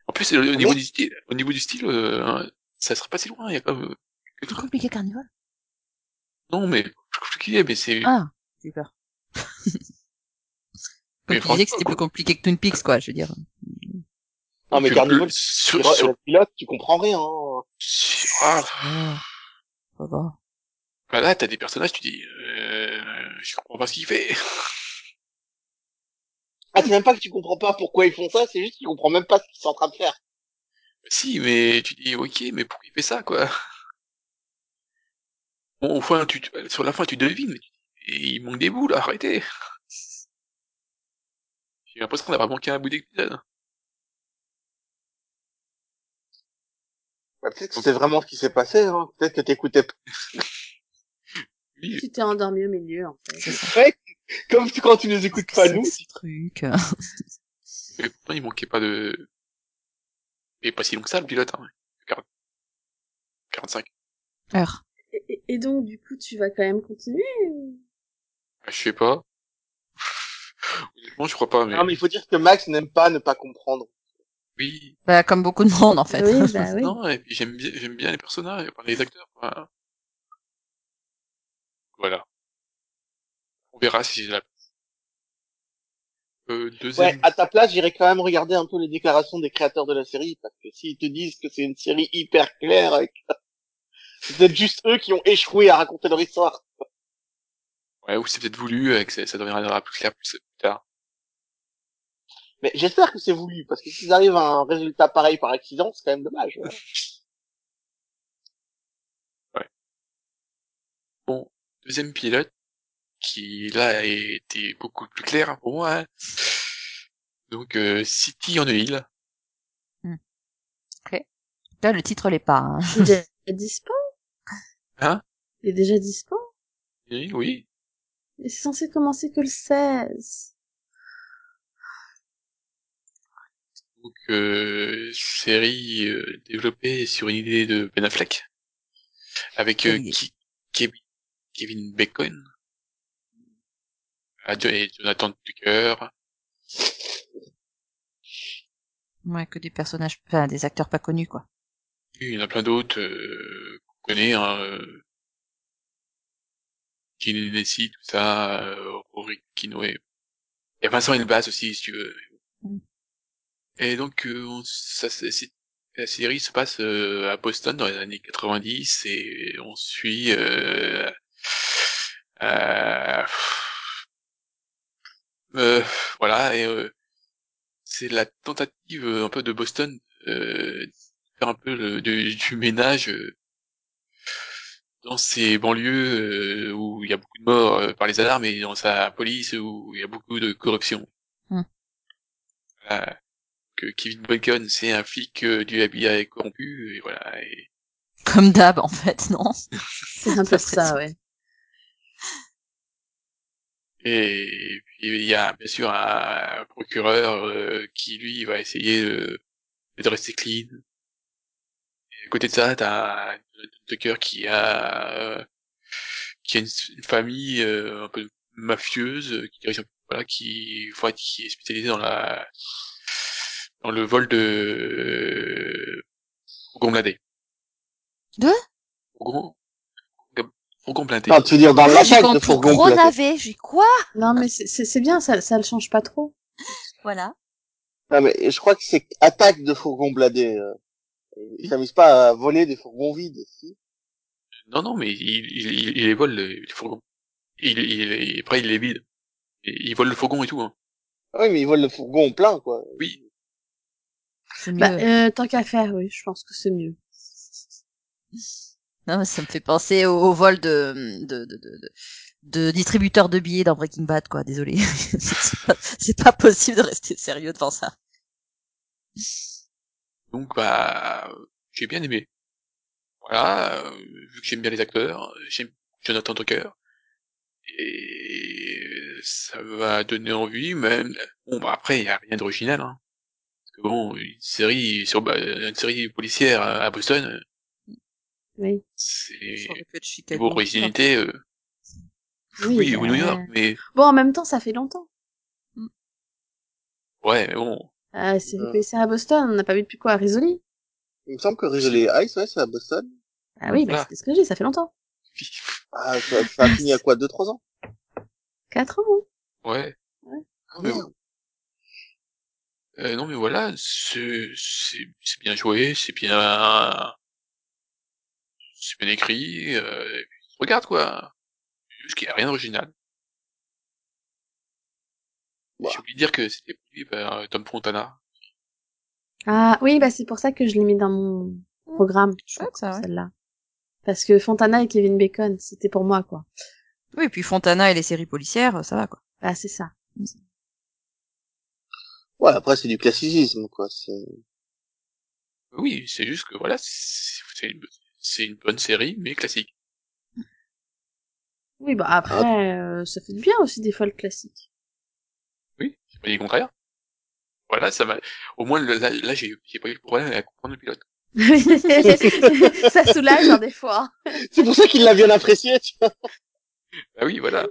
[SPEAKER 5] En plus, au
[SPEAKER 2] Ah
[SPEAKER 5] niveau du style, au niveau du style, euh, hein, ça sera pas si loin. Il y a pas. euh,
[SPEAKER 3] Plus compliqué carnival
[SPEAKER 5] Non, mais plus compliqué, mais c'est.
[SPEAKER 3] Ah, j'ai eu peur. Comme tu disais
[SPEAKER 5] Mais
[SPEAKER 3] que
[SPEAKER 5] franchement,
[SPEAKER 3] c'était
[SPEAKER 5] quoi.
[SPEAKER 3] plus compliqué que Twin Peaks, quoi, je veux dire.
[SPEAKER 2] Non mais
[SPEAKER 5] plus-
[SPEAKER 2] Carnival,
[SPEAKER 5] plus-
[SPEAKER 2] tu-
[SPEAKER 5] sur, sur,
[SPEAKER 2] le pilote, tu comprends rien. hein.
[SPEAKER 5] sur- ah,
[SPEAKER 3] Ça va.
[SPEAKER 5] bah là, t'as des personnages, tu dis, euh, je comprends pas ce qu'il fait.
[SPEAKER 2] Ah, c'est même pas que tu comprends pas pourquoi ils font ça, c'est juste que tu comprends même pas ce qu'ils sont en train de faire.
[SPEAKER 5] si, mais tu dis, ok, mais pourquoi il fait ça, quoi Bon, au fin, tu, sur la fin, tu devines, mais tu dis, il manque des bouts, là, arrêtez. J'ai l'impression d'avoir manqué un bout d'épisode.
[SPEAKER 2] Bah, peut-être que c'est vraiment ce qui s'est passé, hein. Peut-être que t'écoutais pas.
[SPEAKER 5] Oui,
[SPEAKER 4] Tu t'es endormi au milieu en fait.
[SPEAKER 3] C'est ça.
[SPEAKER 2] Ouais, comme tu- quand tu les écoutes pas
[SPEAKER 3] C'est
[SPEAKER 2] nous.
[SPEAKER 3] ce truc. euh,
[SPEAKER 5] mais pourtant, il manquait pas de. Il est pas si long que ça, le pilote, hein. 40... 45.
[SPEAKER 3] Heure.
[SPEAKER 4] Et, et- et donc du coup, tu vas quand même continuer ou-
[SPEAKER 5] Ah, Je sais pas. Honnêtement, je crois pas, mais.
[SPEAKER 2] Non mais il faut dire que Max n'aime pas ne pas comprendre.
[SPEAKER 5] Oui.
[SPEAKER 3] Bah, comme beaucoup de monde en fait.
[SPEAKER 4] Oui, bah oui.
[SPEAKER 5] Non, et puis j'aime bien, j'aime bien les personnages, enfin, les acteurs. quoi. hein. Voilà. On verra si j'ai la. Euh, deuxième.
[SPEAKER 2] Ouais, à ta place, j'irais quand même regarder un peu les déclarations des créateurs de la série, parce que s'ils te disent que c'est une série hyper claire, avec... c'est peut-être juste eux qui ont échoué à raconter leur histoire.
[SPEAKER 5] Ouais, ou c'est peut-être voulu, et que ça, ça deviendra plus clair plus, plus tard.
[SPEAKER 2] Mais j'espère que c'est voulu, parce que s'ils arrivent à un résultat pareil par accident, c'est quand même dommage. ouais.
[SPEAKER 5] Deuxième pilote, qui là a été beaucoup plus clair hein, pour moi. hein. Donc euh, City en île.
[SPEAKER 3] Là, le titre l'est pas. hein.
[SPEAKER 4] Il est déjà dispo
[SPEAKER 5] Hein
[SPEAKER 4] Il est déjà dispo
[SPEAKER 5] Oui, oui.
[SPEAKER 4] Et c'est censé commencer que le 16.
[SPEAKER 5] Donc euh, série euh, développée sur une idée de Ben Affleck avec euh,
[SPEAKER 3] Quelle idée.
[SPEAKER 5] Ki- Kevin, Kevin Bacon Ah, Jo- et Jonathan Tucker.
[SPEAKER 3] Ouais, que des personnages, enfin, des acteurs pas connus, quoi.
[SPEAKER 5] Il y en a plein d'autres euh, qu'on connaît. Hein, euh, Gilles Nessie, tout ça, euh, Rory Kinoé. Et Vincent Elbaz aussi, si tu veux.
[SPEAKER 3] Mm.
[SPEAKER 5] Et donc, euh, on- ça, c'est- c'est- la série se passe euh, à Boston dans les années 90 et on suit... Euh, euh, euh, voilà, et euh, c'est la tentative euh, un peu de Boston euh, faire un peu le, du, du ménage euh, dans ces banlieues euh, où il y a beaucoup de morts euh, par les alarmes et dans sa police où il y a beaucoup de corruption.
[SPEAKER 3] Hmm.
[SPEAKER 5] Voilà. Que Kevin Bacon, c'est un flic euh, du FBI corrompu, et voilà. Et,
[SPEAKER 3] Comme d'hab, en fait, non
[SPEAKER 4] C'est un peu ça, ouais.
[SPEAKER 5] et, et puis, il y a bien sûr un procureur euh, qui, lui, va essayer de, de rester clean. Et à côté de ça, t'as Jonathan Tucker qui a euh, qui a une, s- une famille euh, un peu mafieuse euh, qui dirige un peu- voilà qui faut être- qui est spécialisée dans la dans le vol euh, de Bourgon blindé.
[SPEAKER 3] De
[SPEAKER 5] Bourgon Bourgon blindé.
[SPEAKER 2] Non, tu veux
[SPEAKER 4] Ah,
[SPEAKER 2] dire dans le
[SPEAKER 3] J'ai
[SPEAKER 2] massacre de
[SPEAKER 3] compris
[SPEAKER 2] fourgon
[SPEAKER 3] gros
[SPEAKER 2] placé.
[SPEAKER 3] navet, j'ai quoi
[SPEAKER 4] Non, mais c'est- c'est c'est bien, ça, ça le change pas trop.
[SPEAKER 3] Voilà.
[SPEAKER 2] Non, mais je crois que c'est attaque de fourgon bladé. euh. Ils s'amusent pas à voler des fourgons vides. si.
[SPEAKER 5] Non non mais il il, il, il les vole les, les fourgons. Il, il, il- après il les vide. Et Il vole le fourgon et tout. Hein.
[SPEAKER 2] Ah Oui, mais ils volent le fourgon plein, quoi.
[SPEAKER 5] Oui.
[SPEAKER 3] C'est mieux.
[SPEAKER 4] Bah, euh, tant qu'à faire, oui, je pense que c'est mieux.
[SPEAKER 3] Non, mais ça me fait penser au, au vol de, de, de, de, de- de distributeur de billets dans Breaking Bad, quoi. Désolé. c'est pas, c'est pas possible de rester sérieux devant ça.
[SPEAKER 5] Donc bah j'ai bien aimé. Voilà, euh, vu que j'aime bien les acteurs, j'aime Jonathan Tucker et ça m'a donné envie même bon bah après il y a rien d'original hein. Parce que bon, une série sur bah, une série policière à à Boston, euh,
[SPEAKER 4] Oui.
[SPEAKER 5] c'est
[SPEAKER 3] Ça aurait pu être
[SPEAKER 5] une
[SPEAKER 3] Chicago.
[SPEAKER 5] bonne originalité euh,
[SPEAKER 4] Oui,
[SPEAKER 5] oui, ou New
[SPEAKER 4] bah,
[SPEAKER 5] York, mais
[SPEAKER 4] Bon, en même temps, ça fait longtemps.
[SPEAKER 5] ouais, mais bon,
[SPEAKER 4] Euh, c'est
[SPEAKER 2] Ouais.
[SPEAKER 4] VPC à Boston, on n'a pas vu depuis quoi, à Rizzoli
[SPEAKER 2] Il me semble que Risolé Ice, ouais, c'est à Boston.
[SPEAKER 4] Ah oui, bah,
[SPEAKER 5] Ah.
[SPEAKER 4] c'est ce que j'ai, ça fait longtemps.
[SPEAKER 2] Ah, ça, ça a fini à quoi, deux, trois ans?
[SPEAKER 4] Quatre ans, hein.
[SPEAKER 5] ouais.
[SPEAKER 2] Ah,
[SPEAKER 5] Mais
[SPEAKER 2] merde.
[SPEAKER 5] Euh, non mais voilà, c'est c'est c'est bien joué, c'est bien c'est bien écrit, euh, et puis, regarde quoi. Juste qu'il n'y a rien d'original.
[SPEAKER 2] Bah.
[SPEAKER 5] J'ai oublié de dire que c'était produit par euh, Tom Fontana.
[SPEAKER 4] Ah oui, bah, c'est pour ça que je l'ai mis dans mon programme,
[SPEAKER 3] Chouette, ça, ouais.
[SPEAKER 4] celle-là. Parce que Fontana et Kevin Bacon, c'était pour moi, quoi.
[SPEAKER 3] Oui, et puis Fontana et les séries policières, ça va, quoi.
[SPEAKER 4] Bah, c'est ça.
[SPEAKER 2] Ouais, après, c'est du classicisme, quoi. C'est,
[SPEAKER 5] Oui, c'est juste que voilà, c'est c'est une, c'est une bonne série mais classique.
[SPEAKER 4] Oui, bah, après, euh, ça fait du bien aussi, des fois, le classique.
[SPEAKER 5] Oui, j'ai pas dit le contraire. Voilà, ça m'a au moins le- là, là j'ai j'ai pas eu de problème à comprendre le pilote.
[SPEAKER 4] ça soulage, hein, des fois.
[SPEAKER 2] c'est pour ça qu'il l'a bien apprécié, tu vois.
[SPEAKER 5] Ah oui, voilà.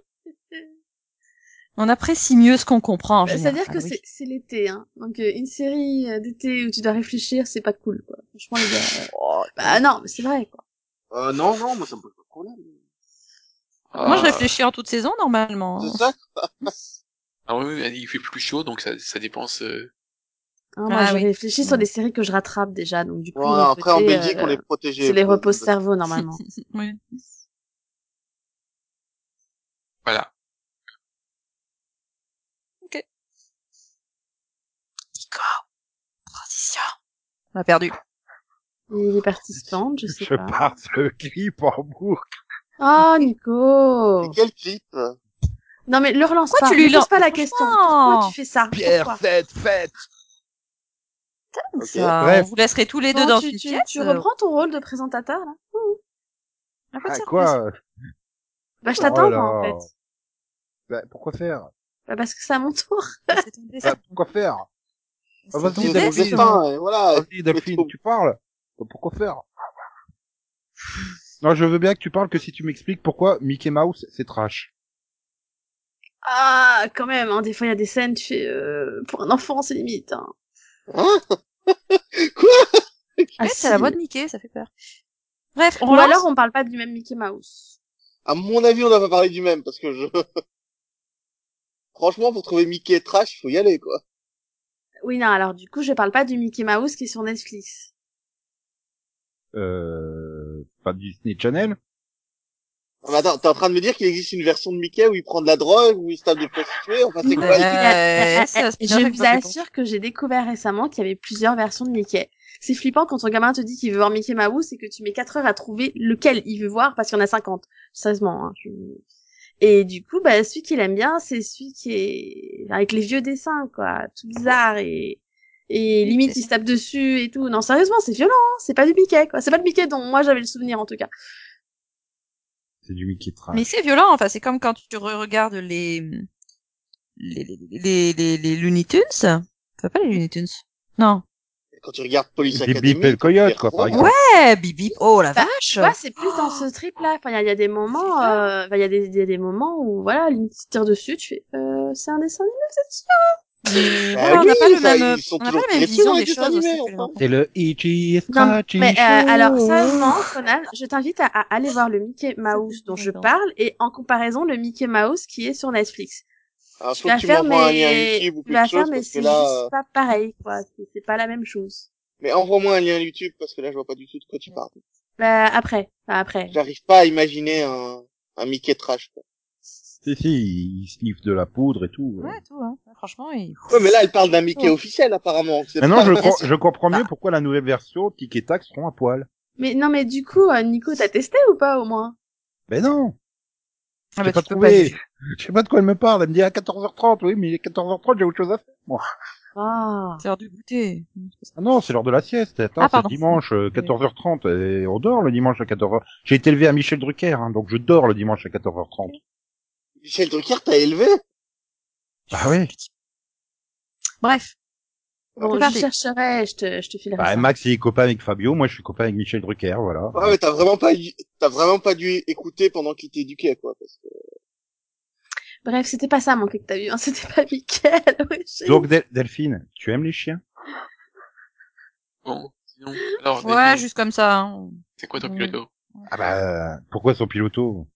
[SPEAKER 3] On apprécie mieux ce qu'on comprend en général.
[SPEAKER 4] Bah, C'est-à-dire que
[SPEAKER 3] Ah oui.
[SPEAKER 4] c'est- c'est l'été, hein. Donc euh, une série euh, d'été où tu dois réfléchir, c'est pas cool, quoi. Franchement, les gars. euh, Bah non, mais c'est vrai, quoi.
[SPEAKER 2] Oh, Euh, non, non, moi ça me pose pas de problème.
[SPEAKER 3] Moi, je réfléchis en toute saison
[SPEAKER 4] Oh.
[SPEAKER 3] normalement.
[SPEAKER 2] C'est ça
[SPEAKER 5] Ah oui, oui, il fait plus chaud, donc ça, ça dépense. euh,
[SPEAKER 4] Hein, moi,
[SPEAKER 3] Ah
[SPEAKER 4] je
[SPEAKER 3] oui.
[SPEAKER 4] réfléchis sur des séries que je rattrape déjà, donc du coup.
[SPEAKER 2] Ouais,
[SPEAKER 4] d'un
[SPEAKER 2] Après en
[SPEAKER 4] côté,
[SPEAKER 2] Belgique
[SPEAKER 4] euh,
[SPEAKER 2] on est protégé.
[SPEAKER 4] C'est les repos cerveau normalement.
[SPEAKER 3] Oui.
[SPEAKER 5] Voilà.
[SPEAKER 3] Nico, transition. On a perdu.
[SPEAKER 4] Ah, Il est participante, je sais
[SPEAKER 1] Je
[SPEAKER 4] pas.
[SPEAKER 1] pars sur le clip en boucle.
[SPEAKER 4] Oh Nico
[SPEAKER 2] Mais quel clip hein.
[SPEAKER 4] Non mais le relance
[SPEAKER 3] Pourquoi
[SPEAKER 4] pas,
[SPEAKER 3] tu lui
[SPEAKER 4] ne pose
[SPEAKER 3] lances-
[SPEAKER 4] pas la question.
[SPEAKER 3] Franchement.
[SPEAKER 4] Pourquoi tu fais ça
[SPEAKER 1] Pierre,
[SPEAKER 4] Pourquoi
[SPEAKER 1] cette fête.
[SPEAKER 2] Ok.
[SPEAKER 3] Ça,
[SPEAKER 1] Bref.
[SPEAKER 3] on vous laisserez tous les deux
[SPEAKER 4] Non,
[SPEAKER 3] dans
[SPEAKER 4] tu,
[SPEAKER 3] une
[SPEAKER 4] tu-
[SPEAKER 3] pièce.
[SPEAKER 4] tu
[SPEAKER 3] euh,
[SPEAKER 4] reprends ton rôle de présentateur là
[SPEAKER 3] on a pas de
[SPEAKER 1] Ah,
[SPEAKER 3] surprise.
[SPEAKER 1] quoi
[SPEAKER 4] Bah je
[SPEAKER 1] Oh
[SPEAKER 4] t'attends
[SPEAKER 1] là
[SPEAKER 4] moi en
[SPEAKER 1] là.
[SPEAKER 4] fait.
[SPEAKER 1] bah, Pourquoi faire
[SPEAKER 4] Bah parce que c'est à mon tour.
[SPEAKER 3] Ah, C'est ton dessin.
[SPEAKER 1] bah, Pourquoi faire Ah,
[SPEAKER 3] C'est
[SPEAKER 1] vas-y,
[SPEAKER 3] ton
[SPEAKER 2] C'est mon
[SPEAKER 1] Delphine.
[SPEAKER 3] destin.
[SPEAKER 2] destin, et voilà.
[SPEAKER 1] Vas-y, Delphine,
[SPEAKER 2] trop.
[SPEAKER 1] tu parles Bah, Pourquoi faire Non, je veux bien que tu parles que si tu m'expliques pourquoi Mickey Mouse, c'est trash.
[SPEAKER 4] Ah quand même, hein, des fois il y a des scènes, tu fais euh, pour un enfant c'est limite. Hein.
[SPEAKER 2] Hein
[SPEAKER 4] Ah,
[SPEAKER 3] Ouais,
[SPEAKER 4] si.
[SPEAKER 3] Ah, c'est la voix de Mickey, ça fait peur. Bref, on
[SPEAKER 4] Ou
[SPEAKER 3] relance.
[SPEAKER 4] alors on parle pas du même Mickey Mouse.
[SPEAKER 2] À mon avis, on n'a pas parlé du même parce que je. Franchement, pour trouver Mickey trash, faut y aller quoi.
[SPEAKER 4] Oui non alors du coup je parle pas du Mickey Mouse qui est sur Netflix.
[SPEAKER 1] Euh, pas Disney Channel
[SPEAKER 2] Non, Ah, mais attends, t'es en train de me dire qu'il existe une version de Mickey où il prend de la drogue, où il se tape des prostituées, enfin c'est
[SPEAKER 4] Non,
[SPEAKER 2] quoi
[SPEAKER 4] il
[SPEAKER 3] Euh,
[SPEAKER 4] a- eh,
[SPEAKER 3] c'est un
[SPEAKER 4] eh,
[SPEAKER 3] spin-off
[SPEAKER 4] Je
[SPEAKER 3] avec
[SPEAKER 4] vous
[SPEAKER 3] Bob l'éponge.
[SPEAKER 4] assure que j'ai découvert récemment qu'il y avait plusieurs versions de Mickey. C'est flippant quand ton gamin te dit qu'il veut voir Mickey Mouse et que tu mets 4 heures à trouver lequel il veut voir parce qu'il y en a 50. Sérieusement. hein, je- Et du coup, bah, celui qu'il aime bien, c'est celui qui est avec les vieux dessins, quoi. Tout bizarre et, et limite il se tape dessus et tout. Non, sérieusement, c'est violent. hein, C'est pas du Mickey, quoi. C'est pas le Mickey dont moi j'avais le souvenir, en tout cas.
[SPEAKER 1] C'est du Mickey trash.
[SPEAKER 3] Mais c'est violent, enfin, c'est comme quand tu regardes les, les, les, les, les, les Looney Tunes. Ça s'appelle pas les Looney Tunes. Non.
[SPEAKER 2] Quand tu regardes Police
[SPEAKER 1] Des
[SPEAKER 2] Academy.
[SPEAKER 1] Bip et le Coyote,
[SPEAKER 2] tu
[SPEAKER 1] quoi,
[SPEAKER 2] fais oh,
[SPEAKER 1] par
[SPEAKER 2] quoi
[SPEAKER 1] exemple.
[SPEAKER 3] Eh, bibi. Oh, la
[SPEAKER 4] Bah,
[SPEAKER 3] vache.
[SPEAKER 4] Tu vois, c'est plus dans
[SPEAKER 2] Oh.
[SPEAKER 4] ce trip-là. Enfin, il y, a- il y a des moments, euh, enfin, il y a des, il y a des moments où, voilà, limite, tu tires dessus, tu fais, euh, c'est un dessin animé, c'est sûr.
[SPEAKER 3] Mais
[SPEAKER 2] Bah
[SPEAKER 3] voilà, on
[SPEAKER 2] oui,
[SPEAKER 3] n'a pas le
[SPEAKER 2] ça,
[SPEAKER 3] même,
[SPEAKER 2] ils sont
[SPEAKER 3] on n'a pas
[SPEAKER 2] toujours
[SPEAKER 3] la même
[SPEAKER 2] très
[SPEAKER 3] vision
[SPEAKER 2] bons,
[SPEAKER 3] des
[SPEAKER 2] les dessins
[SPEAKER 3] choses aussi.
[SPEAKER 2] animés,
[SPEAKER 3] que les
[SPEAKER 2] enfin.
[SPEAKER 3] enfants.
[SPEAKER 1] C'est le Itchy is
[SPEAKER 4] Non,
[SPEAKER 1] Scratchy
[SPEAKER 4] mais, euh,
[SPEAKER 1] Show.
[SPEAKER 4] alors, sérieusement, Conan, je t'invite à, à aller voir le Mickey Mouse dont je parle et en comparaison le Mickey Mouse qui est sur Netflix.
[SPEAKER 2] Alors,
[SPEAKER 4] Tu
[SPEAKER 2] faut que
[SPEAKER 4] vas
[SPEAKER 2] tu
[SPEAKER 4] faire,
[SPEAKER 2] m'envoies un lien
[SPEAKER 4] mais,
[SPEAKER 2] YouTube ou
[SPEAKER 4] tu
[SPEAKER 2] quelque
[SPEAKER 4] vas faire,
[SPEAKER 2] chose,
[SPEAKER 4] mais
[SPEAKER 2] parce que
[SPEAKER 4] c'est
[SPEAKER 2] là, euh,
[SPEAKER 4] juste pas pareil, quoi. C'est- C'est pas la même chose.
[SPEAKER 2] mais envoie-moi un lien YouTube, parce que là, je vois pas du tout de quoi tu parles.
[SPEAKER 4] Bah, après, Enfin, après.
[SPEAKER 2] J'arrive pas à imaginer un, un Mickey trash, quoi.
[SPEAKER 1] Si, si, il sniffe de la poudre et tout.
[SPEAKER 3] Ouais, tout, hein. Franchement, il... Ah,
[SPEAKER 2] Ouais, mais là, elle parle d'un Mickey
[SPEAKER 3] Ouais.
[SPEAKER 2] officiel, apparemment. C'est
[SPEAKER 1] Maintenant,
[SPEAKER 2] pas-
[SPEAKER 1] je, com- je comprends mieux pourquoi la nouvelle version, Tic et Tac, seront à poil.
[SPEAKER 4] Mais non, mais du coup, euh, Nico, t'as testé ou pas, au moins?
[SPEAKER 1] Ben non
[SPEAKER 3] Ah,
[SPEAKER 1] J'ai
[SPEAKER 3] bah,
[SPEAKER 1] pas
[SPEAKER 3] tu peux pas
[SPEAKER 1] trouvé Je sais pas de quoi elle me parle, elle me dit à 14h30, oui, mais il est 14h30, j'ai autre chose à faire.
[SPEAKER 4] Ah.
[SPEAKER 3] C'est l'heure du goûter.
[SPEAKER 1] Ah non, c'est l'heure de la sieste. Attends,
[SPEAKER 3] Ah,
[SPEAKER 1] c'est
[SPEAKER 3] pardon.
[SPEAKER 1] dimanche, euh, 14h30, et on dort le dimanche à 14h. J'ai été élevé à Michel Drucker, hein, donc je dors le dimanche à 14h30.
[SPEAKER 2] Michel Drucker, t'as élevé?
[SPEAKER 1] Bah oui.
[SPEAKER 3] Bref.
[SPEAKER 4] Bon,
[SPEAKER 3] C'est
[SPEAKER 4] je
[SPEAKER 3] parti.
[SPEAKER 4] chercherai, je te, je te filerai
[SPEAKER 1] Bah,
[SPEAKER 4] ça.
[SPEAKER 1] Max, il est copain avec Fabio, moi, je suis copain avec Michel Drucker, voilà.
[SPEAKER 2] Ah, mais t'as vraiment pas, dû- t'as vraiment pas dû écouter pendant qu'il t'éduquait, quoi. parce que-
[SPEAKER 4] Bref, c'était pas ça, mon cul que t'as vu, hein. C'était pas Michael, wesh.
[SPEAKER 1] Donc, Del- Delphine, tu aimes les chiens?
[SPEAKER 5] Bon, sinon. Alors,
[SPEAKER 3] Ouais,
[SPEAKER 5] Delphine,
[SPEAKER 3] juste comme ça. hein.
[SPEAKER 5] c'est quoi ton
[SPEAKER 3] Mm.
[SPEAKER 5] pilote
[SPEAKER 1] Ah bah, pourquoi son piloto?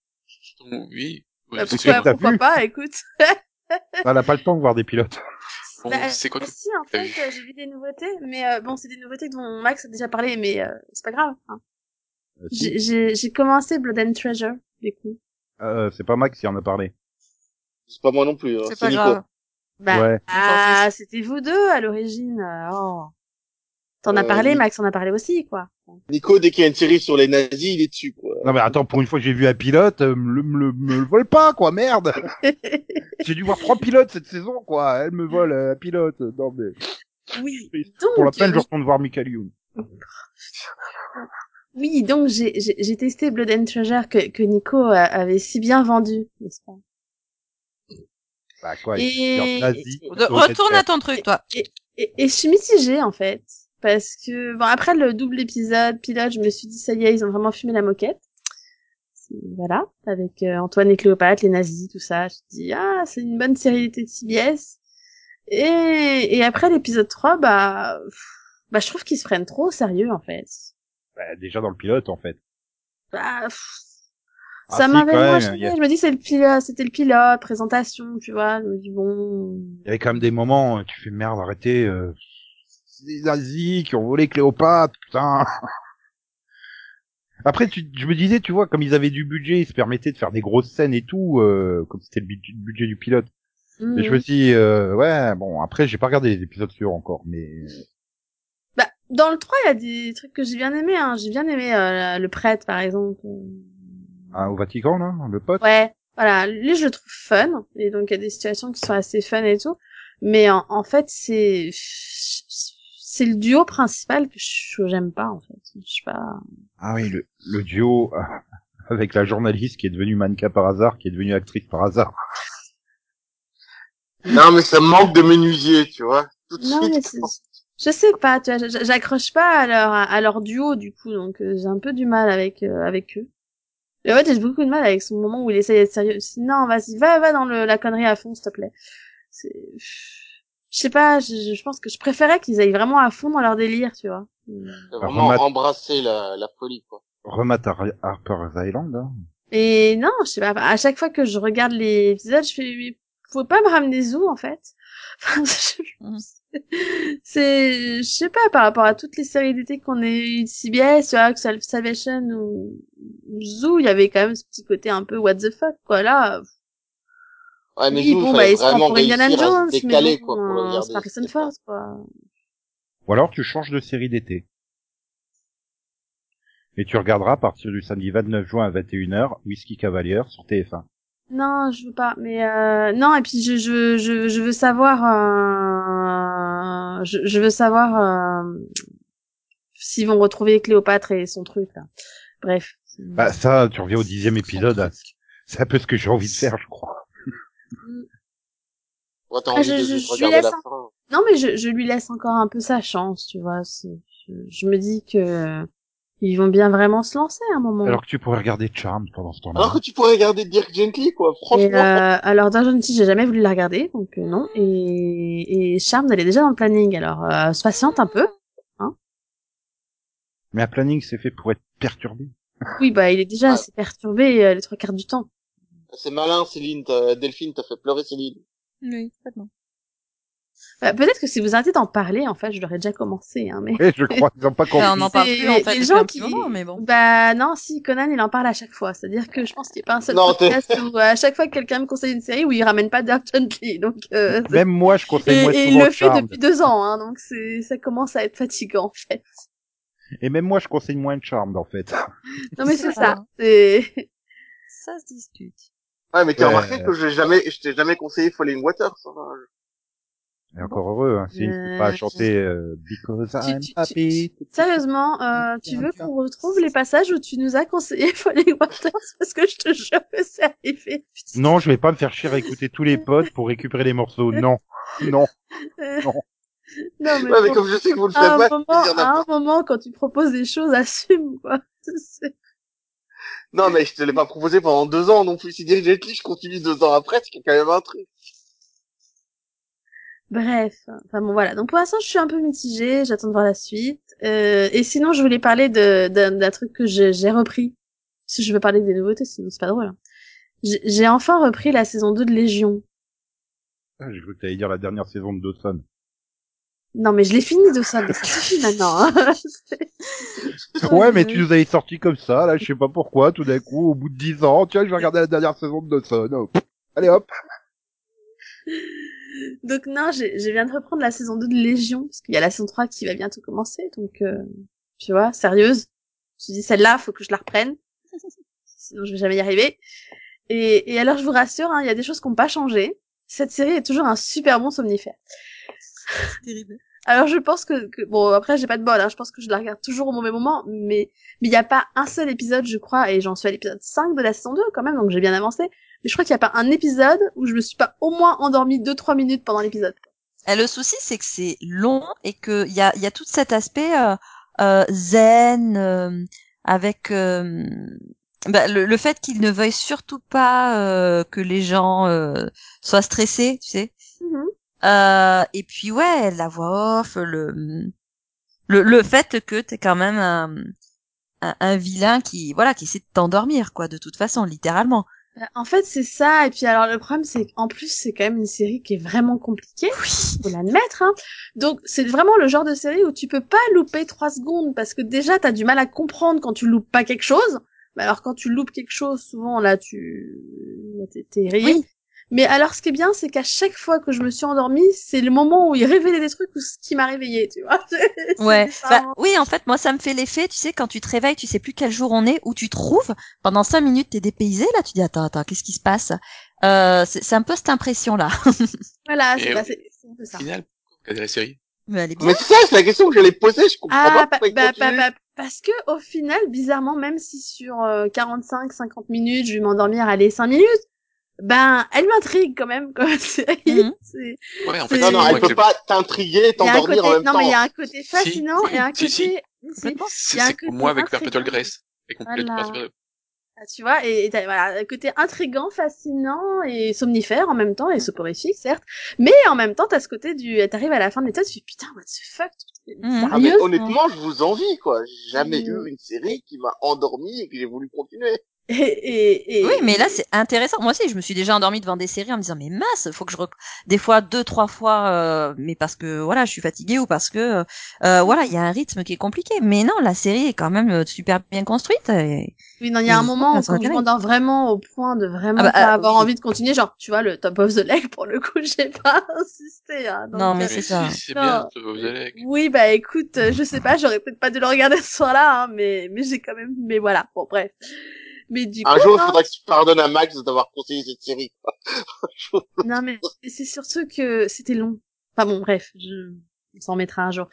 [SPEAKER 5] Ton- Oui.
[SPEAKER 4] Bah,
[SPEAKER 5] c'est-
[SPEAKER 1] que
[SPEAKER 4] pourquoi,
[SPEAKER 1] t'as
[SPEAKER 4] pourquoi
[SPEAKER 1] vu.
[SPEAKER 4] pas, écoute.
[SPEAKER 1] Ah, Elle a pas le temps de voir des pilotes.
[SPEAKER 5] Bon,
[SPEAKER 4] Bah,
[SPEAKER 5] c'est quoi que-
[SPEAKER 4] Si, en
[SPEAKER 5] t'as
[SPEAKER 4] fait, euh, j'ai vu des nouveautés, mais euh, bon, c'est des nouveautés dont Max a déjà parlé, mais euh, c'est pas grave. hein.
[SPEAKER 1] Euh, si.
[SPEAKER 4] J'ai- J'ai j'ai commencé Blood and Treasure, du coup.
[SPEAKER 1] Euh, c'est pas Max qui en a parlé.
[SPEAKER 2] C'est pas moi non plus, hein,
[SPEAKER 3] C'est
[SPEAKER 2] c'est
[SPEAKER 3] pas
[SPEAKER 2] Nico.
[SPEAKER 3] grave.
[SPEAKER 4] Bah,
[SPEAKER 1] Ouais.
[SPEAKER 4] ah, c'était vous deux à l'origine. euh, Oh. T'en as
[SPEAKER 2] Euh,
[SPEAKER 4] parlé,
[SPEAKER 2] oui.
[SPEAKER 4] Max en a parlé aussi, quoi.
[SPEAKER 2] Nico, dès qu'il y a une série sur les nazis, il est dessus, quoi.
[SPEAKER 1] Non mais attends, pour une fois que j'ai vu un pilote, euh, me le, me le, me le vole pas quoi, merde J'ai dû voir trois pilotes cette saison quoi, elle me vole euh, un pilote, non mais...
[SPEAKER 4] oui.
[SPEAKER 1] Pour la
[SPEAKER 4] Donc,
[SPEAKER 1] peine, je
[SPEAKER 4] euh,
[SPEAKER 1] retourne voir Michael Youn.
[SPEAKER 4] oui, donc j'ai- j'ai j'ai testé Blood and Treasure que, que Nico a- avait si bien vendu, n'est-ce pas
[SPEAKER 1] Bah quoi, il
[SPEAKER 4] Et-
[SPEAKER 1] est nazi.
[SPEAKER 4] et-
[SPEAKER 1] Donc,
[SPEAKER 3] Retourne
[SPEAKER 1] euh,
[SPEAKER 3] à ton truc, toi.
[SPEAKER 4] Et, et je suis mitigée en fait, parce que bon après le double épisode pilote, je me suis dit ça y est, ils ont vraiment fumé la moquette. c'est- voilà, avec euh, Antoine et Cléopâtre, les nazis, tout ça. Je dis ah, c'est une bonne série de CBS. Et et après l'épisode 3, bah pff, bah je trouve qu'ils se prennent trop au sérieux en fait.
[SPEAKER 1] Bah, déjà dans le pilote, en fait.
[SPEAKER 4] Bah, pff,
[SPEAKER 1] Ah,
[SPEAKER 4] ça
[SPEAKER 1] si,
[SPEAKER 4] m'avait
[SPEAKER 1] quand
[SPEAKER 4] moi,
[SPEAKER 1] même,
[SPEAKER 4] je, sais
[SPEAKER 1] il y a-
[SPEAKER 4] pas, je me dis c'est le pilote, c'était le pilote, présentation, tu vois, je me dis bon.
[SPEAKER 1] Il y avait quand même des moments, euh, tu fais merde, arrêtez, euh, c'est des nazis qui ont volé Cléopâtre, putain. Après, tu, je me disais, tu vois, comme ils avaient du budget, ils se permettaient de faire des grosses scènes et tout, euh, comme c'était le bu- budget du pilote. Et je me suis dit, euh, ouais, bon, après, j'ai pas regardé les épisodes suivants encore, mais...
[SPEAKER 4] Bah, dans le 3, il y a des trucs que j'ai bien aimé. Hein. J'ai bien aimé euh, le prêtre, par exemple.
[SPEAKER 1] Hein, au Vatican, là, le pote
[SPEAKER 4] Ouais, voilà. Lui, je le trouve fun. Et donc, il y a des situations qui sont assez fun et tout. Mais en, en fait, c'est c'est le duo principal que je- que j'aime pas, en fait. Je sais pas.
[SPEAKER 1] Ah oui, le, le duo euh, avec la journaliste qui est devenue mannequin par hasard, qui est devenue actrice par hasard.
[SPEAKER 2] Non, mais ça manque de menuisier, tu vois. Tout de
[SPEAKER 4] Non, mais
[SPEAKER 2] suite.
[SPEAKER 4] c'est- Je sais pas, tu vois, j- j- j'accroche pas à leur, à leur duo, du coup, donc euh, j'ai un peu du mal avec, euh, avec eux. Et ouais, j'ai beaucoup de mal avec son moment où il essaye d'être sérieux. C'est, Non, vas-y, va, va dans le, la connerie à fond, s'il te plaît. C'est... Je sais pas, je, je- je pense que je préférais qu'ils aillent vraiment à fond dans leur délire, tu vois. Hmm.
[SPEAKER 2] T'as
[SPEAKER 1] Alors,
[SPEAKER 2] vraiment
[SPEAKER 1] Matt-
[SPEAKER 2] embrasser la, la folie, quoi.
[SPEAKER 1] Remate Har- Harper's Island, hein.
[SPEAKER 4] Et non, je sais pas, à chaque fois que je regarde les épisodes, je fais, mais faut pas me ramener Zou, en fait. Enfin, je- c'est, je sais pas, par rapport à toutes les séries d'été qu'on a eues de CBS, tu vois, que Sal- euh, Salvation ou ou Zoo, il y avait quand même ce petit côté un peu what the fuck, quoi, là.
[SPEAKER 2] Ouais, Ah, mais
[SPEAKER 4] oui,
[SPEAKER 2] nous,
[SPEAKER 4] bon,
[SPEAKER 2] fallait
[SPEAKER 4] bah, il se prend
[SPEAKER 2] vraiment
[SPEAKER 4] pour Indiana
[SPEAKER 2] réussir à
[SPEAKER 4] Jones,
[SPEAKER 2] se décaler,
[SPEAKER 4] mais bon,
[SPEAKER 2] quoi, pour le
[SPEAKER 4] euh,
[SPEAKER 2] regarder.
[SPEAKER 4] c'est Harrison
[SPEAKER 2] C'était
[SPEAKER 4] Ford, quoi.
[SPEAKER 1] Ou alors tu changes de série d'été. Et tu regarderas à partir du samedi 29 juin à 21h Whisky Cavalier sur TF1.
[SPEAKER 4] Non, je veux pas. Mais euh, non, et puis je je je je veux savoir euh, je je veux savoir euh, s'ils vont retrouver Cléopâtre et son truc là. Bref.
[SPEAKER 1] Bah ça, tu reviens au dixième épisode. hein. C'est un peu ce que j'ai envie de faire, je crois.
[SPEAKER 2] Ouais, t'as
[SPEAKER 4] Ah,
[SPEAKER 2] envie
[SPEAKER 4] je-
[SPEAKER 2] de
[SPEAKER 4] je-
[SPEAKER 2] juste
[SPEAKER 4] je lui
[SPEAKER 2] regarder la
[SPEAKER 4] laisse,
[SPEAKER 2] fin.
[SPEAKER 4] Non, mais je je lui laisse encore un peu sa chance, tu vois. c'est- Je, je me dis que ils vont bien vraiment se lancer à un moment.
[SPEAKER 1] Alors que tu pourrais regarder Charmed pendant ce temps-là.
[SPEAKER 2] Alors
[SPEAKER 4] Oh.
[SPEAKER 2] que tu pourrais regarder Dirk Gently, quoi,
[SPEAKER 4] Et,
[SPEAKER 2] franchement.
[SPEAKER 4] euh, alors Dark Gentil, j'ai jamais voulu la regarder, donc euh, non. Et et Charmed, elle est déjà dans le planning, alors euh, se patiente un peu.
[SPEAKER 1] Mais un planning, c'est fait pour être perturbé.
[SPEAKER 4] Oui, bah il est déjà
[SPEAKER 2] Ouais.
[SPEAKER 1] Ah.
[SPEAKER 4] assez perturbé euh, les trois quarts du temps.
[SPEAKER 2] C'est malin, Céline. t'as- Delphine, t'as fait pleurer Céline.
[SPEAKER 3] Oui, complètement.
[SPEAKER 4] Bah, Peut-être que si vous arrêtez d'en parler, en fait, je l'aurais déjà commencé, hein, mais.
[SPEAKER 1] Et je crois qu'ils n'ont pas compris.
[SPEAKER 3] Enfin, on en parle plus en
[SPEAKER 4] C'est-
[SPEAKER 3] fait
[SPEAKER 4] les
[SPEAKER 3] depuis
[SPEAKER 4] gens
[SPEAKER 3] un
[SPEAKER 4] qui-
[SPEAKER 3] petit moment, mais bon.
[SPEAKER 4] Bah non, si Conan il en parle à chaque fois, c'est-à-dire que je pense qu'il n'y a pas un seul
[SPEAKER 2] Non,
[SPEAKER 4] podcast où euh, à chaque fois que quelqu'un me conseille une série où il ramène pas Dark Gently, donc euh, c'est-
[SPEAKER 1] Même moi, je
[SPEAKER 4] et,
[SPEAKER 1] conseille moins
[SPEAKER 4] et il
[SPEAKER 1] souvent
[SPEAKER 4] le fait
[SPEAKER 1] Charmed.
[SPEAKER 4] depuis deux ans, hein, donc c'est ça commence à être fatigant en fait.
[SPEAKER 1] Et même moi, je conseille moins Charmed, en fait.
[SPEAKER 4] Non mais
[SPEAKER 3] C'est
[SPEAKER 4] c'est
[SPEAKER 3] ça.
[SPEAKER 4] ça. C'est
[SPEAKER 3] Ça se discute.
[SPEAKER 2] Ouais, mais t'as
[SPEAKER 1] Ouais.
[SPEAKER 2] remarqué que j'ai jamais, je t'ai jamais conseillé Falling hein. Water, ça. va.
[SPEAKER 1] Et encore heureux, hein. Céline, tu peux pas
[SPEAKER 4] Euh,
[SPEAKER 1] chanter euh, Because I'm
[SPEAKER 4] tu- tu-
[SPEAKER 1] happy.
[SPEAKER 4] sérieusement, euh, tu veux qu'on retrouve les passages où tu nous as conseillé Falling Waters parce que je te jure que c'est arrivé. Putain.
[SPEAKER 1] Non, je vais pas me faire chier à écouter tous les potes pour récupérer les morceaux. Non, non.
[SPEAKER 4] Euh,
[SPEAKER 1] Non.
[SPEAKER 4] non, mais,
[SPEAKER 2] Ouais, mais
[SPEAKER 4] bon,
[SPEAKER 2] comme je sais que vous le
[SPEAKER 4] à, un
[SPEAKER 2] faites pas,
[SPEAKER 4] moment, hein.
[SPEAKER 2] je vais dire
[SPEAKER 4] à un
[SPEAKER 2] n'importe-
[SPEAKER 4] moment, quand tu proposes des choses, assume, quoi. C'est-
[SPEAKER 2] non, mais je te l'ai pas proposé pendant deux ans non plus. Si Dirk Gently, je continue deux ans après, c'est quand même un truc.
[SPEAKER 4] Bref. Enfin bon, voilà. Donc pour l'instant, je suis un peu mitigée. J'attends de voir la suite. Euh, et sinon, je voulais parler de, d'un, d'un truc que je- j'ai repris. Si je veux parler des nouveautés, sinon c'est pas drôle. hein. J'ai, j'ai enfin repris la saison 2 de Légion.
[SPEAKER 1] Ah, J'ai cru que t'allais dire la dernière saison de Dawson.
[SPEAKER 4] Non, mais je l'ai fini de ça, mais ça suffit maintenant. hein.
[SPEAKER 2] Oh,
[SPEAKER 1] Ouais, mais tu nous avais sorti comme ça, là, je sais pas pourquoi, tout d'un coup, au bout de 10 ans, tiens, je vais regarder la dernière saison de Dawson. Oh, pff, Allez hop.
[SPEAKER 4] donc non, j'ai, je viens de reprendre la saison 2 de Légion, parce qu'il y a la saison 3 qui va bientôt commencer, donc euh, tu vois, sérieuse. Je me suis dit, celle-là, faut que je la reprenne, sinon je vais jamais y arriver. Et, et alors, je vous rassure, hein, il y a des choses qui n'ont pas changé. Cette série est toujours un super bon somnifère.
[SPEAKER 3] Terrible.
[SPEAKER 4] Alors, je pense que, que- bon, après, j'ai pas de bol, hein, je pense que je la regarde toujours au mauvais moment, mais mais il n'y a pas un seul épisode, je crois, et j'en suis à l'épisode 5 de la saison 2 quand même, donc j'ai bien avancé, mais je crois qu'il n'y a pas un épisode où je me suis pas au moins endormie 2-3 minutes pendant l'épisode.
[SPEAKER 3] Et Euh, le souci, c'est que c'est long et que il y a, il y a tout cet aspect euh, euh, zen euh, avec euh, bah, le, le fait qu'il ne veuille surtout pas euh, que les gens euh, soient stressés, tu sais.
[SPEAKER 4] Mhm.
[SPEAKER 3] Euh, et puis ouais, la voix off, le le, le fait que t'es quand même un, un, un vilain qui voilà qui essaie de t'endormir quoi, de toute façon, littéralement.
[SPEAKER 4] Bah, En fait, c'est ça. Et puis alors, le problème, c'est qu'en plus, c'est quand même une série qui est vraiment compliquée. Faut l'admettre. Hein. Donc, c'est vraiment le genre de série où tu peux pas louper trois secondes parce que déjà, t'as du mal à comprendre quand tu loupes pas quelque chose. Mais alors, quand tu loupes quelque chose, souvent là, tu là, t'es- t'es rayé.
[SPEAKER 3] Oui.
[SPEAKER 4] Mais alors, ce qui est bien, c'est qu'à chaque fois que je me suis endormie, c'est le moment où il révélait des trucs ou ce qui m'a réveillée, tu vois. C'est- c'est hein.
[SPEAKER 3] Ouais.
[SPEAKER 4] bizarre.
[SPEAKER 3] Bah, oui, en fait, moi, ça me fait l'effet, tu sais, quand tu te réveilles, tu sais plus quel jour on est, où tu te trouves. Pendant cinq minutes, t'es dépaysé. Là, tu dis attends, attends, qu'est-ce qui se passe euh, C'est c'est un peu cette impression là.
[SPEAKER 4] Voilà,
[SPEAKER 5] Et
[SPEAKER 4] c'est bah,
[SPEAKER 5] oui.
[SPEAKER 4] c'est- c'est un peu ça.
[SPEAKER 5] Au final, regardez la série.
[SPEAKER 3] Mais elle est bien.
[SPEAKER 2] Mais c'est ça, c'est la question que j'allais poser, je comprends
[SPEAKER 4] Ah,
[SPEAKER 2] pas
[SPEAKER 4] bah,
[SPEAKER 2] pourquoi il
[SPEAKER 4] bah, bah,
[SPEAKER 2] continue.
[SPEAKER 4] bah, parce que au final, bizarrement, même si sur euh, 45-50 minutes, je vais m'endormir, allez, 5 minutes, ben, elle m'intrigue quand même, comme série.
[SPEAKER 3] Mhm.
[SPEAKER 4] C'est-
[SPEAKER 5] Ouais, en
[SPEAKER 4] C'est-
[SPEAKER 5] fait,
[SPEAKER 2] Non, non,
[SPEAKER 5] moi,
[SPEAKER 2] elle peut
[SPEAKER 5] que-
[SPEAKER 2] pas t'intriguer et
[SPEAKER 4] bah, euh, Il y a un
[SPEAKER 2] t'endormir
[SPEAKER 4] côté,
[SPEAKER 2] en même
[SPEAKER 4] non,
[SPEAKER 2] temps.
[SPEAKER 4] mais il y a un côté fascinant
[SPEAKER 5] Si,
[SPEAKER 4] et un côté,
[SPEAKER 5] si, si.
[SPEAKER 4] si,
[SPEAKER 3] Complètement.
[SPEAKER 4] il
[SPEAKER 5] C'est
[SPEAKER 4] y a un
[SPEAKER 5] c'est
[SPEAKER 4] côté
[SPEAKER 5] comme moi avec
[SPEAKER 4] intriguant.
[SPEAKER 5] Perpetual Grace. Avec mon
[SPEAKER 4] Voilà.
[SPEAKER 5] Perpetual-
[SPEAKER 4] Ah, Tu vois, et, et t'as- voilà, un côté intrigant, fascinant et somnifère en même temps et soporifique, certes, mais en même temps, t'as ce côté du, t'arrives à la fin de l'état, tu fais putain, what the fuck, t'es
[SPEAKER 3] Mhm.
[SPEAKER 2] Ah, mais
[SPEAKER 4] sérieuse,
[SPEAKER 2] honnêtement, je vous envie, quoi. J'ai jamais
[SPEAKER 4] Mm.
[SPEAKER 2] eu une série qui m'a endormi et que j'ai voulu continuer.
[SPEAKER 4] Et, et, et-
[SPEAKER 3] Oui, mais là c'est intéressant. Moi aussi, je me suis déjà endormie devant des séries en me disant mais mince, faut que je rec- des fois deux trois fois, euh, mais parce que voilà, je suis fatiguée ou parce que euh, voilà, il y a un rythme qui est compliqué. Mais non, la série est quand même euh, super bien construite. et-
[SPEAKER 4] Oui, non, il y a
[SPEAKER 3] Et
[SPEAKER 4] un
[SPEAKER 3] je trouve
[SPEAKER 4] moment
[SPEAKER 3] qu'elles
[SPEAKER 4] où
[SPEAKER 3] sont
[SPEAKER 4] quand je
[SPEAKER 3] intérieures.
[SPEAKER 4] m'endors vraiment au point de vraiment
[SPEAKER 3] Ah bah,
[SPEAKER 4] pas
[SPEAKER 3] ah,
[SPEAKER 4] avoir
[SPEAKER 3] oui.
[SPEAKER 4] envie de continuer, genre, tu vois, le top of the leg, pour le coup, j'ai pas insisté, hein, donc,
[SPEAKER 3] Non, mais
[SPEAKER 4] euh,
[SPEAKER 3] c'est
[SPEAKER 5] Mais
[SPEAKER 3] ça.
[SPEAKER 5] si, c'est
[SPEAKER 4] Non.
[SPEAKER 5] bien, ça va vous allez. avec.
[SPEAKER 4] oui, bah, écoute, euh, je sais pas, j'aurais peut-être pas dû le regarder ce soir-là, hein, mais, mais j'ai quand même, mais voilà, bon, bref. Mais du
[SPEAKER 2] Un
[SPEAKER 4] coup,
[SPEAKER 2] jour, il
[SPEAKER 4] non,
[SPEAKER 2] faudrait que tu pardonnes à Max d'avoir conseillé cette série.
[SPEAKER 4] non, mais c'est surtout que c'était long. Enfin bon, bref, je, on s'en remettra un jour.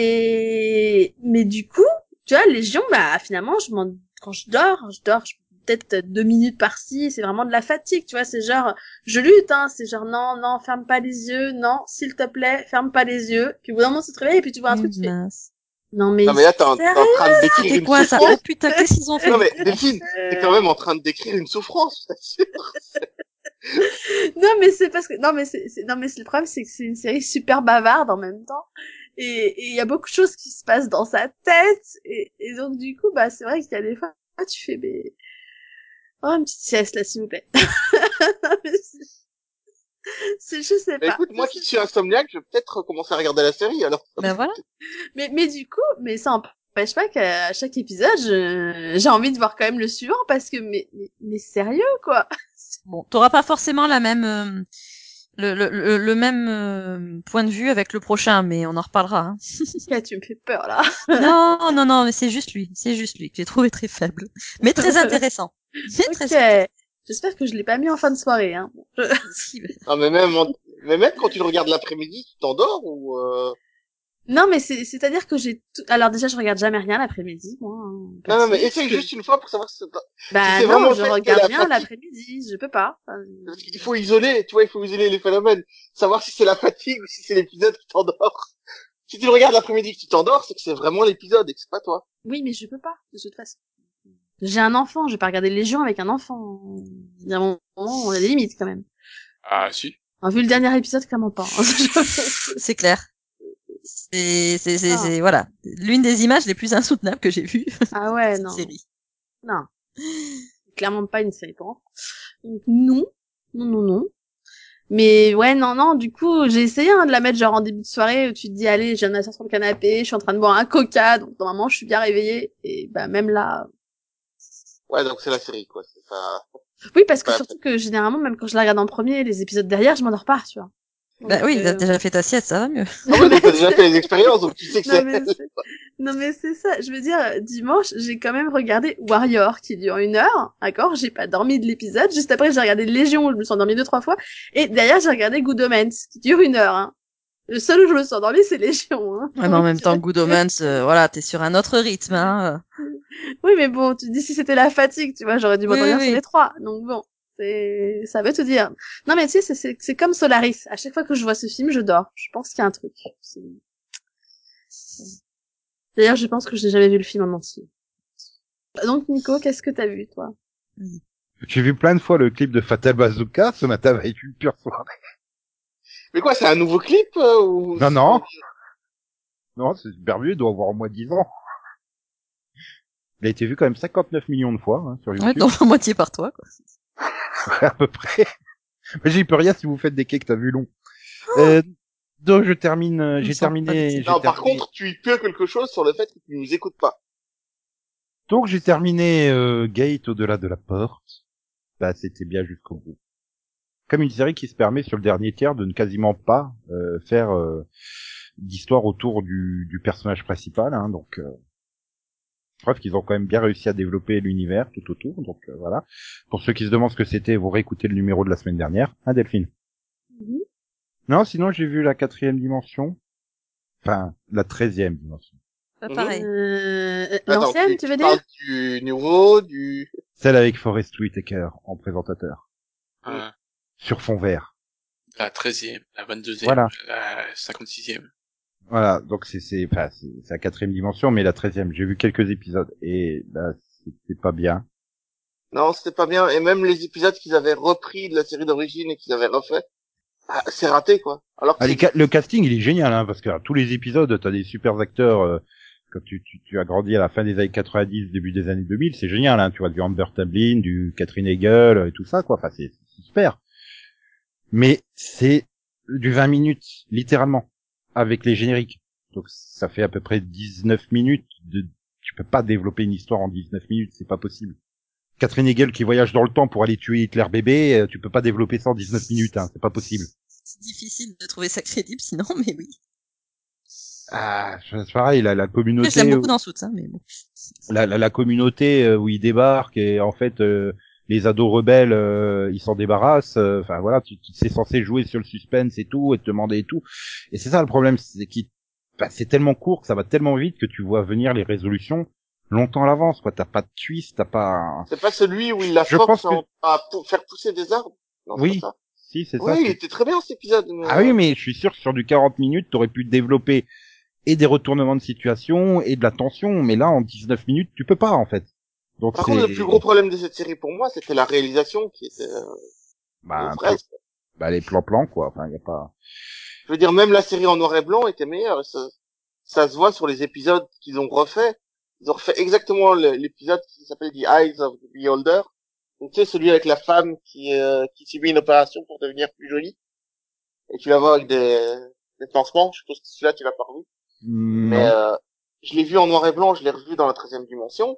[SPEAKER 4] Mais, mais du coup, tu vois, Légion, bah, finalement, je m'en, quand je dors, je dors je- peut-être deux minutes par-ci, c'est vraiment de la fatigue, tu vois, c'est genre, je lutte, hein, c'est genre, non, non, ferme pas les yeux, non, s'il te plaît, ferme pas les yeux. Puis au bout d'un moment, tu te réveilles et puis tu vois un truc, tu fais,
[SPEAKER 3] Mince.
[SPEAKER 4] non, mais,
[SPEAKER 2] Non, mais là, t'es en, t'es en train de décrire
[SPEAKER 3] C'était
[SPEAKER 2] une
[SPEAKER 3] quoi ça
[SPEAKER 2] souffrance.
[SPEAKER 3] Oh putain, qu'est-ce qu'ils ont fait
[SPEAKER 2] Non, mais Delphine,
[SPEAKER 4] Euh,
[SPEAKER 2] t'es quand même en train de décrire une souffrance, Bah, je t'assure.
[SPEAKER 4] non mais c'est parce que non mais c'est c'est- non mais c'est le problème c'est que c'est une série super bavarde en même temps et et il y a beaucoup de choses qui se passent dans sa tête et, et donc du coup bah c'est vrai qu'il y a des fois ah, tu fais mais oh une petite sieste là s'il vous plaît Non, mais c'est- Bah, c'est je sais
[SPEAKER 2] Mais
[SPEAKER 4] pas
[SPEAKER 2] Bah, écoute, moi qui suis insomniaque, je vais peut-être recommencer à regarder la série, alors.
[SPEAKER 3] Ben voilà.
[SPEAKER 4] mais mais du coup mais ça empêche pas qu'à chaque épisode je- j'ai envie de voir quand même le suivant parce que mais mais, mais sérieux quoi
[SPEAKER 3] Bon, t'auras pas forcément la même euh, le, le, le, le même euh, point de vue avec le prochain, mais on en reparlera. hein.
[SPEAKER 4] Là, tu me fais peur là
[SPEAKER 3] Non, non, non, mais c'est juste lui. C'est juste lui que j'ai trouvé très faible. Mais très intéressant. Mais très
[SPEAKER 4] ok j'espère que je l'ai pas mis en fin de soirée hein
[SPEAKER 3] Si,
[SPEAKER 2] Non, mais même, en- mais même quand tu le regardes l'après-midi, tu t'endors ou, euh...
[SPEAKER 4] Non, mais c'est, c'est-à-dire que j'ai tout... Alors déjà, je regarde jamais rien l'après-midi, moi. hein,
[SPEAKER 2] Non, non,
[SPEAKER 4] perso,
[SPEAKER 2] mais
[SPEAKER 4] parce
[SPEAKER 2] essaye
[SPEAKER 4] que-
[SPEAKER 2] juste une fois pour savoir si ça t'a-
[SPEAKER 4] Bah
[SPEAKER 2] c'est
[SPEAKER 4] non,
[SPEAKER 2] vraiment
[SPEAKER 4] je
[SPEAKER 2] fait de
[SPEAKER 4] regarde
[SPEAKER 2] la
[SPEAKER 4] rien
[SPEAKER 2] fatigue.
[SPEAKER 4] l'après-midi, je peux pas. Enfin,
[SPEAKER 2] Parce qu'il faut isoler, tu vois, il faut isoler les phénomènes. Savoir si c'est la fatigue ou si c'est l'épisode qui t'endort. Si tu le regardes l'après-midi et que tu t'endors, c'est que c'est vraiment l'épisode et que c'est pas toi.
[SPEAKER 4] Oui, mais je peux pas, de toute façon. J'ai un enfant, je vais pas regarder Légion avec un enfant. Il y a un moment, on a des limites, quand même.
[SPEAKER 5] Ah, si.
[SPEAKER 4] Enfin, vu le dernier épisode, clairement pas. hein.
[SPEAKER 3] c'est clair. C'est, c'est, c'est,
[SPEAKER 4] Ah.
[SPEAKER 3] c'est- voilà. L'une des images les plus insoutenables que j'ai vues.
[SPEAKER 4] ah ouais,
[SPEAKER 3] de cette
[SPEAKER 4] non.
[SPEAKER 3] série.
[SPEAKER 4] Non. Clairement pas une série pour enfants. Donc, non. Non, non, non. Mais ouais, non, non, du coup, j'ai essayé hein, de la mettre genre en début de soirée où tu te dis, allez, j'ai un asseoir sur le canapé, je suis en train de boire un coca, donc normalement je suis bien réveillée. Et bah même là...
[SPEAKER 2] Ouais, donc c'est la série, quoi. C'est pas...
[SPEAKER 4] Oui, parce que
[SPEAKER 2] Ouais.
[SPEAKER 4] surtout que généralement, même quand je la regarde en premier, les épisodes derrière, je m'endors pas, tu vois. Donc,
[SPEAKER 3] Bah oui,
[SPEAKER 4] euh,
[SPEAKER 3] t'as déjà fait ta sieste, ça va mieux.
[SPEAKER 2] Ah ouais, donc t'as déjà fait les expériences, donc tu sais que
[SPEAKER 4] Non
[SPEAKER 2] c'est...
[SPEAKER 4] mais, c'est- non mais c'est ça, je veux dire, euh, dimanche, j'ai quand même regardé Warrior qui dure une heure, d'accord J'ai pas dormi de l'épisode, juste après j'ai regardé Légion où je me suis endormie deux, trois fois, et derrière j'ai regardé Good Omens qui dure une heure, hein. Le seul où je me suis endormie, c'est Légion, hein.
[SPEAKER 3] Ouais, Ah, mais en
[SPEAKER 4] Donc,
[SPEAKER 3] même
[SPEAKER 4] tu
[SPEAKER 3] temps,
[SPEAKER 4] vois,
[SPEAKER 3] Good Omens, euh, voilà, t'es sur un autre rythme, hein.
[SPEAKER 4] Oui mais bon, tu te dis si c'était la fatigue, tu vois, j'aurais dû
[SPEAKER 3] Oui,
[SPEAKER 4] m'endormir
[SPEAKER 3] oui,
[SPEAKER 4] sur
[SPEAKER 3] oui.
[SPEAKER 4] les trois, donc bon, c'est... ça veut tout dire. Non mais tu sais, c'est- c'est c'est comme Solaris, à chaque fois que je vois ce film, je dors, je pense qu'il y a un truc. C'est- D'ailleurs, je pense que je n'ai jamais vu le film en entier. Donc Nico, qu'est-ce que t'as vu toi
[SPEAKER 1] J'ai vu plein de fois le clip de Fatal Bazooka, ce matin bah, va être une pure soirée.
[SPEAKER 2] Mais quoi, c'est un nouveau clip euh, ou...
[SPEAKER 1] Non, non. Non, c'est super vieux, il doit avoir au moins 10 ans. Il a été vu quand même 59 millions de fois hein, sur YouTube,
[SPEAKER 3] Ouais, dans la euh, moitié par toi, quoi.
[SPEAKER 1] à peu près. Mais j'y peux rien si vous faites des cakes, t'as vu long. Euh, donc je termine, euh,
[SPEAKER 3] Il me
[SPEAKER 1] j'ai
[SPEAKER 3] semble pas
[SPEAKER 1] terminé.
[SPEAKER 3] que-
[SPEAKER 1] j'ai
[SPEAKER 2] Non, par
[SPEAKER 1] terminé-
[SPEAKER 2] contre, tu y peux quelque chose sur le fait que tu nous écoutes pas.
[SPEAKER 1] Donc j'ai terminé euh, Gate au-delà de la porte. Bah c'était bien jusqu'au bout. Comme une série qui se permet sur le dernier tiers de ne quasiment pas euh, faire euh, d'histoire autour du, du personnage principal, hein, donc euh, preuve qu'ils ont quand même bien réussi à développer l'univers tout autour. Donc euh, voilà. Pour ceux qui se demandent ce que c'était, vous réécoutez le numéro de la semaine dernière, hein Delphine.
[SPEAKER 4] Mhm.
[SPEAKER 1] Non, sinon j'ai vu la quatrième dimension, enfin la treizième dimension,
[SPEAKER 3] Pas
[SPEAKER 2] Mhm.
[SPEAKER 3] pareil.
[SPEAKER 4] euh,
[SPEAKER 2] Attends,
[SPEAKER 4] L'ancienne, tu veux dire
[SPEAKER 2] parles du nouveau, du...
[SPEAKER 1] celle avec Forrest Whitaker en présentateur.
[SPEAKER 5] Euh,
[SPEAKER 1] sur fond vert.
[SPEAKER 5] la 13e, la 22e,
[SPEAKER 1] Voilà.
[SPEAKER 5] la 56e.
[SPEAKER 1] Voilà, donc c'est c'est enfin, c'est c'est la quatrième dimension, mais la treizième. J'ai vu quelques épisodes et là c'était pas bien.
[SPEAKER 2] Non, c'était pas bien. Et même les épisodes qu'ils avaient repris de la série d'origine et qu'ils avaient refait, ah, c'est raté, quoi. Alors que
[SPEAKER 1] Ah, les ca- le casting il est génial hein, parce que alors, tous les épisodes t'as des super acteurs. euh, quand tu, tu, tu as grandi à la fin des années 90, début des années 2000, c'est génial hein. Tu vois du Amber Tablin, du Catherine Hegel euh, et tout ça quoi. Enfin c'est c'est super. Mais c'est du 20 minutes littéralement avec les génériques. Donc ça fait à peu près 19 minutes de tu peux pas développer une histoire en 19 minutes, c'est pas possible. Catherine Hegel qui voyage dans le temps pour aller tuer Hitler bébé, euh, tu peux pas développer ça en 19 minutes, hein, c'est pas possible.
[SPEAKER 3] C'est difficile de trouver ça crédible, sinon, mais oui.
[SPEAKER 1] Ah, c'est pareil, la, la communauté,
[SPEAKER 3] Après, je l'aime
[SPEAKER 1] euh,
[SPEAKER 3] beaucoup dans Suits, hein, mais bon.
[SPEAKER 1] la, la, la communauté euh, où ils débarquent et en fait euh, les ados rebelles, euh, ils s'en débarrassent. euh, Enfin voilà, tu, tu- c'est censé jouer sur le suspense et tout, et te demander et tout. Et c'est ça le problème, c'est qu'il bah, c'est tellement court, que ça va tellement vite que tu vois venir les résolutions longtemps à l'avance. Quoi, t'as pas de twist, t'as pas. un-
[SPEAKER 2] c'est pas celui où il la
[SPEAKER 1] Je pense
[SPEAKER 2] force
[SPEAKER 1] que-
[SPEAKER 2] en- à pour faire pousser des arbres. Non, c'est
[SPEAKER 1] Oui,
[SPEAKER 2] pas ça.
[SPEAKER 1] Si, c'est ça.
[SPEAKER 2] Oui, euh,
[SPEAKER 1] c'est-
[SPEAKER 2] il était très bien, cet épisode. mais-
[SPEAKER 1] Ah oui, mais je suis sûr que sur du 40 minutes, t'aurais pu développer et des retournements de situation et de la tension, mais là, en 19 minutes, tu peux pas, en fait. Donc,
[SPEAKER 2] Par
[SPEAKER 1] c'est-
[SPEAKER 2] contre, le plus gros problème de cette série pour moi, c'était la réalisation qui était euh,
[SPEAKER 1] bah, un peu-
[SPEAKER 2] presque.
[SPEAKER 1] bah, les plans-plans, quoi. Enfin, y a pas...
[SPEAKER 2] Je veux dire, même la série en noir et blanc était meilleure. Ça, ça se voit sur les épisodes qu'ils ont refait. Ils ont refait exactement le- l'épisode qui s'appelle The Eyes of the Beholder. Donc, tu sais, celui avec la femme qui, euh, qui subit une opération pour devenir plus jolie. Et tu la vois avec des, des pansements. Je pense que celui-là, tu l'as pas revu.
[SPEAKER 1] Non.
[SPEAKER 2] Mais euh, je l'ai vu en noir et blanc, je l'ai revu dans la 13e dimension.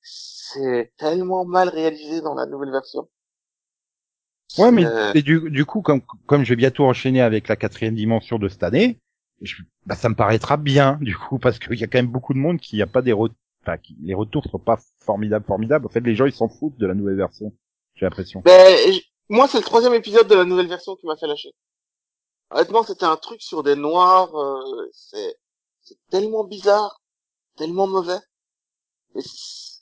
[SPEAKER 2] C'est tellement mal réalisé dans la nouvelle version.
[SPEAKER 1] Ouais, mais,
[SPEAKER 2] Euh,
[SPEAKER 1] mais du, du coup, comme, comme je vais bientôt enchaîner avec la quatrième dimension de cette année, je- bah, ça me paraîtra bien, du coup, parce qu'il y a quand même beaucoup de monde qui n'a pas des retours, enfin, qui- les retours sont pas formidables, formidables. En fait, les gens, ils s'en foutent de la nouvelle version. J'ai l'impression.
[SPEAKER 2] Ben, j- moi, c'est le troisième épisode de la nouvelle version qui m'a fait lâcher. Honnêtement, c'était un truc sur des noirs, euh, c'est c'est tellement bizarre, tellement mauvais. Mais c-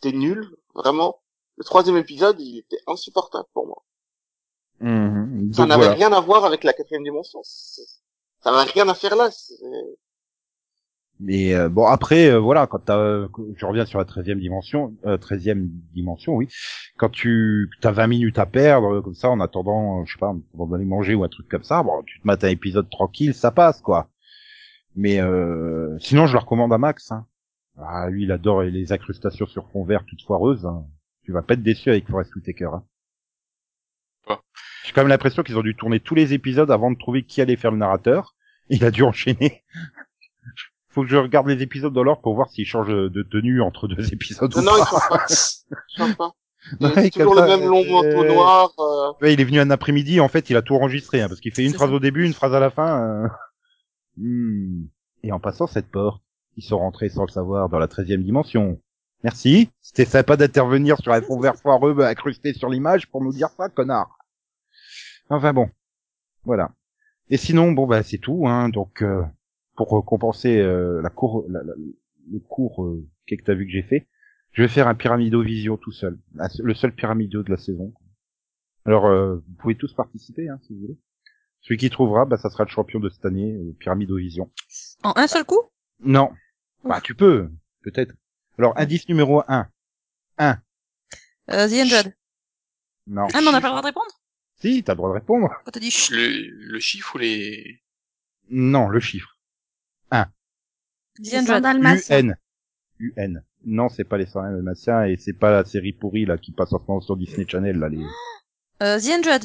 [SPEAKER 2] C'était nul, vraiment. Le troisième épisode, il était insupportable pour moi.
[SPEAKER 1] Mhm.
[SPEAKER 2] Ça
[SPEAKER 1] Donc,
[SPEAKER 2] n'avait
[SPEAKER 1] voilà.
[SPEAKER 2] rien à voir avec la quatrième dimension. C'est- Ça n'avait rien à faire là. c'est-
[SPEAKER 1] Mais euh, bon après euh, voilà quand t'as euh, je reviens sur la 13e dimension euh, 13e dimension oui quand tu t'as 20 minutes à perdre euh, comme ça en attendant euh, je sais pas en attendant d'aller manger ou un truc comme ça bon tu te mates un épisode tranquille ça passe quoi mais euh, sinon je le recommande à Max hein. ah lui il adore les incrustations sur fond vert toutes foireuses hein. tu vas pas être déçu avec Forest Whitaker hein.
[SPEAKER 5] Ouais.
[SPEAKER 1] j'ai quand même l'impression qu'ils ont dû tourner tous les épisodes avant de trouver qui allait faire le narrateur il a dû enchaîner faut que je regarde les épisodes dans l'ordre pour voir s'ils changent de tenue entre deux épisodes
[SPEAKER 2] Non,
[SPEAKER 1] ou
[SPEAKER 2] non, il
[SPEAKER 1] pas.
[SPEAKER 2] change pas. Il change pas.
[SPEAKER 1] Ouais,
[SPEAKER 2] C'est toujours
[SPEAKER 1] comme
[SPEAKER 2] le
[SPEAKER 1] ça,
[SPEAKER 2] même long manteau
[SPEAKER 1] euh,
[SPEAKER 2] noir. euh,
[SPEAKER 1] Ouais, il est venu un après-midi, en fait, il a tout enregistré, hein, parce qu'il fait une
[SPEAKER 3] C'est
[SPEAKER 1] phrase
[SPEAKER 3] ça.
[SPEAKER 1] au début, une phrase à la fin. euh. Hmm. Et en passant cette porte, ils sont rentrés sans le savoir dans la treizième dimension. Merci. C'était sympa d'intervenir sur un fond vert foireux bah, incrusté sur l'image pour nous dire ça, connard. Enfin bon. Voilà. Et sinon, bon bah c'est tout, hein. Donc euh, pour euh, compenser euh, la cour, la- la- le cours euh, qu'est-ce que t'as vu que j'ai fait, je vais faire un pyramido vision tout seul, La- le seul pyramido de la saison. Alors euh, vous pouvez tous participer, hein, si vous voulez. Celui qui trouvera, bah ça sera le champion de cette année, euh, pyramido vision.
[SPEAKER 3] En un seul coup?
[SPEAKER 1] Non, bah tu peux, peut-être. Alors, indice numéro 1.
[SPEAKER 3] Euh, The Hundred.
[SPEAKER 1] Non.
[SPEAKER 3] Ah, mais on n'a pas le droit de répondre
[SPEAKER 1] Si, t'as le droit de répondre.
[SPEAKER 3] Quand t'as dit chut.
[SPEAKER 5] Le, le chiffre ou les...
[SPEAKER 1] Non, le chiffre.
[SPEAKER 3] The
[SPEAKER 4] C'est un
[SPEAKER 3] Hundred.
[SPEAKER 4] dalmatien.
[SPEAKER 1] UN. UN. Non, c'est pas les Sarins Dalmatiens et c'est pas la série pourrie, là, qui passe en ce moment sur Disney Channel, là, les...
[SPEAKER 3] Euh, The Hundred.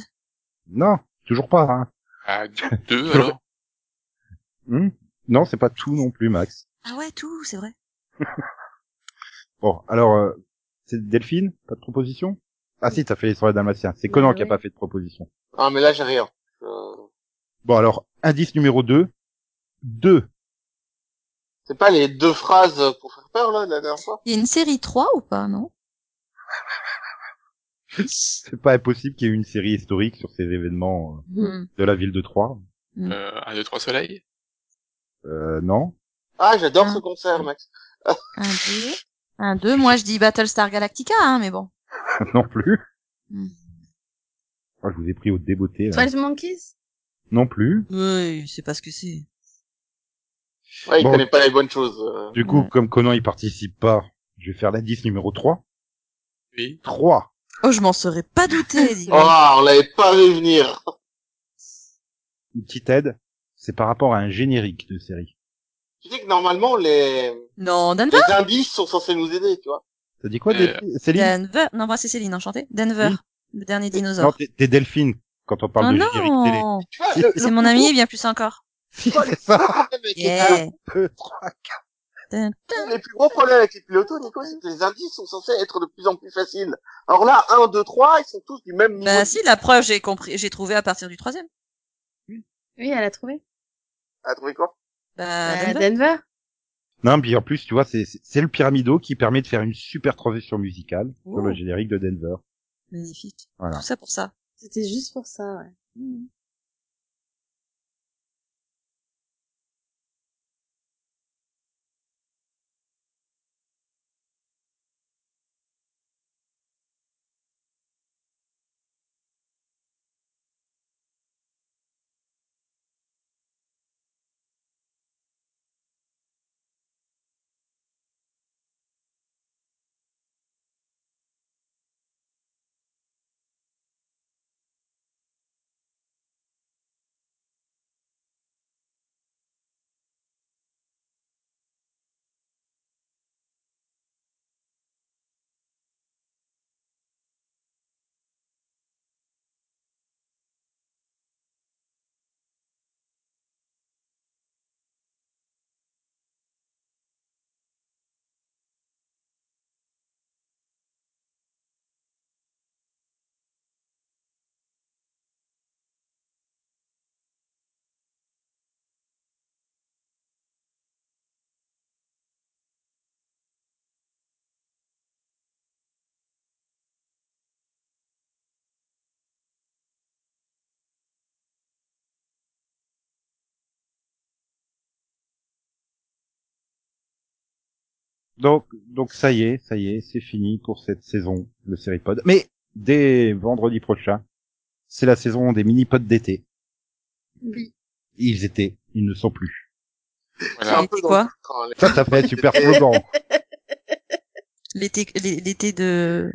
[SPEAKER 1] Non, toujours pas, hein.
[SPEAKER 5] Ah, deux, alors
[SPEAKER 1] Hmm non, c'est pas tout non plus, Max.
[SPEAKER 3] Ah ouais, tout, c'est vrai.
[SPEAKER 1] Bon, alors, euh, c'est Delphine Pas de proposition Ah si, t'as fait les soirées dalmatiens. C'est
[SPEAKER 4] Bah
[SPEAKER 1] Conan qui a
[SPEAKER 4] ouais.
[SPEAKER 1] pas fait de proposition.
[SPEAKER 2] Ah, mais là, j'ai rien. Euh,
[SPEAKER 1] Bon, alors, indice numéro 2. 2.
[SPEAKER 2] C'est pas les deux phrases pour faire peur, là, de la dernière fois
[SPEAKER 3] Il y a une série 3 ou pas, non
[SPEAKER 1] C'est pas impossible qu'il y ait une série historique sur ces événements euh,
[SPEAKER 3] Hmm.
[SPEAKER 1] de la ville de Troyes.
[SPEAKER 5] euh, Un, deux, trois soleils
[SPEAKER 1] Euh, non.
[SPEAKER 2] Ah, j'adore ce
[SPEAKER 3] Ah.
[SPEAKER 2] concert, Max.
[SPEAKER 3] Un, deux. Un, deux. Moi, je dis Battlestar Galactica, hein, mais bon.
[SPEAKER 1] non plus.
[SPEAKER 3] Hmm.
[SPEAKER 1] Oh, je vous ai pris au débeauté, là.
[SPEAKER 4] Twelve Monkeys
[SPEAKER 1] Non plus.
[SPEAKER 3] Oui, c'est pas ce que c'est.
[SPEAKER 2] Ouais, il
[SPEAKER 1] Bon.
[SPEAKER 2] connaît pas les bonnes choses. euh.
[SPEAKER 1] Du coup,
[SPEAKER 3] Ouais.
[SPEAKER 1] comme Conan il participe pas, je vais faire l'indice numéro 3.
[SPEAKER 5] Oui.
[SPEAKER 1] 3.
[SPEAKER 3] Oh, je m'en serais pas douté, dis donc.
[SPEAKER 2] Oh, on l'avait pas vu venir.
[SPEAKER 1] Une petite aide. C'est par rapport à un générique de série.
[SPEAKER 2] Tu sais que normalement, les,
[SPEAKER 1] Oh.
[SPEAKER 3] Non, Denver
[SPEAKER 2] les indices sont censés nous aider, tu vois.
[SPEAKER 1] Ça dit quoi,
[SPEAKER 5] Euh,
[SPEAKER 1] Delphine Céline
[SPEAKER 3] Denver. Non, moi, c'est Céline, enchantée. Denver.
[SPEAKER 1] Oui.
[SPEAKER 3] Le dernier
[SPEAKER 1] Non,
[SPEAKER 3] dinosaure.
[SPEAKER 1] t'es t'es Delphine quand on parle
[SPEAKER 3] oh
[SPEAKER 1] de générique télé.
[SPEAKER 3] non
[SPEAKER 2] Tu vois, le,
[SPEAKER 3] C'est mon ami, et bien plus encore.
[SPEAKER 1] C'est ça.
[SPEAKER 2] le problème avec les-
[SPEAKER 3] Ah, Yeah.
[SPEAKER 1] Deux, trois, quatre.
[SPEAKER 2] Les plus gros problèmes avec les pilotos, Nico, c'est que les indices sont censés être de plus en plus faciles. Alors là, 1, 2, 3, ils sont tous du même niveau.
[SPEAKER 3] Bah si, la preuve, j'ai compris, j'ai trouvé à partir du troisième.
[SPEAKER 4] Oui, elle a trouvé.
[SPEAKER 2] Ah, trouvé quoi
[SPEAKER 3] Bah,
[SPEAKER 4] Euh,
[SPEAKER 3] Denver.
[SPEAKER 4] Denver.
[SPEAKER 1] Non, puis en plus, tu vois, c'est c'est- c'est le pyramido qui permet de faire une super transition musicale sur
[SPEAKER 3] Oh.
[SPEAKER 1] le générique de Denver.
[SPEAKER 3] Magnifique.
[SPEAKER 1] Voilà.
[SPEAKER 3] Tout ça pour ça.
[SPEAKER 4] C'était juste pour ça, ouais.
[SPEAKER 1] Donc, donc ça y est, ça y est, c'est fini pour cette saison, le Seripod. Mais dès vendredi prochain, c'est la saison des mini-pods d'été.
[SPEAKER 4] Oui.
[SPEAKER 1] Ils étaient, ils ne sont plus.
[SPEAKER 2] C'est
[SPEAKER 5] Voilà.
[SPEAKER 2] un peu
[SPEAKER 3] Quoi
[SPEAKER 2] dans le train, les-
[SPEAKER 1] Ça, ça fait super slogan.
[SPEAKER 3] L'été, l'é- l'été de...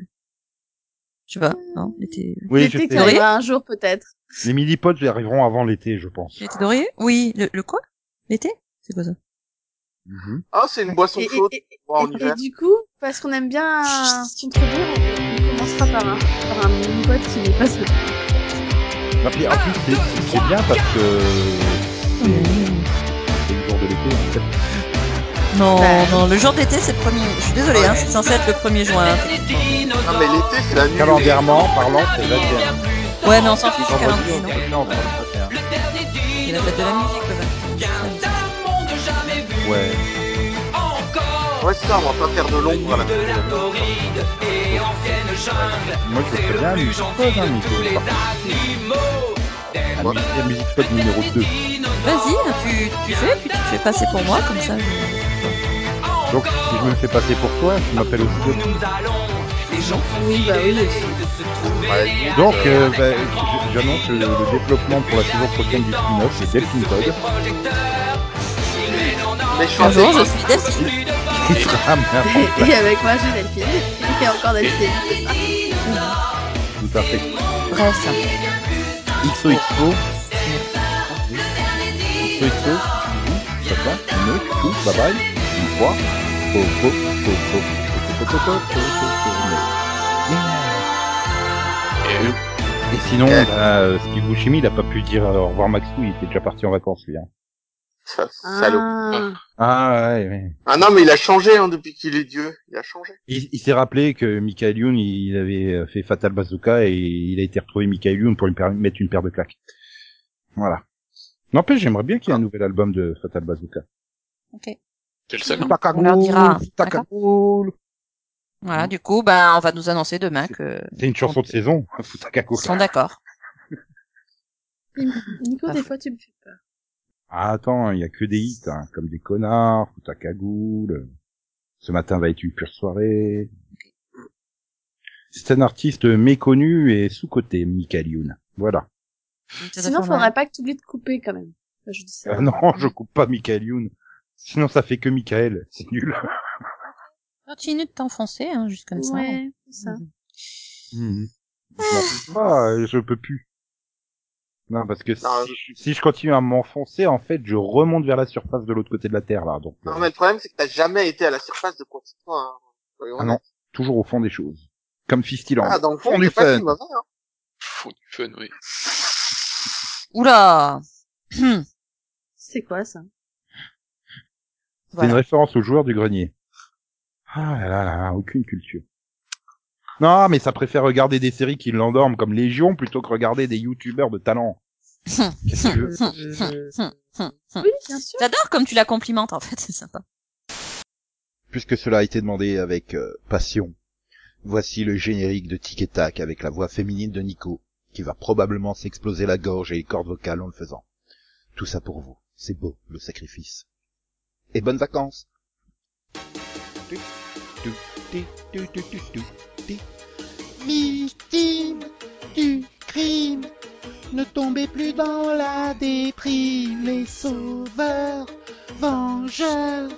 [SPEAKER 3] Je sais pas, non, l'été...
[SPEAKER 1] Oui, je
[SPEAKER 4] L'été
[SPEAKER 1] sais.
[SPEAKER 4] quand même, un jour peut-être.
[SPEAKER 1] Les mini-pods ils arriveront avant l'été, je pense.
[SPEAKER 3] L'été d'oreiller Oui, le, le quoi L'été C'est quoi ça
[SPEAKER 1] Mhm.
[SPEAKER 2] Ah, c'est une boisson
[SPEAKER 4] Et, et-
[SPEAKER 2] chaude,
[SPEAKER 4] et-
[SPEAKER 2] pour boire en
[SPEAKER 4] et- et
[SPEAKER 2] hiver.
[SPEAKER 4] du coup, parce qu'on aime bien euh, son trop beau, on commencera par un, par un mini pote qui n'est pas ce
[SPEAKER 1] Ah, puis, en plus, c'est- c'est c'est bien parce que c'est c'est le jour de l'été, en fait.
[SPEAKER 3] Non,
[SPEAKER 4] Bah.
[SPEAKER 3] non, le jour d'été, c'est le premier... Je suis désolée, hein, c'est censé être le 1er juin. hein.
[SPEAKER 2] Ah, mais l'été, c'est la nuit.
[SPEAKER 1] Calendairement parlant, c'est le 21.
[SPEAKER 3] Ouais, mais on s'en fiche du
[SPEAKER 1] Vendredi,
[SPEAKER 3] calendrier,
[SPEAKER 1] on
[SPEAKER 3] non
[SPEAKER 1] peut- non, on peut le faire.
[SPEAKER 3] C'est la fête de la musique, le 20.
[SPEAKER 1] Ouais.
[SPEAKER 2] Ouais, c'est ça, on va pas faire de l'ombre à la
[SPEAKER 1] Moi, je ferais bien une pause, hein, Nico. par contre. La musique pop numéro 2.
[SPEAKER 3] Vas-y, tu, tu fais, puis tu te fais passer pour moi, comme ça. je-
[SPEAKER 1] Donc, si je me fais passer pour toi, je m'appelle aussi Delphine.
[SPEAKER 4] Oui, bah oui.
[SPEAKER 1] Donc, euh, bah, je- j'annonce le, le développement pour la saison prochaine du spin-off, c'est Delphine Pod.
[SPEAKER 2] Mais je suis
[SPEAKER 3] Bonjour,
[SPEAKER 4] Ah
[SPEAKER 2] assez-
[SPEAKER 3] je suis Delphine.
[SPEAKER 1] qui sera mis en place.
[SPEAKER 4] et avec moi, j'ai Delphine. Et encore Delphine.
[SPEAKER 1] Tout à fait.
[SPEAKER 3] Bref.
[SPEAKER 1] XOXO. XOXO. Ça va, un autre, tout, bye bye. Une fois. Po, po, po, po, po, po, po, po, po, po, po, po. Yeah.
[SPEAKER 5] Et, euh,
[SPEAKER 1] Et sinon, là, euh, Steve Buscemi, il a pas pu dire euh, au revoir Maxou, il était déjà parti en vacances, lui. Hein.
[SPEAKER 2] Salaud.
[SPEAKER 4] Ah.
[SPEAKER 1] Ah ouais, ouais.
[SPEAKER 2] Ah non, mais il a changé hein, depuis qu'il est Dieu. Il a changé.
[SPEAKER 1] Il, il s'est rappelé que Michael Youn, il avait fait Fatal Bazooka et il a été retrouvé Michael Youn pour lui per- mettre une paire de claques. Voilà. N'empêche, j'aimerais bien qu'il y ait un nouvel album de Fatal Bazooka.
[SPEAKER 5] c'est le seul. hein.
[SPEAKER 1] Putain,
[SPEAKER 3] On leur
[SPEAKER 1] cagoule,
[SPEAKER 3] dira,
[SPEAKER 1] putain,
[SPEAKER 3] d'accord
[SPEAKER 1] cagoule.
[SPEAKER 3] Voilà, du coup, ben, on va nous annoncer demain que
[SPEAKER 1] C'est une chanson de saison. hein, Putain,
[SPEAKER 3] ils
[SPEAKER 1] cagoule.
[SPEAKER 3] sont d'accord.
[SPEAKER 4] Nico,
[SPEAKER 3] Parfait.
[SPEAKER 4] des fois, tu me fais peur.
[SPEAKER 1] Ah, attends, il y a que des hits, hein, comme des connards, Fouta cagoule. Ce matin va être une pure soirée. C'est un artiste méconnu et sous-coté, Michael Youn. Voilà.
[SPEAKER 4] Sinon, faudrait pas que tu oublies de couper quand même. Enfin, Je dis ça.
[SPEAKER 1] Ah non, je coupe pas Michael Youn. Sinon, ça fait que Michael. C'est nul.
[SPEAKER 3] Continue de t'enfoncer, hein, juste comme ça.
[SPEAKER 4] ouais, c'est ça.
[SPEAKER 1] Je m'en fous pas, euh, je peux plus. Non, parce que si,
[SPEAKER 2] Non,
[SPEAKER 1] si je continue à m'enfoncer, en fait, je remonte vers la surface de l'autre côté de la Terre, là. Donc, euh,
[SPEAKER 2] Non, mais le problème, c'est que t'as jamais été à la surface de quoi que ce soit. hein. Soyons
[SPEAKER 1] Ah non.
[SPEAKER 2] honnêtes.
[SPEAKER 1] toujours au fond des choses. Comme Fistiland.
[SPEAKER 2] Ah, dans le fond,
[SPEAKER 1] Fond du
[SPEAKER 2] c'est pas
[SPEAKER 1] fun.
[SPEAKER 2] si mauvais. Hein.
[SPEAKER 5] Fou du fun, oui.
[SPEAKER 3] Oula
[SPEAKER 4] C'est quoi ça
[SPEAKER 1] C'est une
[SPEAKER 3] voilà.
[SPEAKER 1] référence au joueur du grenier. Ah là là là, aucune culture. Non, mais ça préfère regarder des séries qui l'endorment comme Légion plutôt que regarder des youtubeurs de talent. Qu'est-ce que tu veux
[SPEAKER 4] Oui, bien sûr.
[SPEAKER 3] J'adore comme tu la complimentes, en fait, c'est sympa.
[SPEAKER 10] Puisque cela a été demandé avec euh, passion, voici le générique de Tic et Tac avec la voix féminine de Nico, qui va probablement s'exploser la gorge et les cordes vocales en le faisant. Tout ça pour vous. C'est beau, le sacrifice. Et bonnes vacances
[SPEAKER 11] Mystine du crime, ne tombez plus dans la déprime, les sauveurs, vengeurs,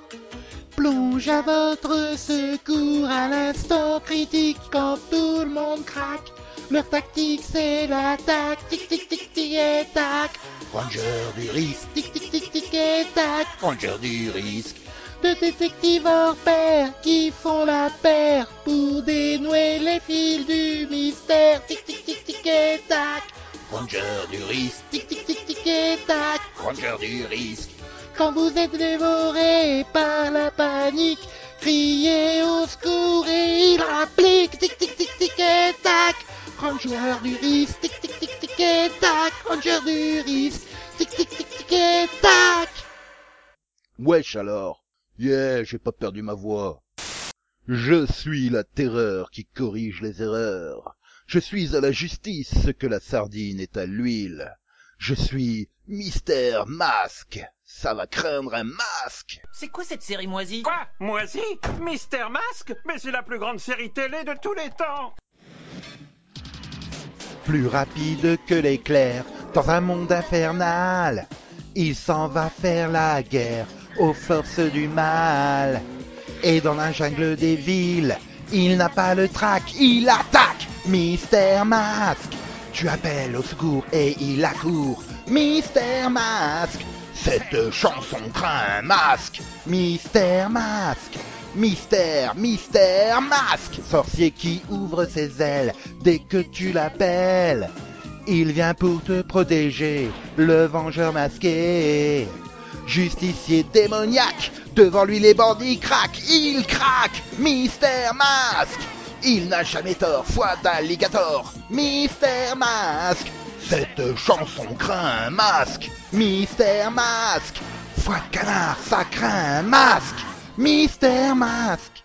[SPEAKER 11] plonge à votre secours à l'instant critique quand tout le monde craque. Leur tactique c'est l'attaque, tic tic tic tic et tac,
[SPEAKER 10] Ranger du risque,
[SPEAKER 11] tic tic tic tic et tac.
[SPEAKER 10] Ranger du risque.
[SPEAKER 11] de détectives hors pair qui font la paire pour dénouer les fils du mystère. Tic tic tic tic et tac,
[SPEAKER 10] Ranger du risque,
[SPEAKER 11] tic tic tic tic et tac.
[SPEAKER 10] Ranger du risque.
[SPEAKER 11] Quand vous êtes dévoré par la panique, criez au secours et il rapplique. Tic tic tic tic et tac, ranger du risque. Tic tic tic tic et tac, ranger du risque. Tic tic tic tic et tac.
[SPEAKER 10] Wesh alors Yeah, j'ai pas perdu ma voix. Je suis la terreur qui corrige les erreurs. Je suis à la justice ce que la sardine est à l'huile. Je suis Mystère Masque. Ça va craindre un masque.
[SPEAKER 12] C'est quoi cette série moisie
[SPEAKER 13] Quoi Moi aussi Mister Masque Mais c'est la plus grande série télé de tous les temps
[SPEAKER 11] plus rapide que l'éclair dans un monde infernal. Il s'en va faire la guerre aux forces du mal. Et dans la jungle des villes, il n'a pas le trac, il attaque Mister Masque. Tu appelles au secours et il accourt. Mister Masque.
[SPEAKER 10] Cette chanson craint un masque.
[SPEAKER 11] Mister Masque Mystère, mystère, masque Sorcier qui ouvre ses ailes dès que tu l'appelles. Il vient pour te protéger, le vengeur masqué. Justicier démoniaque, devant lui les bandits craquent, il craque Mystère Masque Il n'a jamais tort, foi d'alligator Mystère Masque
[SPEAKER 10] Cette chanson craint un masque.
[SPEAKER 11] Mystère Masque Foi de canard, ça craint un masque Mystère Masque